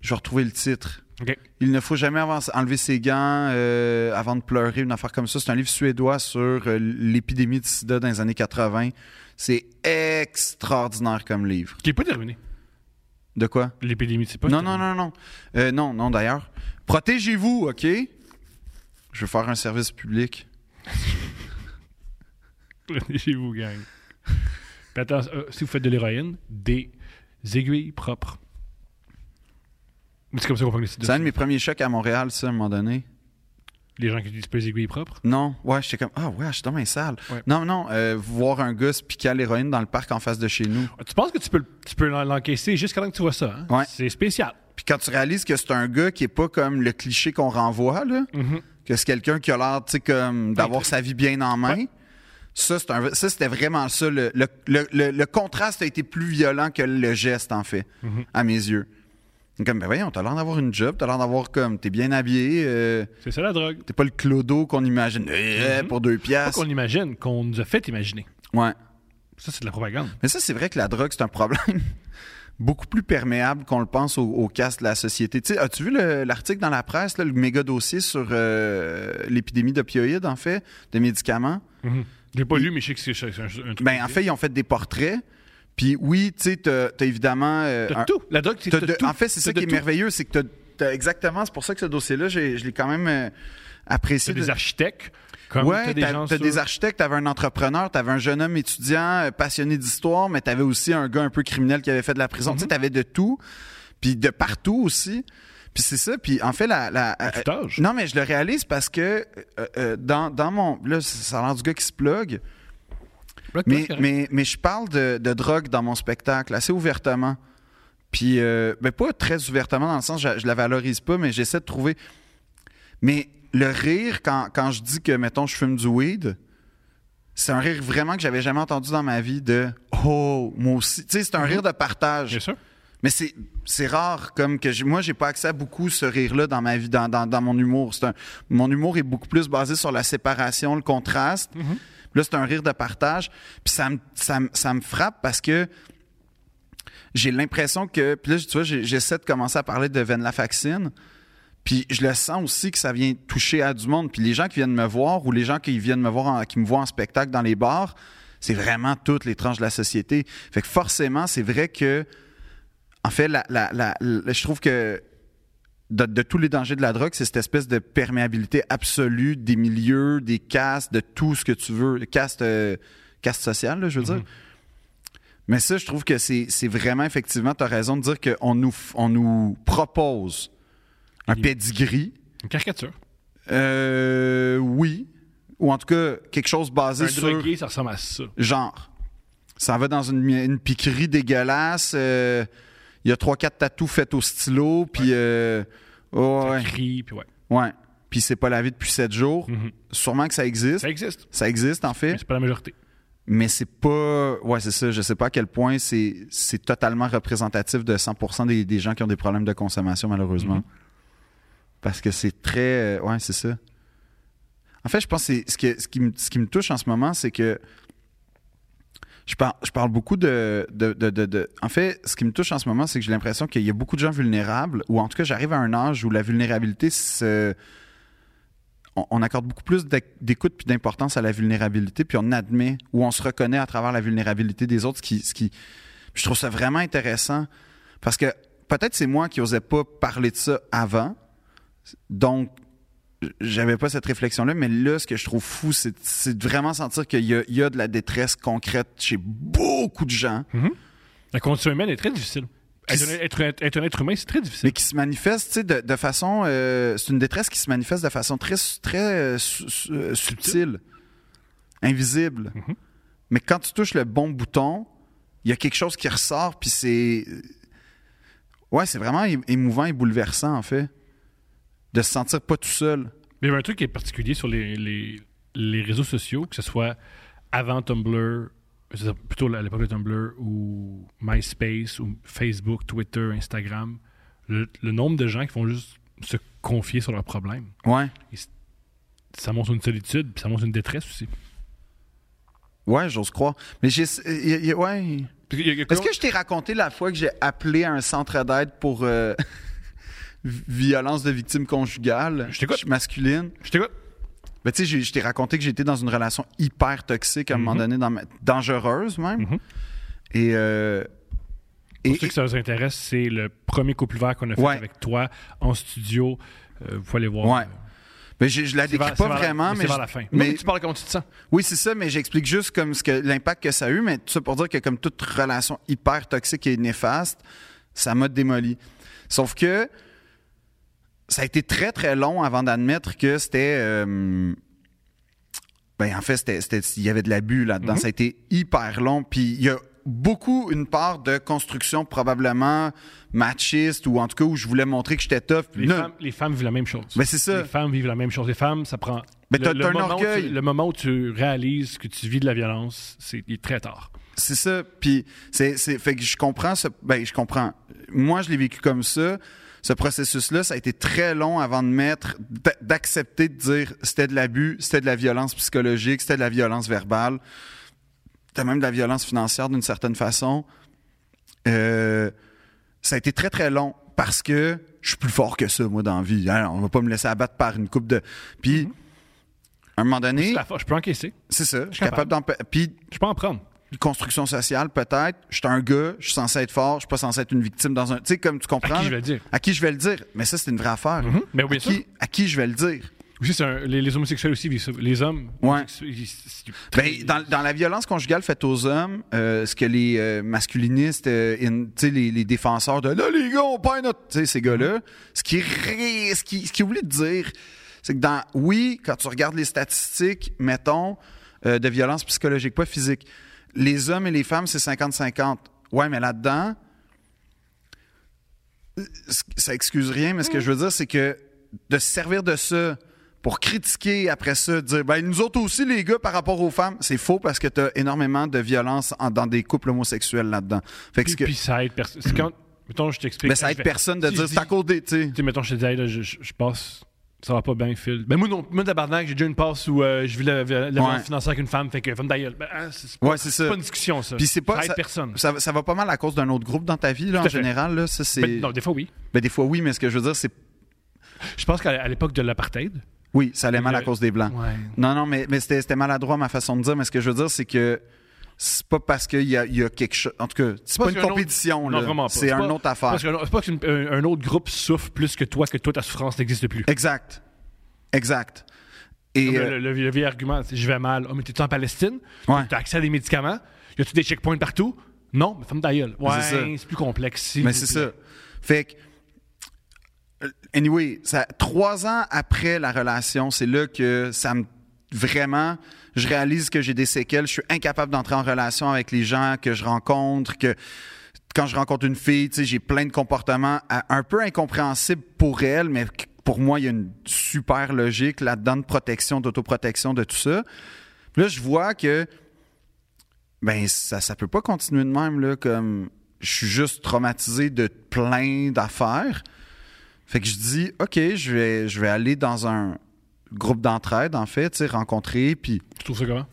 S1: Je vais retrouver le titre.
S2: OK.
S1: Il ne faut jamais avance- enlever ses gants euh, avant de pleurer, une affaire comme ça. C'est un livre suédois sur euh, l'épidémie de sida dans les années 80. C'est extraordinaire comme livre.
S2: Qui n'est pas terminé.
S1: De quoi?
S2: L'épidémie, c'est pas.
S1: Non, non, non, non. Euh, non, non, d'ailleurs. Protégez-vous, OK? Je veux faire un service public.
S2: Prenez <laughs> chez vous, gang. Puis attends, euh, si vous faites de l'héroïne, des aiguilles propres. Mais C'est comme ça qu'on prend les
S1: C'est un de mes premiers chocs à Montréal, ça, à un moment donné.
S2: Les gens qui utilisent pas les aiguilles propres.
S1: Non, ouais, j'étais comme, ah ouais, je suis dans ma salle.
S2: Ouais.
S1: Non, non, euh, voir un gars se piquer à l'héroïne dans le parc en face de chez nous.
S2: Ah, Tu penses que tu peux, le- tu peux l'en- l'encaisser jusqu'à temps que tu vois ça. hein?
S1: Ouais.
S2: C'est spécial.
S1: Puis quand tu réalises que c'est un gars qui est pas comme le cliché qu'on renvoie, là, que c'est quelqu'un qui a l'air, tu sais, comme d'avoir sa vie bien en main. Ça, c'est un- ça, c'était vraiment ça. Le, le- le- le- le contraste a été plus violent que le geste, en fait, à mes yeux. Comme, ben voyons, t'as l'air d'avoir une job, t'as l'air d'avoir comme, t'es bien habillé, euh,
S2: C'est ça la drogue.
S1: t'es pas le clodo qu'on imagine euh, pour deux
S2: Pas
S1: piastres.
S2: qu'on imagine, qu'on nous a fait imaginer.
S1: Ouais.
S2: Ça, c'est de la propagande.
S1: Mais ça, c'est vrai que la drogue, c'est un problème <laughs> beaucoup plus perméable qu'on le pense au, au casse de la société. Tu sais, as-tu vu le- l'article dans la presse, là, le méga dossier sur euh, l'épidémie d'opioïdes, en fait, de médicaments?
S2: Je l'ai pas lu, mais je sais que c'est c'est un, un truc.
S1: Ben, en fait, ils ont fait des portraits. Puis oui, tu sais, t'as t'as évidemment. euh,
S2: T'as
S1: un-
S2: tout. La drogue, c'est
S1: t'as
S2: t'as
S1: de-
S2: tout.
S1: en fait, c'est
S2: T'as
S1: ça
S2: de
S1: qui est
S2: tout.
S1: merveilleux, c'est que t'as- t'as exactement. C'est pour ça que ce dossier-là, j'ai- je l'ai quand même euh,
S2: T'as
S1: apprécié. de-
S2: des architectes. Comme
S1: ouais,
S2: t'as des
S1: t'as
S2: gens
S1: t'as
S2: sur-
S1: des architectes, t'avais un entrepreneur, t'avais un jeune homme étudiant euh, passionné d'histoire, mais t'avais aussi un gars un peu criminel qui avait fait de la prison. Tu
S2: Mm-hmm.
S1: sais, t'avais de tout, puis de partout aussi. Puis c'est ça. Puis en fait, la, la,
S2: À tout âge.
S1: non, mais je le réalise parce que euh, euh, dans, dans mon. Là, ça a l'air du gars qui se plug.
S2: Ouais, toi,
S1: Mais,
S2: c'est correct.
S1: mais, mais je parle de, de drogue dans mon spectacle assez ouvertement. Puis, euh, ben pas très ouvertement dans le sens, je, je la valorise pas, mais j'essaie de trouver. Mais le rire, quand, quand je dis que, mettons, je fume du weed, c'est un rire vraiment que j'avais jamais entendu dans ma vie de Oh, moi aussi. Tu sais, c'est un rire de partage.
S2: Mm-hmm. Bien sûr.
S1: Mais c'est, c'est rare, comme que j'ai- moi, j'ai pas accès à beaucoup ce rire-là dans ma vie, dans, dans, dans mon humour. C'est un- mon humour est beaucoup plus basé sur la séparation, le contraste. Là, c'est un rire de partage. Puis ça me, ça, me- ça me frappe parce que j'ai l'impression que. Puis là, tu vois, j'ai- j'essaie de commencer à parler de venlafaxine. Puis je le sens aussi que ça vient toucher à du monde. Puis les gens qui viennent me voir ou les gens qui viennent me voir, en- qui me voient en spectacle dans les bars, c'est vraiment toutes les tranches de la société. Fait que forcément, c'est vrai que, en fait, la- la- la- la- je trouve que de, de tous les dangers de la drogue, c'est cette espèce de perméabilité absolue des milieux, des castes, de tout ce que tu veux, caste, euh, caste sociale, là, je veux dire. Mais ça, je trouve que c'est c'est vraiment, effectivement, tu as raison de dire qu'on nous, f- on nous propose un
S2: Il-
S1: pedigree.
S2: Une caricature.
S1: Euh, oui. Ou en tout cas, quelque chose basé
S2: Un
S1: sur
S2: drogué, ça ressemble à ça.
S1: genre. Ça va dans une, mi- une piquerie dégueulasse. euh, Il y a trois, quatre tatous faits au stylo. Puis, euh, oh,
S2: Ça
S1: ouais.
S2: crie, puis ouais.
S1: Ouais. Puis c'est pas la vie depuis sept jours.
S2: Mhm.
S1: Sûrement que ça existe.
S2: Ça existe.
S1: Ça existe, en
S2: Mais
S1: fait.
S2: c'est pas la majorité.
S1: Mais c'est pas. Ouais, c'est ça. Je sais pas à quel point c'est c'est totalement représentatif de 100% des, des gens qui ont des problèmes de consommation, malheureusement. Parce que c'est très. euh, Ouais, c'est ça. En fait, je pense que c'est- ce, que, ce, qui me, ce qui me touche en ce moment, c'est que. Je parle, je parle beaucoup de, de, de- de- de- En fait, ce qui me touche en ce moment, c'est que j'ai l'impression qu'il y a beaucoup de gens vulnérables, ou en tout cas, j'arrive à un âge où la vulnérabilité se. On, on accorde beaucoup plus d'ac- d'écoute puis d'importance à la vulnérabilité, puis on admet ou on se reconnaît à travers la vulnérabilité des autres, ce qui. Ce qui je trouve ça vraiment intéressant parce que peut-être c'est moi qui osais pas parler de ça avant, donc j'avais pas cette réflexion-là, mais là, ce que je trouve fou, c'est c'est de vraiment sentir qu'il y, a- il y a de la détresse concrète chez beaucoup de gens,
S2: La condition humaine est très difficile.
S1: Qui
S2: Être un
S1: s-
S2: être, être un être humain, c'est très difficile.
S1: mais qui se manifeste tu sais, de, de façon. euh, c'est une détresse qui se manifeste de façon très, su- très euh, su- su- euh, subtile, invisible.
S2: Mhm.
S1: Mais quand tu touches le bon bouton, il y a quelque chose qui ressort, puis c'est. Ouais, c'est vraiment é- émouvant et bouleversant, en fait, de se sentir pas tout seul.
S2: Mais il y a un truc qui est particulier sur les, les, les réseaux sociaux, que ce soit avant Tumblr, c'est-à-dire plutôt à l'époque de Tumblr, ou MySpace, ou Facebook, Twitter, Instagram, le, le nombre de gens qui font juste se confier sur leurs problèmes,
S1: Ouais.
S2: ça montre une solitude, puis ça montre une détresse aussi.
S1: Ouais, j'ose croire. Mais j'ai. il y a- il y a- Ouais.
S2: Parce qu'il y a- il y a-
S1: <laughs> Est-ce que je t'ai raconté la fois que j'ai appelé à un centre d'aide pour euh, violence de victime conjugale.
S2: Je t'écoute.
S1: suis masculine.
S2: Je t'écoute.
S1: Ben, tu sais, j'ai- je t'ai raconté que j'étais dans une relation hyper toxique à un
S2: Mhm.
S1: moment donné, dans ma- dangereuse même. Et. euh,
S2: Pour ceux que ça vous intéresse, c'est le premier couple vert qu'on a fait
S1: Ouais.
S2: avec toi en studio. Euh, vous pouvez aller voir.
S1: Ouais. Ben, je, je la
S2: C'est
S1: décris
S2: vers-
S1: pas
S2: c'est vers la-
S1: vraiment, mais.
S2: C'est vers
S1: je-
S2: la fin.
S1: mais-
S2: Mais, tu parles comment tu te sens.
S1: Oui, c'est ça, mais j'explique juste comme ce que l'impact que ça a eu, mais tout ça pour dire que comme toute relation hyper toxique et néfaste, ça m'a démoli. Sauf que ça a été très très long avant d'admettre que c'était euh, ben en fait c'était- c'était- il y avait de l'abus
S2: Mm-hmm.
S1: là-dedans, ça a été hyper long puis il y a beaucoup une part de construction probablement machiste ou en tout cas où je voulais montrer que j'étais tough.
S2: Les,
S1: Non.
S2: femmes, les femmes vivent la même chose.
S1: Ben, c'est ça.
S2: Les femmes vivent la même chose. Les femmes, ça prend.
S1: Mais
S2: le-
S1: t'as-
S2: le
S1: t'as un
S2: moment où tu-
S1: orgueil.
S2: le moment où tu réalises que tu vis de la violence, c'est il est très tard.
S1: C'est ça. Puis c'est, c'est- fait que je comprends ce, ben je comprends. Moi, je l'ai vécu comme ça. Ce processus-là, ça a été très long avant de mettre, d'a- d'accepter de dire c'était de l'abus, c'était de la violence psychologique, c'était de la violence verbale, c'était même de la violence financière d'une certaine façon. Euh, ça a été très très long parce que je suis plus fort que ça moi dans la vie. Hein, on va pas me laisser abattre par une coupe de. Puis à un moment
S2: C'est
S1: donné,
S2: la fa- Je peux encaisser.
S1: c'est ça. Je suis
S2: capable.
S1: capable d'en. Puis
S2: Je peux en prendre.
S1: construction sociale, peut-être. Je suis un gars, je suis censé être fort, je suis pas censé être une victime dans un. Tu sais, comme tu comprends.
S2: À qui je vais le dire?
S1: À qui je vais le dire. Mais ça, c'est une vraie affaire.
S2: Mhm. Ben oui,
S1: à,
S2: bien
S1: qui, à qui je vais le dire?
S2: Aussi, c'est un- les, les homosexuels aussi vivent ça. Les hommes.
S1: Ouais.
S2: homosexuels, ils- c'est-
S1: Ben, dans, dans la violence conjugale faite aux hommes, euh, ce que les euh, masculinistes, euh, in- tu sais, les, les défenseurs de là, les gars, on perd notre. Tu sais, ces gars-là, ce qui ce qui, ce qu'ils voulaient dire, c'est que dans. Oui, quand tu regardes les statistiques, mettons, euh, de violence psychologique, pas physique, les hommes et les femmes, c'est 50-50. Ouais, mais là-dedans, c- ça excuse rien, mais ce que je veux dire, c'est que de se servir de ça pour critiquer après ça, dire ben nous autres aussi les gars par rapport aux femmes, c'est faux parce que t'as énormément de violence en- dans des couples homosexuels là-dedans. Fait que,
S2: Puis,
S1: ce que-
S2: puis ça aide personne. C'est quand. Mettons, je t'explique.
S1: mais ça aide personne de
S2: Si
S1: dire
S2: je
S1: c'est à
S2: dis-
S1: cause des, tu sais.
S2: Tu sais, mettons, je te dis, Hey, là, je, je- je passe. Ça va pas bien, Phil. Ben, moi, non, moi, tabarnak, j'ai déjà une passe où euh, je vis la, la- la violence
S1: Ouais.
S2: financière avec une femme, fait que femme d'ailleurs. Ben, hein, c'est c'est pas,
S1: Ouais, c'est ça.
S2: c'est pas une discussion, ça.
S1: Puis c'est pas
S2: ça aide
S1: ça,
S2: personne.
S1: ça, ça va pas mal à cause d'un autre groupe dans ta vie là,
S2: Tout
S1: en
S2: à fait.
S1: général là, ça c'est
S2: Ben, non, des fois, oui.
S1: Ben, des fois oui, mais ce que je veux dire c'est
S2: Je pense qu'à à l'époque de l'apartheid.
S1: oui, ça allait mal
S2: Le-
S1: à cause des blancs.
S2: Ouais.
S1: Non, non, mais, mais c'était c'était maladroit ma façon de dire, mais ce que je veux dire, c'est que c'est pas parce qu'il y a, il y a quelque chose. En tout cas, c'est pas, une
S2: parce qu'un autre-
S1: compétition,
S2: Non,
S1: là.
S2: vraiment pas.
S1: C'est
S2: pas-
S1: une autre affaire.
S2: parce qu'un- C'est pas qu'un un autre groupe souffre plus que toi, que toi, ta souffrance n'existe plus.
S1: Exact. Exact. Et.
S2: Comme
S1: euh,
S2: le, le- le vieil argument, c'est je vais mal. Oh, mais t'es en Palestine?
S1: Ouais.
S2: T'as accès à des médicaments? Y a-tu des checkpoints partout? Non, mais ferme ta gueule. Ouais,
S1: c'est ça.
S2: c'est plus complexe. s'il
S1: Mais
S2: vous
S1: c'est
S2: plaît.
S1: ça. Fait que. euh, Anyway, ça, trois ans après la relation, c'est là que ça me. Vraiment, je réalise que j'ai des séquelles. Je suis incapable d'entrer en relation avec les gens que je rencontre, que. Quand je rencontre une fille, tu sais, j'ai plein de comportements à- un peu incompréhensibles pour elle, mais que- pour moi, il y a une super logique là-dedans de protection, d'autoprotection, de tout ça. Là, je vois que ben ça ça peut pas continuer de même là comme je suis juste traumatisé de plein d'affaires. Fait que je dis OK, je vais je vais aller dans un groupe d'entraide en fait, tu sais, rencontrer puis
S2: Tu trouves ça comment?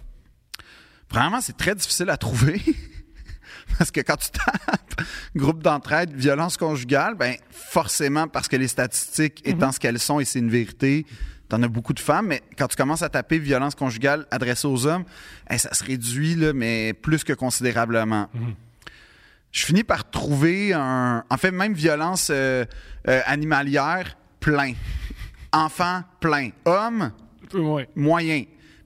S1: Premièrement, c'est très difficile à trouver. <laughs> parce que quand tu tapes <laughs> groupe d'entraide, violence conjugale, ben forcément, parce que les statistiques étant ce qu'elles sont et c'est une vérité, t'en as beaucoup de femmes, mais quand tu commences à taper violence conjugale adressée aux hommes, eh, ça se réduit, là, mais plus que considérablement. Je finis par trouver un. En fait, même violence euh, euh, animalière, plein. <laughs> Enfant, plein. Homme,
S2: Euh, ouais.
S1: moyen.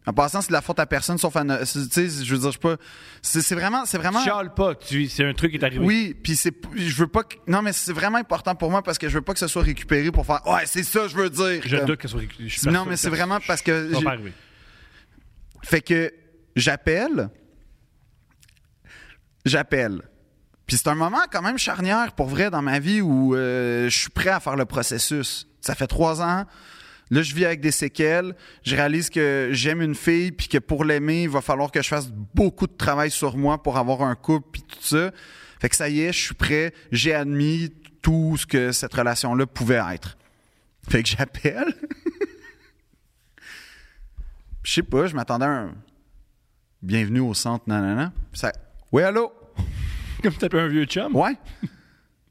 S1: En passant, c'est de la faute à personne, sauf à. no- c'est- Tu sais, je veux dire, je suis pas. C'est c'est vraiment. C'est vraiment.
S2: Chiale pas, tu- c'est un truc qui est arrivé.
S1: Oui, puis c'est. Je veux pas. que- non, mais c'est vraiment important pour moi parce que je veux pas que ce soit récupéré pour faire. Ouais, c'est ça, je veux dire.
S2: Je
S1: Comme-
S2: doute qu'elle soit récu- je suis
S1: Non,
S2: persuadé
S1: mais c'est
S2: que
S1: vraiment parce que.
S2: ça va
S1: j'ai-
S2: pas arriver.
S1: Fait que j'appelle. J'appelle. Puis c'est un moment quand même charnière pour vrai dans ma vie où euh, je suis prêt à faire le processus. Ça fait trois ans. Là, je vis avec des séquelles. Je réalise que j'aime une fille, puis que pour l'aimer, il va falloir que je fasse beaucoup de travail sur moi pour avoir un couple, puis tout ça. Fait que ça y est, je suis prêt. J'ai admis tout ce que cette relation-là pouvait être. Fait que j'appelle. Je sais pas, je m'attendais à un. Bienvenue au centre, nanana. Puis Ça... Oui, allô? <laughs>
S2: Comme taper un vieux chum.
S1: Ouais?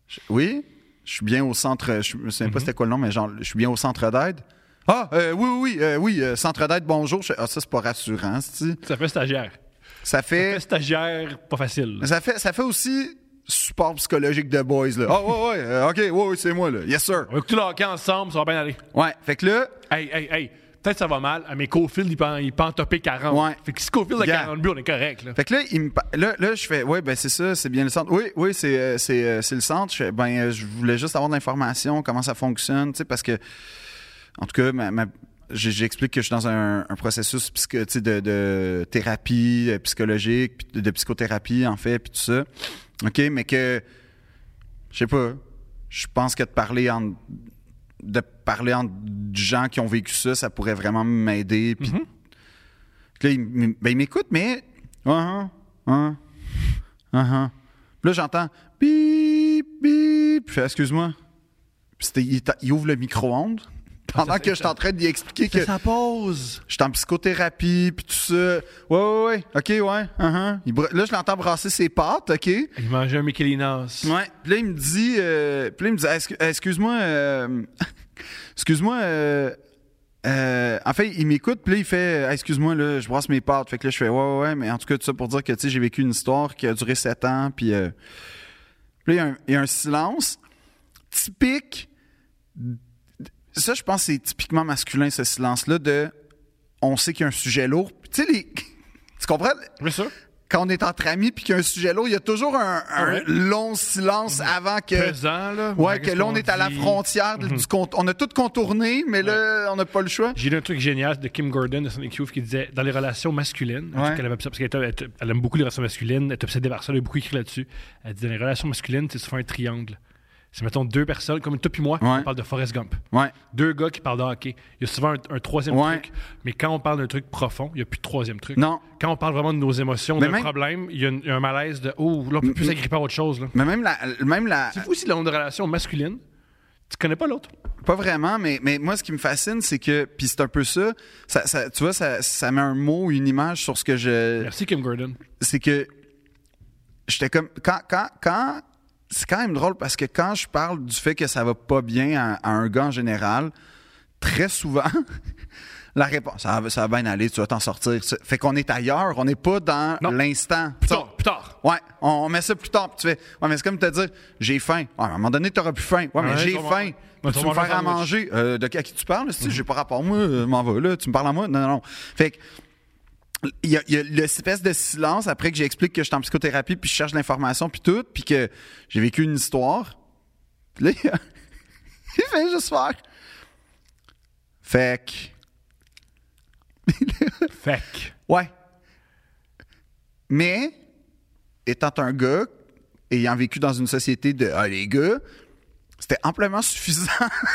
S1: Je- Oui? je suis bien au centre, je me souviens pas c'était quoi le nom, mais genre, je suis bien au centre d'aide. Ah, euh, oui, oui, oui, euh, oui, euh, centre d'aide, bonjour. Je fais, ah, ça, c'est pas rassurant, c'ti.
S2: Ça fait stagiaire.
S1: Ça fait.
S2: Stagiaire, pas facile.
S1: Ça fait, ça fait aussi support psychologique de boys, là. Ah, ouais, ouais, euh, OK, ouais, ouais, c'est moi, là. Yes, sir.
S2: On va écouter le hockey ensemble, ça va bien aller.
S1: Ouais, fait que là,
S2: Hey, hey, hey. Peut-être ça va mal, hein, mais Cofield, il peut, en- il peut en topper 40.
S1: Ouais.
S2: Fait que si Cofield a
S1: Yeah.
S2: 40 buts, on est correct. Là.
S1: Fait que là, il me pa- là, là, je fais, ouais, ben c'est ça, c'est bien le centre. Oui, oui, c'est euh, c'est, euh, c'est le centre. Je fais, ben, euh, je voulais juste avoir de l'information, comment ça fonctionne, tu sais, parce que, en tout cas, ma, ma- j'ai- j'explique que je suis dans un, un processus psycho- tu sais, de, de thérapie euh, psychologique, puis de, de psychothérapie, en fait, puis tout ça. OK, mais que, je sais pas, je pense que de parler en de parler entre gens qui ont vécu ça, ça pourrait vraiment m'aider. Puis Puis là, il, m- ben, il m'écoute, mais. Ah, ah, ah, ah, ah. Puis là, j'entends bip, bip. Puis je fais, excuse-moi. Puis c'était- il, t'a- il ouvre le micro-ondes pendant que je suis en train d'y expliquer que
S2: sa pause.
S1: je suis en psychothérapie, puis tout ça. Ouais, ouais, ouais. OK, ouais. ah, ah. Il bra- Là, je l'entends brasser ses pattes, OK?
S2: Il mangeait un Michelinas.
S1: Ouais. Puis là, il me dit, euh, puis là, il me dit, Ah, excu- euh, excuse-moi, euh, <laughs> excuse-moi. euh, euh, en fait, il m'écoute, puis là, il fait, Ah, excuse-moi, là, je brasse mes pattes. Fait que là, je fais, ouais, ouais, ouais, mais en tout cas, tout ça pour dire que, tu sais, j'ai vécu une histoire qui a duré sept ans, puis. euh, puis là, il y a un- il y, a un silence typique. Ça, je pense que c'est typiquement masculin, ce silence-là, de. On sait qu'il y a un sujet lourd. Tu sais, les. <laughs> Tu comprends?
S2: Bien sûr.
S1: quand on est entre amis puis qu'il y a un sujet lourd, il y a toujours un, un
S2: Ouais.
S1: long silence avant que.
S2: Euh, Pesant, là.
S1: Ouais, que
S2: qu'est-ce
S1: là, on
S2: qu'on Mhm.
S1: est à la
S2: dit?
S1: frontière de- du compte. On a tout contourné, mais là, on n'a pas le choix.
S2: J'ai lu un truc génial de Kim Gordon de Sonic Youth qui disait dans les relations masculines, un
S1: Ouais.
S2: truc qu'elle avait obs- parce qu'elle était- elle était- elle aime beaucoup les relations masculines, elle est obsédée par ça, elle a beaucoup écrit là-dessus. Elle disait les relations masculines, c'est souvent un triangle. C'est mettons deux personnes, comme toi puis moi,
S1: Ouais.
S2: on parle de Forrest Gump.
S1: Ouais.
S2: Deux gars qui parlent de hockey. Il y a souvent un, un troisième
S1: Ouais.
S2: truc, mais quand on parle d'un truc profond, il n'y a plus de troisième truc.
S1: Non.
S2: Quand on parle vraiment de nos émotions,
S1: Mais
S2: d'un
S1: même-
S2: problème, il y, a une- il y a un malaise de oh, là, on peut plus s'agripper à autre chose. là.
S1: Mais même la. Même la
S2: C'est fou si dans une relation masculine, tu connais pas l'autre.
S1: pas vraiment, mais, mais moi, ce qui me fascine, c'est que. Puis c'est un peu ça. ça, ça- tu vois, ça, ça met un mot, une image sur ce que je.
S2: Merci Kim Gordon.
S1: c'est que j'étais comme quand quand quand c'est quand même drôle parce que quand je parle du fait que ça va pas bien à, à un gars en général, très souvent <laughs> la réponse ça va, ça va bien aller, tu vas t'en sortir. Ça- Fait qu'on est ailleurs, on n'est pas dans
S2: Non.
S1: l'instant.
S2: Plus tard, plus tard.
S1: Ouais, on, on met ça plus tard. Puis tu fais, ouais, mais c'est comme te dire, j'ai faim. Ouais, mais à un moment donné, t'auras plus faim. Ouais, mais
S2: Ouais,
S1: j'ai
S2: t'auras-
S1: faim.
S2: ouais,
S1: tu
S2: t'auras
S1: me
S2: mangé
S1: faire
S2: un
S1: à
S2: sandwich.
S1: manger. Euh, de qui- à qui tu parles? Si j'ai pas rapport, moi, euh, m'en va là. Tu me parles à moi? Non, non, non. Fait que, il y a, il y a l'espèce de silence après que j'explique que je suis en psychothérapie, puis je cherche de l'information, puis tout, puis que j'ai vécu une histoire. Puis là, il, y a- <laughs> il fait juste faire. Fait que.
S2: Fait que-
S1: Ouais. Mais, étant un gars, ayant vécu dans une société de ah, les gars, c'était amplement suffisant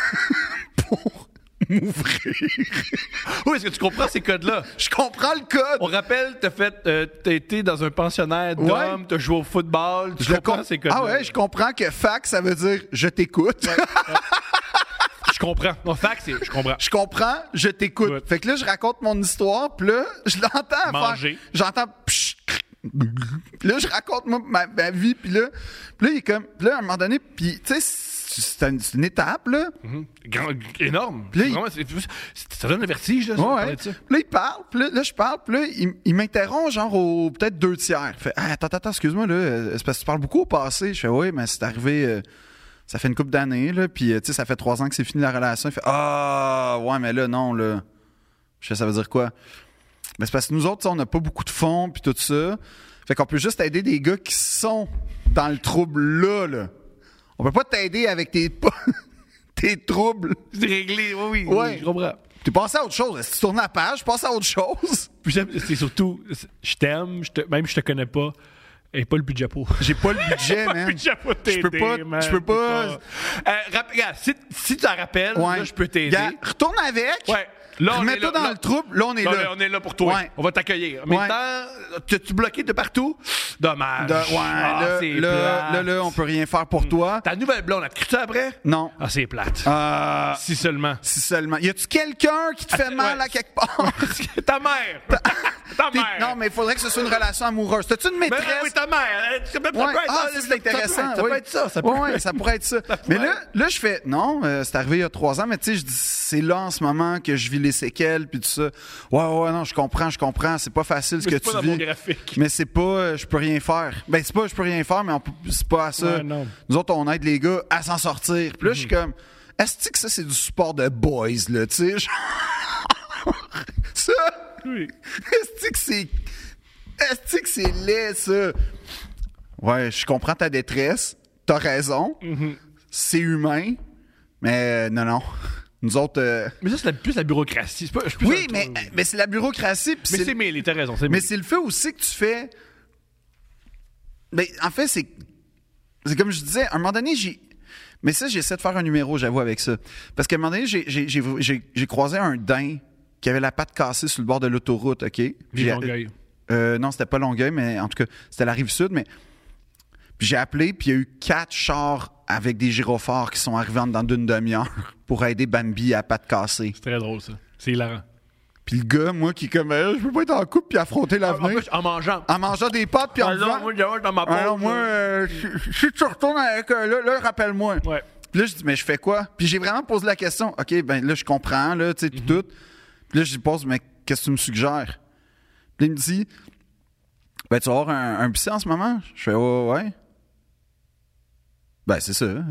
S1: <laughs> pour m'ouvrir. <laughs>
S2: Oui, est-ce que tu comprends ces codes-là?
S1: Je comprends le code.
S2: On rappelle, t'as fait, euh, t'as été dans un pensionnaire d'hommes,
S1: Ouais.
S2: t'as joué au football, tu
S1: Je le
S2: comprends
S1: com-
S2: ces codes-là.
S1: ah ouais, je comprends que fac, ça veut dire je t'écoute.
S2: je comprends. Non, fact, c'est, je comprends.
S1: je comprends, je t'écoute.
S2: Good.
S1: Fait que là, je raconte mon histoire, puis là, je l'entends.
S2: Manger.
S1: faire- J'entends. psh, cric. Puis là, je raconte moi, ma, ma vie, puis là, puis là, il est comme. puis là, à un moment donné, puis tu sais, c'est c'est une, c'est une étape, là.
S2: Mhm. Grand- énorme.
S1: Puis là, il-
S2: Vraiment, c'est- c'est- ça donne le vertige, là, ça, de
S1: Ouais,
S2: parler
S1: ouais.
S2: de ça.
S1: Puis Là, il parle, puis là, là, je parle, puis là, il, il m'interrompt, genre, au peut-être deux tiers. Il Fait, Ah, attends, attends, excuse-moi, là, euh, c'est parce que tu parles beaucoup au passé. Je fais, oui, mais c'est arrivé, euh, ça fait une couple d'années, là, puis, euh, tu sais, ça fait trois ans que c'est fini la relation. Il fait, ah, ouais, mais là, non, là. Je fais, ça veut dire quoi? Mais c'est parce que nous autres, tu sais, on n'a pas beaucoup de fonds, puis tout ça. Fait qu'on peut juste aider des gars qui sont dans le trouble là, là. On peut pas t'aider avec tes, <laughs> tes troubles.
S2: C'est réglé, oui, oui.
S1: Ouais.
S2: Je comprends.
S1: T'es passé à autre chose. Si tu tournes la page, passe à autre chose.
S2: Puis j'aime- c'est surtout, c'est- je t'aime, je te- même je te connais pas, et pas le budget pour.
S1: <laughs> <laughs> J'ai pas le budget,
S2: Pas le
S1: man.
S2: budget pour
S1: Je peux
S2: t'aider,
S1: pas.
S2: man.
S1: Je peux pas.
S2: Euh, rap- regarde, si, si tu la rappelles,
S1: Ouais.
S2: là, je peux t'aider.
S1: Gars, retourne avec.
S2: Ouais. Là, on est
S1: Mets-toi
S2: là,
S1: dans
S2: là-
S1: le trouble. Là, on est
S2: Là,
S1: là.
S2: là, on est là pour toi.
S1: Ouais.
S2: On va t'accueillir. Mais
S1: Ouais.
S2: tant- t'es-tu bloqué de partout? Dommage.
S1: De- ouais,
S2: Ah,
S1: là,
S2: c'est
S1: là,
S2: plate. Mm.
S1: là, là, on peut rien faire pour toi.
S2: Ta nouvelle blonde, elle te crie-tu après?
S1: Non.
S2: Ah, c'est plate.
S1: Euh,
S2: Si seulement.
S1: si seulement. Y a-tu quelqu'un qui te fait mal
S2: Ah. ouais.
S1: à quelque
S2: <laughs>
S1: part?
S2: ta mère! ta
S1: T'es-
S2: mère!
S1: Non, mais il faudrait que ce soit une relation amoureuse. T'as-tu une
S2: Mais
S1: maîtresse?
S2: oui, ta mère! Elle- Ça peut
S1: Ouais.
S2: être
S1: Ah,
S2: ça,
S1: ça,
S2: ça
S1: c'est
S2: peut-
S1: intéressant.
S2: Ça peut
S1: oui.
S2: être ça. <laughs> ça peut
S1: Ouais, ouais, ça pourrait être ça. mais là, là, je fais, non, euh, c'est arrivé il y a trois ans, mais tu sais, je dis, c'est là en ce moment que je vis les séquelles, puis tout ça. Ouais, ouais, non, je comprends, je comprends. C'est pas facile ce que
S2: Mais c'est pas
S1: tu
S2: dans mon
S1: vis.
S2: graphique.
S1: Mais c'est pas, euh, je peux rien faire. Ben, c'est pas, je peux rien faire, mais on peut- c'est pas à ça.
S2: Ouais, non. Mhm.
S1: Nous autres, on aide les gars à s'en sortir. Puis là, je suis comme, est-ce que ça, c'est du support de boys, là, tu sais? <laughs> genre? ça!
S2: Oui.
S1: Est-ce que c'est. Est-ce que c'est laid, ça? Ouais, je comprends ta détresse. T'as raison.
S2: Mhm.
S1: C'est humain. Mais euh, non, non. Nous autres. euh,
S2: Mais ça, c'est la- plus la bureaucratie. C'est pas- je suis plus
S1: Oui,
S2: un-
S1: mais, mais c'est la bureaucratie. puis
S2: Mais
S1: c'est-
S2: c'est mêlé, t'as raison.
S1: mais c'est le fait aussi que tu fais. Mais en fait, c'est. C'est comme je disais, à un moment donné, j'ai. Mais ça, j'essaie de faire un numéro, j'avoue, avec ça. Parce qu'à un moment donné, j'ai- j'ai- j'ai j'ai- j'ai croisé un daim qui avait la patte cassée sur le bord de l'autoroute, OK? Puis j'ai-
S2: Longueuil.
S1: euh, non, c'était pas Longueuil, mais en tout cas, c'était la rive sud. Mais puis j'ai appelé, puis il y a eu quatre chars avec des gyrophares qui sont arrivés en dedans d'une demi-heure <laughs> pour aider Bambi à patte cassée.
S2: C'est très drôle, ça. C'est hilarant.
S1: Puis le gars, moi, qui est comme, Euh, je peux pas être en couple puis affronter
S2: En,
S1: l'avenir
S2: plus, en mangeant.
S1: en mangeant des pâtes puis en
S2: Alors,
S1: disant,
S2: Ah moi, j'ai dans ma poche.
S1: alors moi, euh, si- si tu retournes avec euh, là, là, rappelle-moi.
S2: Ouais.
S1: Puis là, je dis, mais je fais quoi? Puis j'ai vraiment posé la question. OK, ben là, je comprends, là, tu sais,
S2: Mhm.
S1: puis tout. Puis là, je lui pose, mais qu'est-ce que tu me suggères? Puis il me dit, ben, tu vas avoir un, un psy en ce moment? Je fais, ouais, ouais, ouais. Ben, c'est ça.
S2: Hein?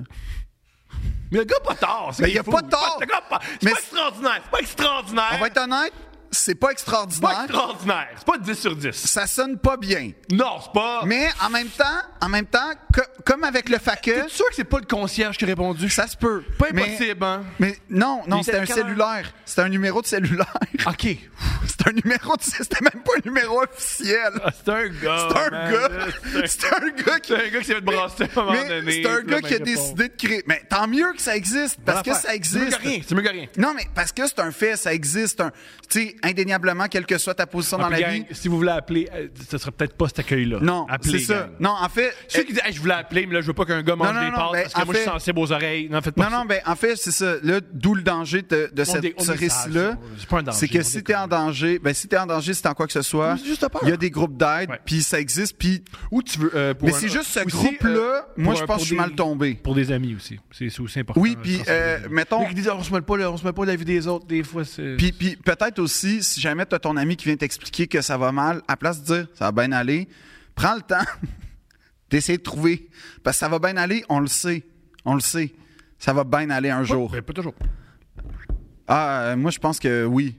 S2: Mais le gars pas tard. c'est
S1: Mais il y a
S2: fou.
S1: pas tort.
S2: Le gars pas. C'est
S1: Mais
S2: pas
S1: c'est-
S2: extraordinaire. C'est pas extraordinaire.
S1: On va être honnête, c'est pas
S2: C'est pas
S1: extraordinaire.
S2: extraordinaire. C'est pas 10 sur 10.
S1: Ça sonne pas bien.
S2: Non, c'est pas.
S1: Mais en même temps, en même temps, co- comme avec le faquet,
S2: T'es sûr que c'est pas le concierge qui a répondu?
S1: ça se peut.
S2: Pas
S1: Mais-
S2: impossible, hein?
S1: Mais non, non,
S2: Il
S1: c'était un
S2: était à quelle Ah.
S1: cellulaire. C'était un numéro de cellulaire.
S2: OK.
S1: <laughs> C'était un numéro de... C'était même pas un numéro officiel.
S2: Ah, C'est un gars.
S1: C'est un <laughs>
S2: man.
S1: gars.
S2: C'est un-
S1: C'est un gars qui.
S2: C'est un gars qui s'est fait brasser à un moment donné.
S1: Mais c'est un
S2: puis
S1: gars
S2: là, ben,
S1: qui a
S2: il répond.
S1: décidé de créer. Mais tant mieux que ça existe, parce que
S2: L'affaire.
S1: ça
S2: C'est mieux que
S1: existe.
S2: rien. C'est mieux que rien.
S1: Non, mais parce que c'est un fait, ça existe. un- Tu sais, indéniablement, quelle que soit ta position dans
S2: Ah, puis,
S1: la vie.
S2: gang, Si vous voulez appeler, euh, ce serait peut-être pas cet accueil-là.
S1: Non,
S2: Appelez,
S1: c'est ça.
S2: gang.
S1: Non, en fait.
S2: Ceux qui disent, Hey, je voulais appeler, mais là, je veux pas qu'un gars mange
S1: non,
S2: des
S1: non,
S2: pâtes
S1: ben,
S2: parce que
S1: en
S2: moi, je suis
S1: fait-
S2: sensible aux oreilles. Non, faites pas
S1: Non,
S2: ça.
S1: non, ben, en fait, c'est ça. Là, d'où le danger de, de cette-
S2: dé- on
S1: ce
S2: est sage,
S1: récit-là.
S2: on- c'est pas un danger,
S1: C'est que
S2: on
S1: si
S2: déconne.
S1: t'es en danger, ben, si t'es en danger, si t'es en quoi que ce soit,
S2: C'est juste de peur.
S1: il y a des groupes d'aide,
S2: Ouais.
S1: puis ça existe, puis.
S2: Ou tu veux. euh, pour
S1: Mais
S2: un-
S1: c'est juste ce
S2: aussi,
S1: groupe-là,
S2: euh,
S1: moi,
S2: pour
S1: je pense
S2: un- pour
S1: que je suis
S2: des-
S1: mal tombé.
S2: Pour des amis aussi. C'est c'est aussi important.
S1: Oui,
S2: euh,
S1: puis,
S2: de transformer
S1: euh,
S2: des amis.
S1: mettons.
S2: Ceux qui disent, on se mêle pas, le- on se mêle pas de la vie des autres, des fois, c'est.
S1: Puis, puis peut-être aussi, si jamais tu as ton ami qui vient t'expliquer que ça va mal, à place de dire ça va bien aller, prends le temps <laughs> d'essayer de trouver. Parce que ça va bien aller, on le sait. On le sait. Ça va bien aller un jour.
S2: Ben, pas toujours.
S1: Ah, euh, moi, je pense que oui.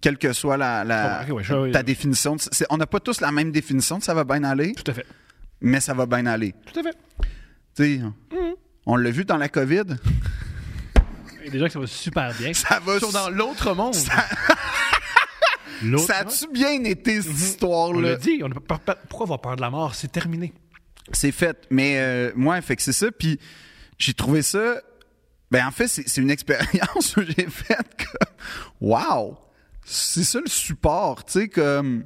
S1: Quelle que soit la, la-
S2: Ah, ok, ouais, je- ouais,
S1: ta
S2: ouais.
S1: définition. de- c'est- on n'a pas tous la même définition de ça va bien aller,
S2: Tout à fait.
S1: mais ça va bien aller.
S2: Tout à fait.
S1: Tu sais, on l'a vu dans la COVID. <laughs>
S2: Il y a des gens qui ça va super bien.
S1: Ça va
S2: Ils sont dans l'autre monde. L'autre
S1: Ça
S2: monde.
S1: a-tu bien été, cette
S2: Mhm. On
S1: histoire-là?
S2: l'a dit. On a pas- pas- Pourquoi avoir peur de la mort? C'est terminé.
S1: c'est fait. Mais euh, moi, fait que c'est ça. Puis j'ai trouvé ça. Ben en fait, c'est c'est une expérience <laughs> que j'ai faite comme Wow! C'est ça le support, tu sais, comme.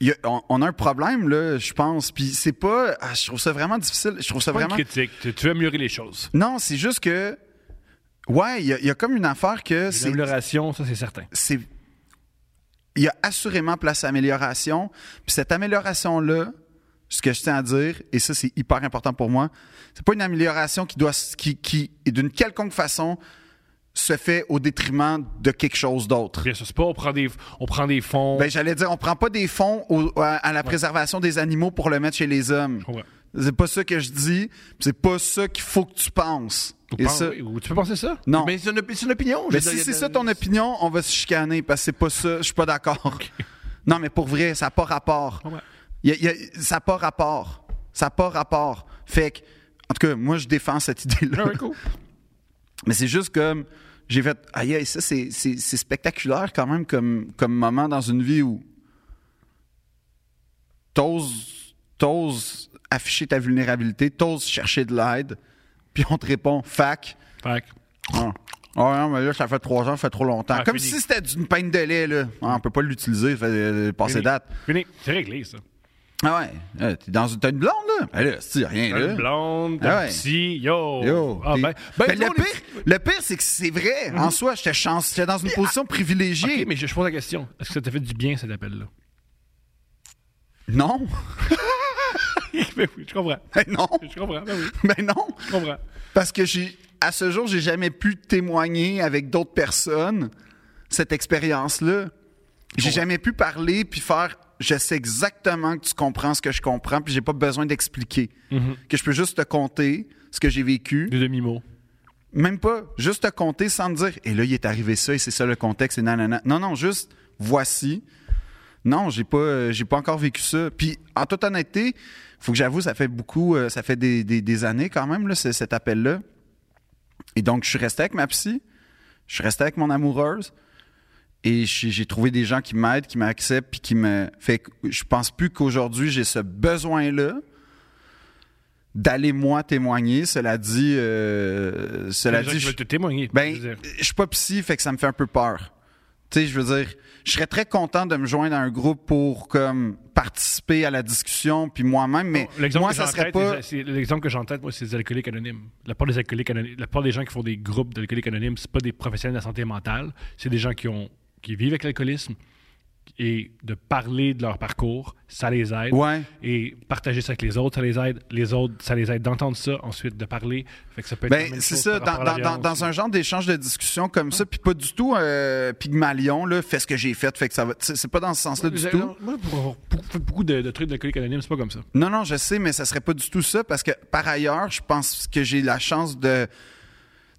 S1: il y a- on, on a un problème, là, je pense. Puis c'est pas. ah, je trouve ça vraiment difficile. Je trouve ça
S2: Pas une
S1: vraiment.
S2: critique. Tu- Tu veux améliorer les choses.
S1: Non, c'est juste que. Ouais, il y, a- il y a comme une affaire que. c'est-
S2: L'amélioration, ça, c'est certain.
S1: c'est il y a assurément place à amélioration. Puis cette amélioration-là, ce que je tiens à dire, et ça c'est hyper important pour moi, c'est pas une amélioration qui doit qui, qui d'une quelconque façon se fait au détriment de quelque chose d'autre.
S2: Bien sûr, c'est pas on prend des, on prend des fonds.
S1: Ben, j'allais dire, on prend pas des fonds au- à, à la préservation des animaux pour le mettre chez les hommes.
S2: comprends.
S1: C'est pas ça que je dis, puis c'est pas ça qu'il faut que tu penses.
S2: Ou
S1: Et
S2: pense-
S1: ça-
S2: ou tu peux penser ça?
S1: Non.
S2: Mais c'est une, opi- c'est une opinion. je
S1: Mais
S2: veux
S1: si
S2: dire, il y
S1: c'est
S2: a
S1: ça
S2: de-
S1: ton opinion, on va se chicaner parce que c'est pas ça. Je suis pas d'accord. Non, mais pour vrai, ça n'a pas rapport.
S2: Ah Ouais.
S1: Il y a- il y a- ça n'a pas rapport. Ça n'a pas rapport. Fait que, en tout cas, moi, je défends cette idée-là.
S2: Ah ouais, cool.
S1: <laughs> Mais c'est juste comme. J'ai fait. Aïe, aïe, ça, c'est, c'est- c'est spectaculaire quand même comme, comme moment dans une vie où. T'oses, t'oses afficher ta vulnérabilité, t'oses chercher de l'aide, puis on te répond fac.
S2: <laughs> Fait que,
S1: Ah. Ah non, mais là, ça fait trois ans, ça fait trop longtemps.
S2: Ah,
S1: Comme
S2: fini.
S1: si c'était d'une peine de lait, là. Ah, on peut pas l'utiliser, ça fait euh, passer
S2: Fini.
S1: date.
S2: Fini. C'est réglé, ça.
S1: Ah ouais. Euh, T'es dans une. T'as une blonde, là? Elle, là, c'est rien,
S2: T'as
S1: là.
S2: une blonde,
S1: Ah
S2: t'as
S1: ouais.
S2: un petit, yo.
S1: Yo.
S2: Ah
S1: t'es-
S2: ben, ben,
S1: Mais
S2: nous,
S1: le,
S2: on est- Mhm.
S1: pire, le pire, c'est que c'est vrai. En soi, j'étais chance. J'étais dans une position privilégiée.
S2: Ok, mais je, je pose la question. Est-ce que ça t'a fait du bien, cet appel-là?
S1: Non.
S2: <laughs>
S1: <laughs>
S2: Ben oui, je comprends.
S1: Ben non.
S2: Je comprends, ben oui,
S1: Ben non.
S2: je comprends.
S1: Parce que j'ai. À ce jour, j'ai jamais pu témoigner avec d'autres personnes cette expérience-là. J'ai jamais pu parler puis faire. Je sais exactement que tu comprends ce que je comprends, puis j'ai pas besoin d'expliquer. Que je peux juste te conter ce que j'ai vécu.
S2: Deux demi-mots.
S1: Même pas. Juste te compter sans te dire. Et là, il est arrivé ça et c'est ça le contexte et nanana. Non, non, juste voici. Non, j'ai pas, euh, j'ai pas encore vécu ça. Puis, en toute honnêteté, faut que j'avoue, ça fait beaucoup, euh, ça fait des, des- des années quand même, là, ce- cet appel-là. Et donc, je suis resté avec ma psy. Je suis resté avec mon amoureuse. Et j'ai j'ai trouvé des gens qui m'aident, qui m'acceptent, puis qui me. Fait que je pense plus qu'aujourd'hui, j'ai ce besoin-là d'aller moi témoigner. Cela dit, euh, cela
S2: Les gens
S1: dit,
S2: qui
S1: je-
S2: veulent te témoigner.
S1: ben,
S2: je veux dire.
S1: je suis pas psy, fait que ça me fait un peu peur. Tu sais, je veux dire, je serais très content de me joindre à un groupe pour comme participer à la discussion puis moi-même, mais
S2: Oh, L'exemple
S1: moi
S2: que
S1: ça
S2: j'ai en
S1: serait
S2: tête,
S1: pas.
S2: c'est- c'est- L'exemple que j'ai en tête, moi, c'est les alcooliques anonymes. La part des alcooliques anonymes, la part des gens qui font des groupes d'alcooliques anonymes, c'est pas des professionnels de la santé mentale, c'est des gens qui ont qui vivent avec l'alcoolisme et de parler de leur parcours, ça les aide.
S1: Ouais.
S2: Et partager ça avec les autres, ça les aide. Les autres, ça les aide d'entendre ça, ensuite de parler. Fait que ça peut être la
S1: Ben,
S2: même
S1: c'est
S2: chose
S1: ça,
S2: par
S1: dans,
S2: rapport à Hum.
S1: dans-
S2: la
S1: dans-
S2: violence.
S1: dans un genre d'échange de discussion comme ça, puis pas du tout euh, Pygmalion, là, fait ce que j'ai fait, fait que ça va. C'est c'est pas dans ce sens-là du
S2: J'ai-
S1: tout.
S2: non, Moi, pour avoir beaucoup- beaucoup de, de trucs d'alcooliques anonymes, c'est pas comme ça.
S1: Non, non, je sais, mais ça serait pas du tout ça parce que par ailleurs, je pense que j'ai la chance de.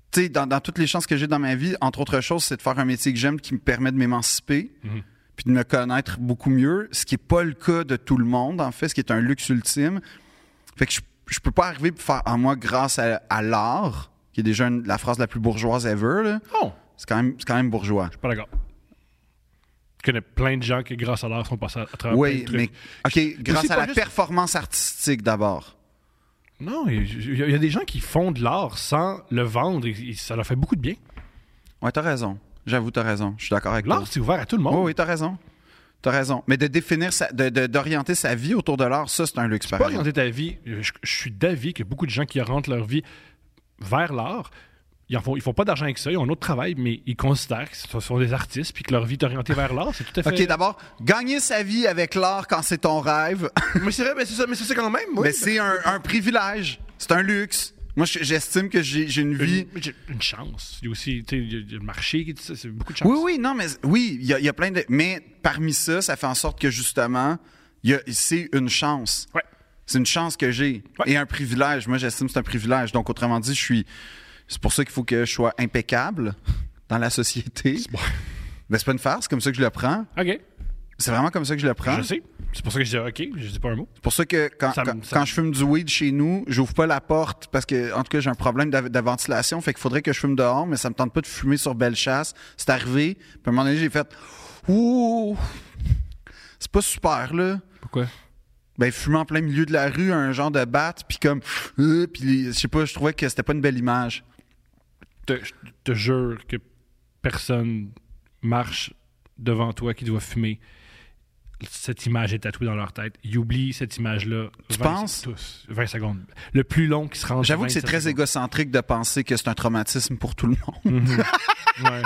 S1: Tu sais, dans, dans toutes les chances que j'ai dans ma vie, entre autres choses, c'est de faire un métier que j'aime qui me permet de m'émanciper
S2: Mhm.
S1: puis de me connaître beaucoup mieux, ce qui est pas le cas de tout le monde, en fait, ce qui est un luxe ultime. Fait que je, je peux pas arriver pour faire en moi grâce à, à l'art, qui est déjà une- la phrase la plus bourgeoise ever, là.
S2: Oh,
S1: C'est quand, même- c'est quand même bourgeois.
S2: pas d'accord. Je connais plein de gens qui, grâce à l'art, sont passés à, à travers plein
S1: Oui,
S2: de trucs.
S1: mais. OK, grâce
S2: c'est
S1: à
S2: pas
S1: la
S2: juste-
S1: performance artistique d'abord.
S2: Non, il y, a- il y a des gens qui font de l'art sans le vendre et, et ça leur fait beaucoup de bien.
S1: Ouais, t'as raison. J'avoue, t'as raison. Je suis d'accord avec toi.
S2: L'art, c'est ouvert à tout le
S1: Oui,
S2: monde.
S1: Oh oui, t'as raison. T'as raison. Mais de définir, sa- de- de- d'orienter sa vie autour de l'art, ça, c'est un luxe
S2: Pas
S1: par exemple.
S2: orienter ta vie. Je, je suis d'avis que beaucoup de gens qui orientent leur vie vers l'art, ils ne font, ils font pas d'argent avec ça, ils ont un autre travail, mais ils considèrent que ce sont des artistes puis que leur vie est orientée vers l'art. C'est tout à fait.
S1: OK, d'abord, gagner sa vie avec l'art quand c'est ton rêve, <laughs>
S4: Mais c'est vrai, mais c'est ça, mais c'est ça quand même.
S1: ben, c'est un, un privilège. C'est un luxe. Moi, je- j'estime que j'ai j'ai une vie.
S2: une, j'ai une chance. Il y a aussi tu sais, il y a- il y a le marché, qui dit ça, c'est beaucoup de chance.
S1: Oui, oui, non, mais oui, il y, a- il y a plein de. Mais parmi ça, ça fait en sorte que justement, il y a- c'est une chance.
S2: Ouais.
S1: C'est une chance que j'ai
S2: Ouais.
S1: et un privilège. Moi, j'estime que c'est un privilège. Donc, autrement dit, je suis. C'est pour ça qu'il faut que je sois impeccable dans la société.
S2: bon.
S1: Ben, c'est pas une farce, c'est comme ça que je le prends.
S2: OK,
S1: C'est vraiment comme ça que je le prends.
S2: je sais. C'est pour ça que je dis OK, je dis pas un mot.
S1: C'est pour ça que quand,
S2: Ça me-
S1: quand-
S2: ça
S1: quand
S2: me-
S1: je fume du weed chez nous, j'ouvre pas la porte parce que, en tout cas, j'ai un problème de, de ventilation. Fait qu'il faudrait que je fume dehors, mais ça me tente pas de fumer sur Bellechasse. C'est arrivé. Puis à un moment donné, j'ai fait Ouh, c'est pas super, là.
S2: Pourquoi?
S1: Ben, fumer en plein milieu de la rue, un genre de batte, puis comme, Euh, puis les- je sais pas, je trouvais que c'était pas une belle image.
S2: te, je te jure que personne marche devant toi qui doit fumer. Cette image est tatouée dans leur tête. Ils oublient cette image-là.
S1: Tu
S2: 20
S1: penses?
S2: Tous, 20 secondes. Le plus long qui se rend.
S1: J'avoue que c'est
S2: 27
S1: très
S2: secondes.
S1: égocentrique de penser que c'est un traumatisme pour tout le monde. <laughs>
S2: Ouais.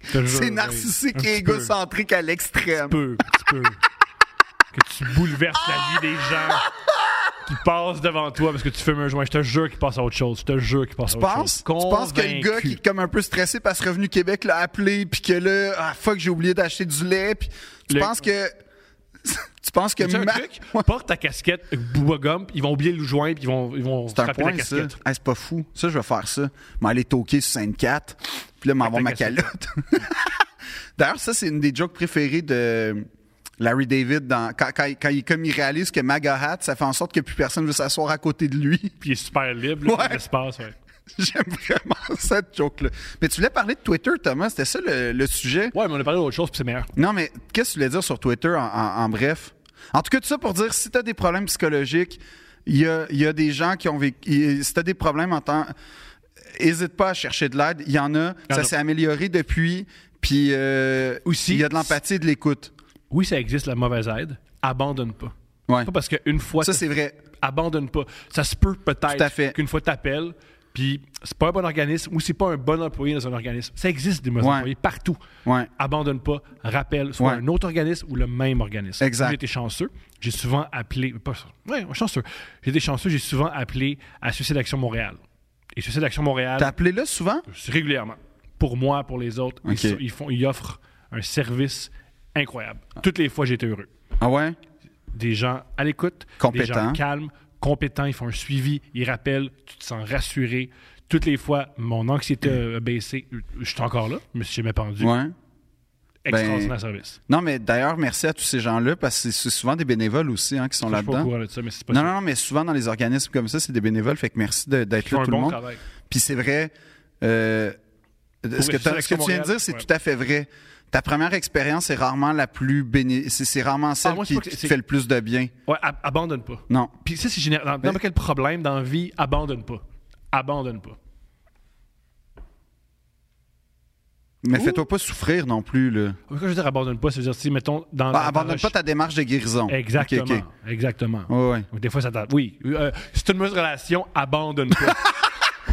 S2: Je te jure,
S1: c'est
S2: ouais.
S1: narcissique
S2: Un
S1: et
S2: petit peu.
S1: égocentrique à l'extrême.
S2: peu, petit peu. que tu bouleverses la vie des gens qui passent devant toi parce que tu fumes un joint. Je te jure qu'ils passent à autre chose. Je te jure qu'ils passent à
S1: Tu
S2: autre
S1: penses?
S2: chose.
S1: Tu penses que le gars qui est comme un peu stressé parce que Revenu Québec l'a appelé, puis que là, ah fuck, j'ai oublié d'acheter du lait, puis tu
S2: Le-
S1: penses que. <laughs> tu penses que.
S2: Tu sais un
S1: ma- <laughs>
S2: truc? Porte ta casquette, bois gomme, ils vont oublier le joint puis ils vont, ils vont
S1: C'est un
S2: frapper
S1: point,
S2: la
S1: ça.
S2: casquette.
S1: Hey, c'est pas fou. Ça, je vais faire ça. M'aller toquer sur Sainte-Cat, puis là, m'avoir
S2: ta
S1: ma
S2: casquette.
S1: calotte. <laughs> D'ailleurs, ça, c'est une des jokes préférées de Larry David dans- quand, quand il- quand il, comme il réalise que MAGA Hat, ça fait en sorte que plus personne veut s'asseoir à côté de lui. <laughs>
S2: Puis il est super libre, là,
S1: Ouais.
S2: dans l'espace. Ouais.
S1: J'aime vraiment <laughs> cette joke-là. Mais tu voulais parler de Twitter, Thomas. C'était ça le- le sujet?
S2: ouais, mais on a parlé d'autre chose, puis c'est meilleur.
S1: Non, mais qu'est-ce que tu voulais dire sur Twitter en, en- en bref? En tout cas, tout ça pour dire, si tu as des problèmes psychologiques, il y a, il y a des gens qui ont vécu. il- Si tu as des problèmes en tant. hésite pas à chercher de l'aide. Il y en a.
S2: Il y en
S1: ça
S2: a.
S1: s'est amélioré depuis. Puis euh,
S2: Aussi,
S1: il y a de l'empathie et de l'écoute.
S2: Oui, ça existe, la mauvaise aide. Abandonne pas.
S1: Ouais.
S2: Pas parce qu'une fois.
S1: Ça, c'est vrai.
S2: abandonne pas. Ça se peut
S1: Tout à fait.
S2: peut-être qu'une fois t'appelles, puis c'est pas un bon organisme ou c'est pas un bon employé dans un organisme. Ça existe des mauvais
S1: Ouais.
S2: employés partout.
S1: Ouais.
S2: Abandonne pas, rappelle, soit
S1: Ouais.
S2: un autre organisme ou le même organisme.
S1: Exact.
S2: J'ai été chanceux, j'ai souvent appelé, pas, ouais, chanceux, j'ai été chanceux, j'ai souvent appelé à Suicide Action Montréal. Et Suicide Action Montréal,
S1: T'as appelé là souvent?
S2: régulièrement, pour moi, pour les autres, ils
S1: Ok.
S2: so- ils, font, ils offrent un service incroyable. Toutes les fois, j'ai été heureux
S1: Ah ouais?
S2: des gens à l'écoute, des
S1: Compétents.
S2: gens calmes, compétents, ils font un suivi, ils rappellent, tu te sens rassuré. Toutes les fois, mon anxiété a baissé. Je suis encore là, mais je me suis jamais pendu.
S1: Mm. Ouais.
S2: Extraordinaire
S1: ben,
S2: service.
S1: Non, mais d'ailleurs, merci à tous ces gens-là parce que c'est souvent des bénévoles aussi hein, qui sont
S2: Ça, je suis pas au
S1: là-dedans.
S2: courant de ça, mais c'est pas
S1: Non, non, non, mais souvent dans les organismes comme ça, c'est des bénévoles. Fait que merci de- d'être
S2: Ils font
S1: là,
S2: un
S1: tout
S2: bon
S1: le monde.
S2: travail.
S1: Puis c'est vrai. euh, ce que,
S2: Réussir
S1: t'as- ce que
S2: Action
S1: tu viens de
S2: Montréal,
S1: dire, c'est
S2: ouais.
S1: tout à fait vrai. Ta première expérience est rarement la plus béni. C'est c'est rarement celle
S2: Ah, moi, c'est
S1: qui,
S2: pas que
S1: qui te
S2: c'est-
S1: fait le plus de bien.
S2: Ouais, ab- abandonne pas.
S1: Non.
S2: Puis ça, c'est général. Dans n'importe quel problème dans la vie, abandonne pas. Abandonne pas.
S1: Mais fais-toi pas souffrir non plus. Là.
S2: Quand je veux dire abandonne pas, c'est-à-dire si, mettons, dans.
S1: Ah,
S2: dans-
S1: abandonne
S2: dans-
S1: pas ta démarche de guérison.
S2: Exactement.
S1: Ok, ok.
S2: Exactement.
S1: Ouais, ouais.
S2: Ou Des fois, ça t'attend. Oui. euh, si t'as une mauvaise relation,
S1: <laughs>
S2: abandonne pas.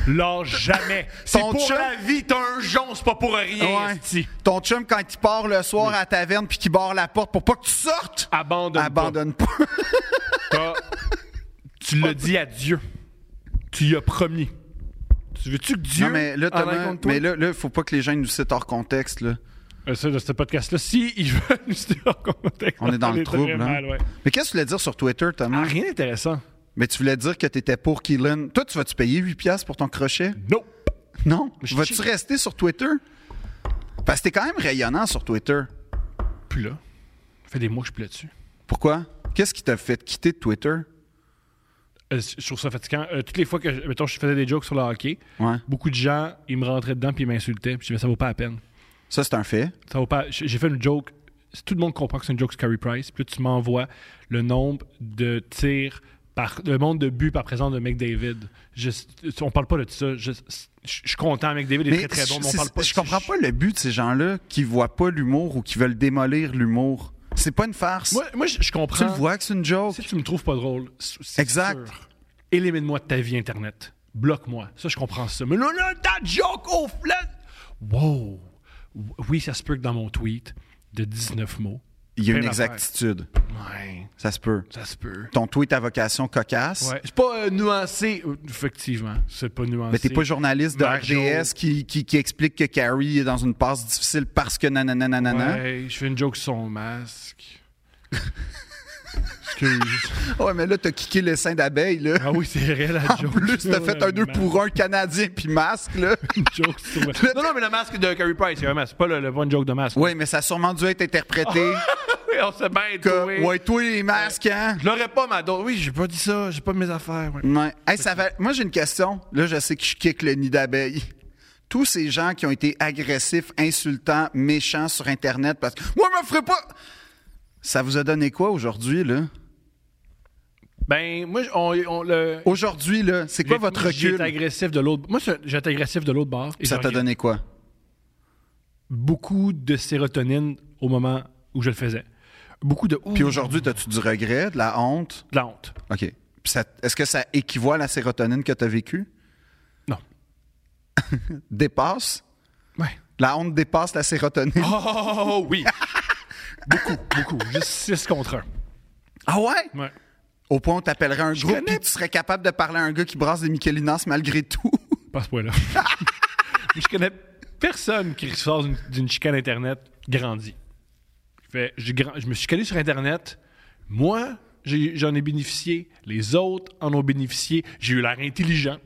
S2: Lâche jamais. C'est
S1: Ton
S2: pour
S1: chum-
S2: la vie, t'as un jonc, c'est pas pour rien.
S1: Ouais.
S2: esti.
S1: Ton chum, quand il part le soir à la taverne puis qu'il barre la porte pour pas que tu sortes,
S2: Abandonne,
S1: abandonne pas.
S2: pas. T'as- Tu l'as dit à Dieu. Tu y as promis. Tu veux-tu que Dieu.
S1: non, mais là,
S2: en aille
S1: Thomas,
S2: contre toi?
S1: mais là, là, faut pas que les gens nous citent hors contexte. Là.
S2: Euh, ça, de ce podcast-là, si il veut <laughs> nous dire en contexte,
S1: On est dans le
S2: était
S1: trouble,
S2: vraiment
S1: hein.
S2: mal, ouais.
S1: Mais qu'est-ce que tu voulais dire sur Twitter, Thomas?
S2: Ah, rien d'intéressant.
S1: Mais tu voulais dire que tu étais pour Keelan. Toi, tu vas-tu payer 8$ piastres pour ton crochet?
S2: Nope.
S1: Non.
S2: Je
S1: Vas-tu
S2: check.
S1: rester sur Twitter? Parce que t'es quand même rayonnant sur Twitter.
S2: Plus là. Ça fait des mois que je suis plus là-dessus.
S1: Pourquoi? Qu'est-ce qui t'a fait quitter de Twitter?
S2: Euh, je trouve ça fatigant. Euh, toutes les fois que je- mettons, je faisais des jokes sur le hockey,
S1: Ouais.
S2: beaucoup de gens, ils me rentraient dedans puis ils m'insultaient. Puis je disais, ça vaut pas la peine.
S1: Ça, c'est un fait.
S2: Ça vaut pas. J'ai j'ai fait une joke. Si tout le monde comprend que c'est une joke sur Carey Price, puis là, tu m'envoies le nombre de tirs par le nombre de buts par présent de McDavid. Je, on parle pas de ça. Je, je- je suis content, McDavid est très très bon. mais on
S1: c'est-
S2: parle pas.
S1: je comprends pas le but de ces gens-là qui voient pas l'humour ou qui veulent démolir l'humour. C'est pas une farce.
S2: Moi, ah. moi, je, je comprends.
S1: tu le vois que c'est une joke.
S2: Si tu me trouves pas drôle, c- c'est
S1: Exact.
S2: sûr. Élimine-moi de ta vie Internet. Bloque-moi. Ça, je comprends ça. Mais là, là, ta joke au flat! Wow! Oui, ça se peut que dans mon tweet de 19 mots.
S1: Il y a
S2: Plein
S1: une
S2: d'affaires.
S1: exactitude.
S2: Ouais,
S1: Ça se peut.
S2: ça se peut.
S1: Ton tweet à vocation cocasse.
S2: Ouais. C'est pas euh, nuancé. Euh, Effectivement, c'est pas nuancé.
S1: Mais t'es pas journaliste de
S2: Macho.
S1: RDS qui, qui, qui explique que Carrie est dans une passe difficile parce que nanana nanana.
S2: Ouais, je fais une joke sur son masque.
S1: <laughs>
S2: Excuse.
S1: Ouais, mais là, t'as kické le sein d'abeille, là.
S2: Ah oui, c'est réel
S1: <laughs>
S2: la
S1: En
S2: joke.
S1: plus, t'as
S2: sur
S1: fait
S2: le
S1: un 2
S2: masque.
S1: pour 1 Canadien puis masque,
S2: <laughs>
S1: là.
S2: Une joke sur le- Non, non, mais le masque de Carrie Price, hein. c'est un masque. C'est pas le, le bon joke de masque.
S1: Oui, mais ça a sûrement dû être interprété
S2: Oui, on se bête,
S1: que,
S2: Ah, oui.
S1: ouais, toi, les masques, hein.
S2: Je l'aurais pas, ma dose. Oui, j'ai pas dit ça. J'ai pas mes affaires. ouais.
S1: Ouais. Hey, ça va- Moi, j'ai une question. Là, je sais que je kick le nid d'abeille. Tous ces gens qui ont été agressifs, insultants, méchants sur Internet parce que moi, je me ferais pas. Ça vous a donné quoi aujourd'hui, là?
S2: Ben, moi, on, on le.
S1: Aujourd'hui, là, c'est quoi
S2: J'ai-
S1: votre
S2: J'étais
S1: recul?
S2: agressif de l'autre. Moi, je- j'étais agressif de l'autre bord. Et
S1: Ça
S2: j'ai
S1: t'a donné quoi?
S2: beaucoup de sérotonine au moment où je le faisais. Beaucoup de. ouh,
S1: Puis aujourd'hui, t'as-tu du regret, de la honte?
S2: de la honte.
S1: OK. Puis ça- Est-ce que ça équivaut à la sérotonine que t'as vécue?
S2: Non.
S1: Dépasse?
S2: Ouais.
S1: La honte dépasse la
S2: <laughs>
S1: sérotonine.
S2: Oh oui. beaucoup, beaucoup. Juste 6 contre 1.
S1: Ah ouais?
S2: Ouais.
S1: Au point où t'appellerais un groupe
S2: connais-
S1: puis tu serais capable de parler à un gars qui brasse des Michelinas malgré tout. <laughs>
S2: Pas à ce point-là. Mais <laughs> je connais personne qui ressort d'une- d'une chicane Internet grandi. Fait, je, grand- je me suis calé sur Internet. Moi, j'ai- j'en ai, bénéficié. Les autres en ont bénéficié. J'ai eu l'air intelligent.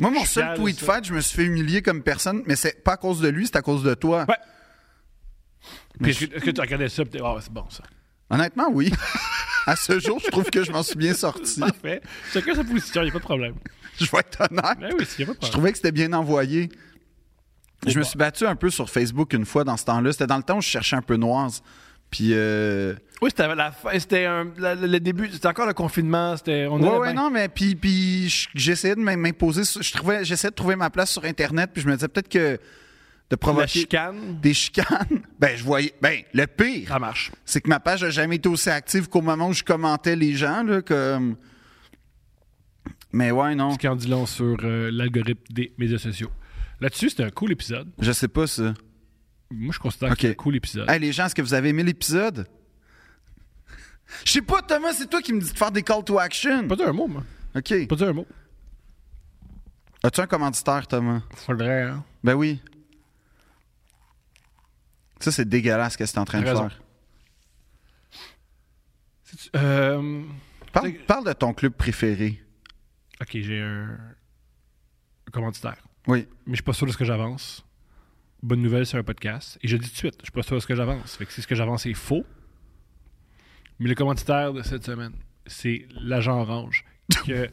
S1: Moi, mon
S2: Je suis
S1: seul
S2: fier de
S1: tweet
S2: ça.
S1: fait, je me suis fait humilier comme personne, mais c'est pas à cause de lui, c'est à cause de toi.
S2: Ouais. Puis est-ce que, est-ce que tu regardais ça? puis t'es, Ah, c'est bon ça.
S1: Honnêtement, oui. <laughs> à ce jour, je trouve que je m'en suis bien sorti.
S2: <laughs> Parfait. Chacun sa position, il n'y a pas de problème.
S1: Je vais être honnête.
S2: Ben oui, il n'y a pas de
S1: Je
S2: problème.
S1: trouvais que c'était bien envoyé. Je me suis battu un peu sur Facebook une fois dans ce temps-là. C'était dans le temps où je cherchais un peu noise. Puis. euh,
S2: Oui, c'était la fin, c'était un- la- la- le début, c'était encore le confinement, c'était on ben.
S1: Ouais,
S2: allait
S1: ouais,
S2: bien.
S1: non, mais puis, puis j- j'essayais de m'im- m'imposer. sur- Je trouvais, j'essayais de trouver ma place sur Internet, puis je me disais peut-être que de provoquer
S2: la chicane,
S1: des chicanes. <laughs> Ben, je voyais. Ben, le pire,
S2: ça marche.
S1: c'est que ma page n'a jamais été aussi active qu'au moment où je commentais les gens, là, comme. Mais ouais, non.
S2: Ce qui en dit long sur euh, l'algorithme des médias sociaux. Là-dessus, c'était un cool épisode.
S1: Je sais pas ça.
S2: Moi, je considère
S1: Ok.
S2: que c'est un cool épisode.
S1: Hey, les gens, est-ce que vous avez aimé l'épisode? <laughs> Je sais pas, Thomas, c'est toi qui me dis de faire des call to action.
S2: Pas dit un mot, moi.
S1: OK.
S2: Pas dit un mot.
S1: As-tu un commanditaire, Thomas?
S2: Faudrait. hein.
S1: Ben oui. Ça, c'est dégueulasse ce que c'est en train de
S2: Raison.
S1: faire.
S2: C'est-tu- euh,
S1: Parle, parle de ton club préféré.
S2: ok, j'ai un un commanditaire.
S1: Oui.
S2: mais je suis pas sûr de ce que j'avance. Bonne nouvelle, c'est un podcast. Et je le dis tout de suite, je suis pas sûr de ce que j'avance. Fait que si ce que j'avance est faux, mais le commanditaire de cette semaine, c'est l'agent orange
S1: <laughs>
S2: que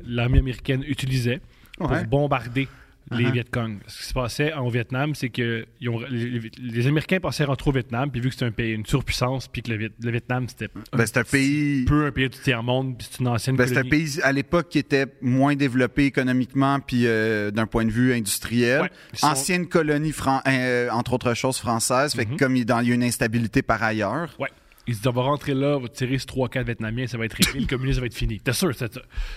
S2: l'armée américaine utilisait pour
S1: Ouais.
S2: bombarder les
S1: Uh-huh.
S2: Viet Cong. Ce qui se passait en Vietnam, c'est que ils ont- les, les- les Américains passaient rentrer au Vietnam, puis vu que c'était un pays, une surpuissance, puis que le, Viet- le Vietnam, c'était un
S1: Ben, c'est un pays.
S2: peu un pays du tiers-monde, puis c'est une ancienne
S1: Ben, c'est un
S2: colonie.
S1: pays à l'époque qui était moins développé économiquement puis euh, d'un point de vue industriel.
S2: Ouais, ils sont-
S1: Ancienne colonie, fran- euh, entre autres choses, française.
S2: Mhm.
S1: Fait que comme il dans- il y a une instabilité par ailleurs.
S2: Ouais. Il se dit, on va rentrer là, on va tirer ce 3-4 Vietnamiens, ça va être réglé, le communisme va être fini. T'es sûr, c'est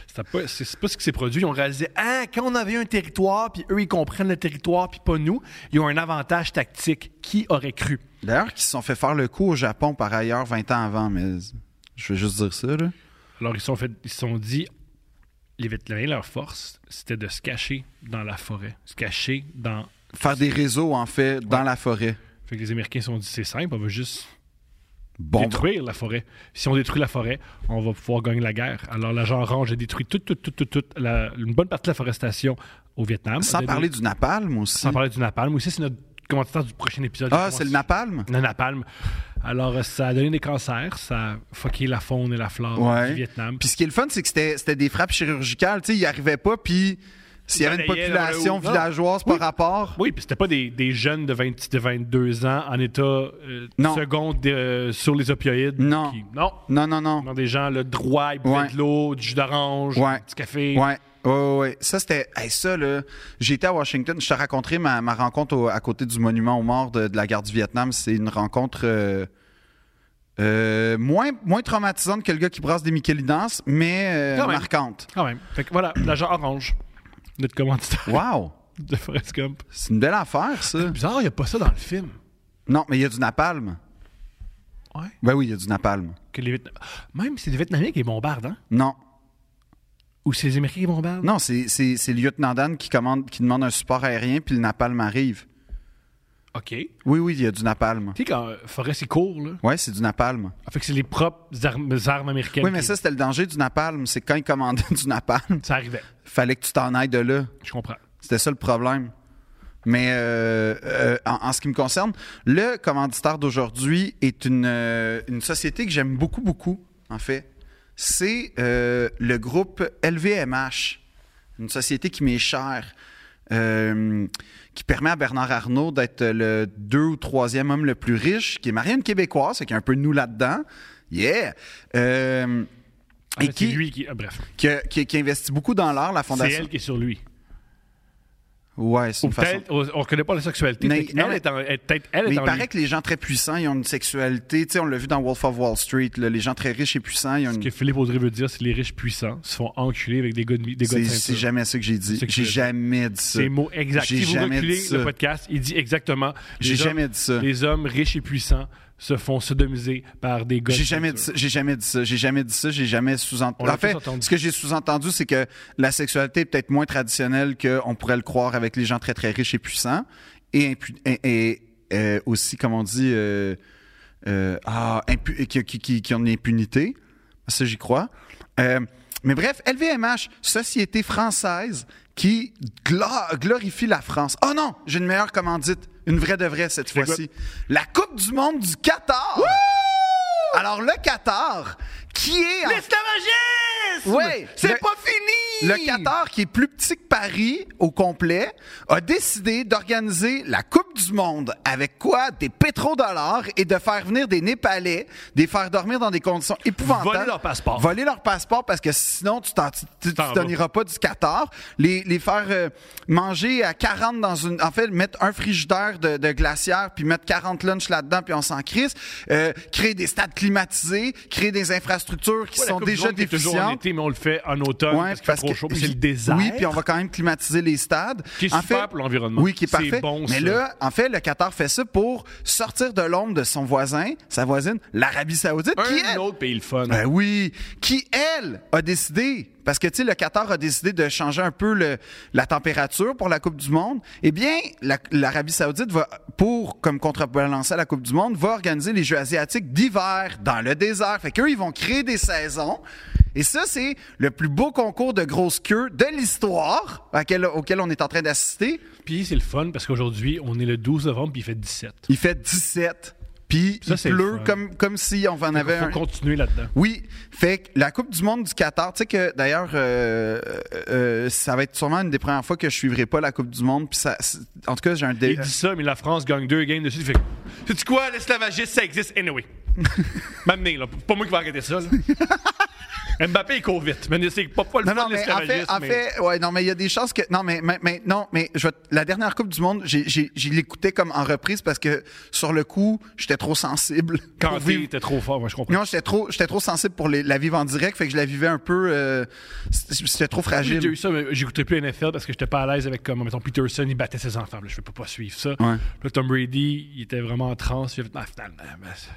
S2: c'est pas, c'est- c'est pas ce qui s'est produit. Ils ont réalisé, ah, quand on avait un territoire, puis eux, ils comprennent le territoire, puis pas nous, ils ont un avantage tactique. Qui aurait cru?
S1: D'ailleurs, qui se sont fait faire le coup au Japon par ailleurs 20 ans avant, mais je vais juste dire ça. Là.
S2: Alors, ils se sont, fait- ils se sont dit, les Vietnamiens, leur force, c'était de se cacher dans la forêt, se cacher dans.
S1: Faire des réseaux, en fait, dans la forêt.
S2: Fait que les Américains se sont dit, c'est simple, on va juste
S1: Bon,
S2: détruire la forêt. Si on détruit la forêt, on va pouvoir gagner la guerre. Alors l'agent orange a détruit toute, toute, toute, toute, toute la- une bonne partie de la forestation au Vietnam.
S1: sans
S2: On a
S1: parler
S2: donné-
S1: du napalm aussi.
S2: sans parler du napalm. Aussi, c'est notre commentateur du prochain épisode.
S1: Ah,
S2: Je
S1: c'est le
S2: pense-
S1: napalm?
S2: Le napalm. Alors euh, ça a donné des cancers, ça a fucké la faune et la flore
S1: Ouais.
S2: du Vietnam.
S1: Puis ce qui est le fun, c'est que c'était c'était des frappes chirurgicales. Tu sais, ils arrivaient pas, puis s'il y avait une
S2: Balayait dans le
S1: population
S2: haut. Non.
S1: villageoise par rapport...
S2: oui, puis c'était pas des, des jeunes de 20, de 22 ans en état euh,
S1: Non.
S2: second euh, sur les opioïdes.
S1: Non.
S2: qui- non.
S1: Non, non, non.
S2: Non, des gens le droit, ils buvaient
S1: Ouais.
S2: de l'eau, du jus d'orange,
S1: Ouais.
S2: du petit café.
S1: Ouais. Ouais, ouais, ouais. Ça, c'était. hey, ça, là. J'étais à Washington. Je te raconterai ma, ma rencontre au- à côté du monument aux morts de, de la guerre du Vietnam. C'est une rencontre euh, euh, moins, moins traumatisante que le gars qui brasse des Michelidances, mais euh,
S2: Quand même.
S1: marquante.
S2: Quand même. Fait que voilà, l'agent orange, notre commanditaire <laughs>
S1: Wow!
S2: de Forrest Gump.
S1: C'est une belle affaire,
S2: <laughs>
S1: ça.
S2: Bizarre, il n'y a pas ça dans le film.
S1: Non, mais il y a du napalm.
S2: Ouais.
S1: Ben oui, il y a du napalm.
S2: Que les Vietna- Même c'est les Vietnamiens qui les bombardent, hein?
S1: Non.
S2: Ou c'est les Américains qui bombardent?
S1: Non, c'est c'est- c'est le lieutenant Dan qui, commande, qui demande un support aérien, puis le napalm arrive.
S2: OK. Tu
S1: Oui, oui, il y a du napalm.
S2: sais, quand euh, Forrest, il court, là.
S1: Ouais, c'est du napalm.
S2: Fait que c'est les propres armes, armes américaines.
S1: Oui, mais
S2: qui-
S1: ça, c'était le danger du napalm. C'est que quand il commandait <laughs> du napalm,
S2: ça arrivait.
S1: fallait que tu t'en ailles de là.
S2: Je comprends.
S1: C'était ça le problème. Mais euh, euh, en, en ce qui me concerne, le commanditaire d'aujourd'hui est une, euh, une société que j'aime beaucoup, beaucoup, en fait. C'est euh, le groupe LVMH, une société qui m'est chère, euh, qui permet à Bernard Arnault d'être le deux ou troisième homme le plus riche, qui est marié à une Québécoise, c'est qu'il y a un peu de nous là-dedans. Yeah! Euh,
S2: En
S1: et
S2: fait,
S1: qui,
S2: C'est lui qui. ah, bref.
S1: qui, a- qui- qui investit beaucoup dans l'art, la
S2: C'est
S1: fondation.
S2: elle qui est sur lui.
S1: Ouais, c'est
S2: Ou
S1: une façon.
S2: peut-être, on ne connaît pas la sexualité.
S1: Mais-
S2: Peut-être
S1: non,
S2: elle
S1: mais-
S2: est en, elle- peut-être elle
S1: Mais
S2: est
S1: il
S2: en
S1: paraît
S2: lui.
S1: que les gens très puissants, ils ont une sexualité. Tu sais, on l'a vu dans Wolf of Wall Street. là, les gens très riches et puissants, ils ont
S2: Ce que
S1: une...
S2: Philippe Audrey veut dire, c'est les riches puissants se font enculer avec des gars de, mi- des gars de
S1: C'est c'est
S2: ceinture.
S1: jamais ça que j'ai dit.
S2: C'est ce que
S1: J'ai
S2: je-
S1: jamais dit ça.
S2: C'est mot exact.
S1: J'ai
S2: Si vous
S1: jamais dit
S2: reculez
S1: ça.
S2: le podcast, il dit exactement.
S1: J'ai
S2: les hommes-
S1: jamais dit ça.
S2: Les hommes riches et puissants se font sodomiser par des gars.
S1: J'ai
S2: de
S1: jamais dit
S2: ceinture.
S1: ça. J'ai jamais dit ça. J'ai jamais dit ça. J'ai jamais
S2: On
S1: sous-entendu.
S2: l'a
S1: En fait,
S2: tous entendu.
S1: ce que j'ai sous-entendu, c'est que la sexualité est peut-être moins traditionnelle qu'on pourrait le croire avec les gens très très riches et puissants et, impu- et- et, euh, aussi, comme on dit, euh, euh, ah, impu- qui, qui- qui- qui ont une impunité. Ça, j'y crois. Euh, mais bref, LVMH, société française qui gla- glorifie la France. Oh non, j'ai une meilleure commandite, une vraie de vraie cette
S2: C'est quoi?
S1: fois-ci. La Coupe du Monde du Qatar. Alors le Qatar, qui est en-
S4: L'esclavagisme!
S1: Ouais,
S4: C'est
S1: le-
S4: pas fini!
S1: le Qatar, qui est plus petit que Paris au complet, a décidé d'organiser la Coupe du Monde avec quoi? Des pétrodollars et de faire venir des Népalais, des faire dormir dans des conditions épouvantables.
S2: Voler leur passeport.
S1: Voler leur passeport parce que sinon, tu t'en, tu- tu
S2: T'en
S1: t'en
S2: vas.
S1: iras pas du Qatar. Les, les faire euh, manger à 40 dans une. En fait, mettre un frigidaire de, de glacière puis mettre 40 lunchs là-dedans puis on s'en crisse. Euh, créer des stades climatisés, créer des infrastructures qui
S2: Ouais, la
S1: sont
S2: Coupe du
S1: déjà
S2: Monde qui est toujours en
S1: déficientes.
S2: été, mais on le fait en automne
S1: Ouais,
S2: parce qu'il fait trop chaud, puis c'est le désert.
S1: Oui, puis on va quand même climatiser les stades.
S2: Qui est super pour l'environnement.
S1: Oui, qui est
S2: C'est
S1: parfait.
S2: bon,
S1: Mais
S2: ça.
S1: là, en fait, le Qatar fait ça pour sortir de l'ombre de son voisin, sa voisine, l'Arabie Saoudite,
S2: Un
S1: qui est.
S2: autre pays le fun.
S1: Ben oui, qui, elle, a décidé, parce que, tu sais, le Qatar a décidé de changer un peu le- la température pour la Coupe du Monde. Eh bien, la- l'Arabie Saoudite va, pour, comme contrebalancer la Coupe du Monde, va organiser les Jeux asiatiques d'hiver dans le désert. Fait qu'eux, ils vont créer des saisons. Et ça, c'est le plus beau concours de grosse queue de l'histoire auquel, auquel on est en train d'assister.
S2: Puis c'est le fun parce qu'aujourd'hui, on est le 12 novembre, puis il fait 17.
S1: Il fait 17, puis
S2: Ça,
S1: il
S2: c'est le
S1: pleut
S2: fun.
S1: comme, comme si on en
S2: Il faut
S1: avait un.
S2: continuer là-dedans.
S1: Oui, fait que la Coupe du Monde du Qatar, tu sais que d'ailleurs, euh, euh, ça va être sûrement une des premières fois que je suivrai pas la Coupe du Monde. Puis ça, c'est- en tout cas, j'ai un dé-
S2: Il dit ça, mais la France gagne deux games dessus. Il fait Sais-tu quoi, l'esclavagisme, ça
S1: <laughs>
S2: existe anyway. M'amener, là. Pas moi qui vais arrêter ça, là. Mbappé, il court vite. Mais c'est pas, pas le
S1: Non,
S2: fun
S1: non,
S2: de
S1: mais en fait,
S2: l'esclavagisme.
S1: en
S2: mais-
S1: fait, ouais, non, mais il y a des chances que. Non, mais, mais, mais- non, mais je vais t- la dernière Coupe du Monde, j'ai- j'ai- je l'écoutais comme en reprise parce que sur le coup, j'étais trop sensible.
S2: Quand
S1: pour
S2: il
S1: vivre-
S2: était trop fort, moi, je comprends.
S1: Non, j'étais trop, j'étais trop sensible pour les- la vivre en direct, fait que je la vivais un peu. euh, c- c'était trop
S2: J'ai
S1: fragile.
S2: déjà eu ça, mais j'écoutais plus NFL parce que j'étais pas à l'aise avec, comme, mettons, Peterson, il battait ses enfants. là, je peux pas suivre ça.
S1: Ouais.
S2: Puis Là, Tom Brady, il était vraiment en transe. Il a fait, ah, finalement, ben, c'est-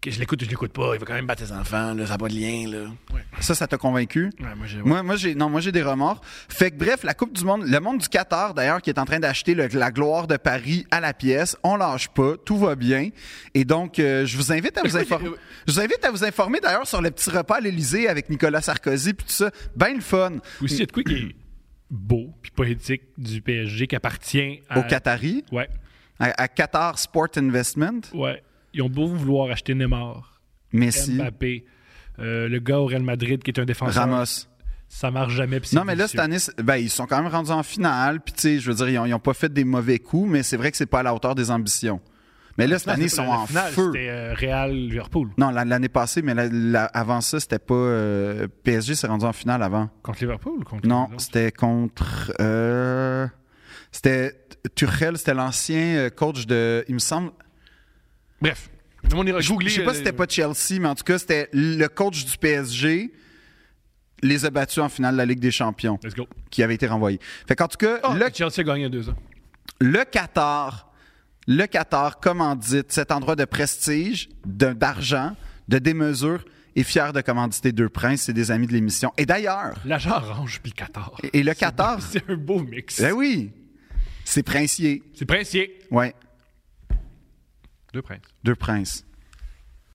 S2: que je l'écoute ou je l'écoute pas, il va quand même battre ses enfants, là, ça n'a pas de lien, là.
S1: Ça, ça t'a convaincu?
S2: Ouais, moi, j'ai-
S1: Moi, moi j'ai non, moi j'ai des remords. Fait que bref, la Coupe du monde, le monde du Qatar d'ailleurs qui est en train d'acheter le- la gloire de Paris à la pièce, on lâche pas, tout va bien. Et donc euh, je vous invite à vous informer.
S2: euh,
S1: Je vous invite à vous informer d'ailleurs sur le petit repas à l'Élysée avec Nicolas Sarkozy puis tout ça, ben le fun
S2: Aussi, il y a de quoi qui est beau puis poétique du PSG qui appartient à...
S1: au Qatari,
S2: Ouais,
S1: à, à Qatar Sport Investment.
S2: ouais. Ils ont beau vouloir acheter Neymar,
S1: Messi,
S2: Mbappé, euh, le gars au Real Madrid qui est un défenseur.
S1: Ramos.
S2: Ça marche jamais. puis c'est
S1: Non, mais là, cette
S2: vicieux.
S1: année, c'est- ben, ils sont quand même rendus en finale. Puis, tu sais, je veux dire, ils ont- ils n'ont pas fait des mauvais coups, mais c'est vrai que c'est pas à la hauteur des ambitions. Mais là, cette
S2: Non,
S1: année, ils
S2: Ah, c'est pas
S1: sont
S2: la
S1: en
S2: finale,
S1: feu.
S2: C'était euh, Real Liverpool
S1: Non, la- l'année passée, mais la- la- avant ça, c'était pas. euh, PSG s'est rendu en finale avant.
S2: contre Liverpool ou contre
S1: Non,
S2: les autres?
S1: c'était contre. euh, c'était. Tuchel, c'était l'ancien euh, coach de. Il me semble.
S2: Bref, on ira
S1: Je
S2: googler. euh,
S1: sais pas si c'était pas Chelsea, mais en tout cas, c'était le coach du PSG les a battus en finale de la Ligue des Champions,
S2: Let's go.
S1: qui avait été renvoyé. Fait qu'en tout cas, le
S2: Le Chelsea a gagné il y a deux ans.
S1: le Qatar, le Qatar commandite cet endroit de prestige, de- d'argent, de démesure, est fier de commanditer deux princes et des amis de l'émission. Et d'ailleurs,
S2: L'agent orange puis le Qatar.
S1: et, et le Qatar,
S2: C'est un beau mix.
S1: ben oui, c'est princier,
S2: C'est princier.
S1: ouais,
S2: Deux princes.
S1: deux princes.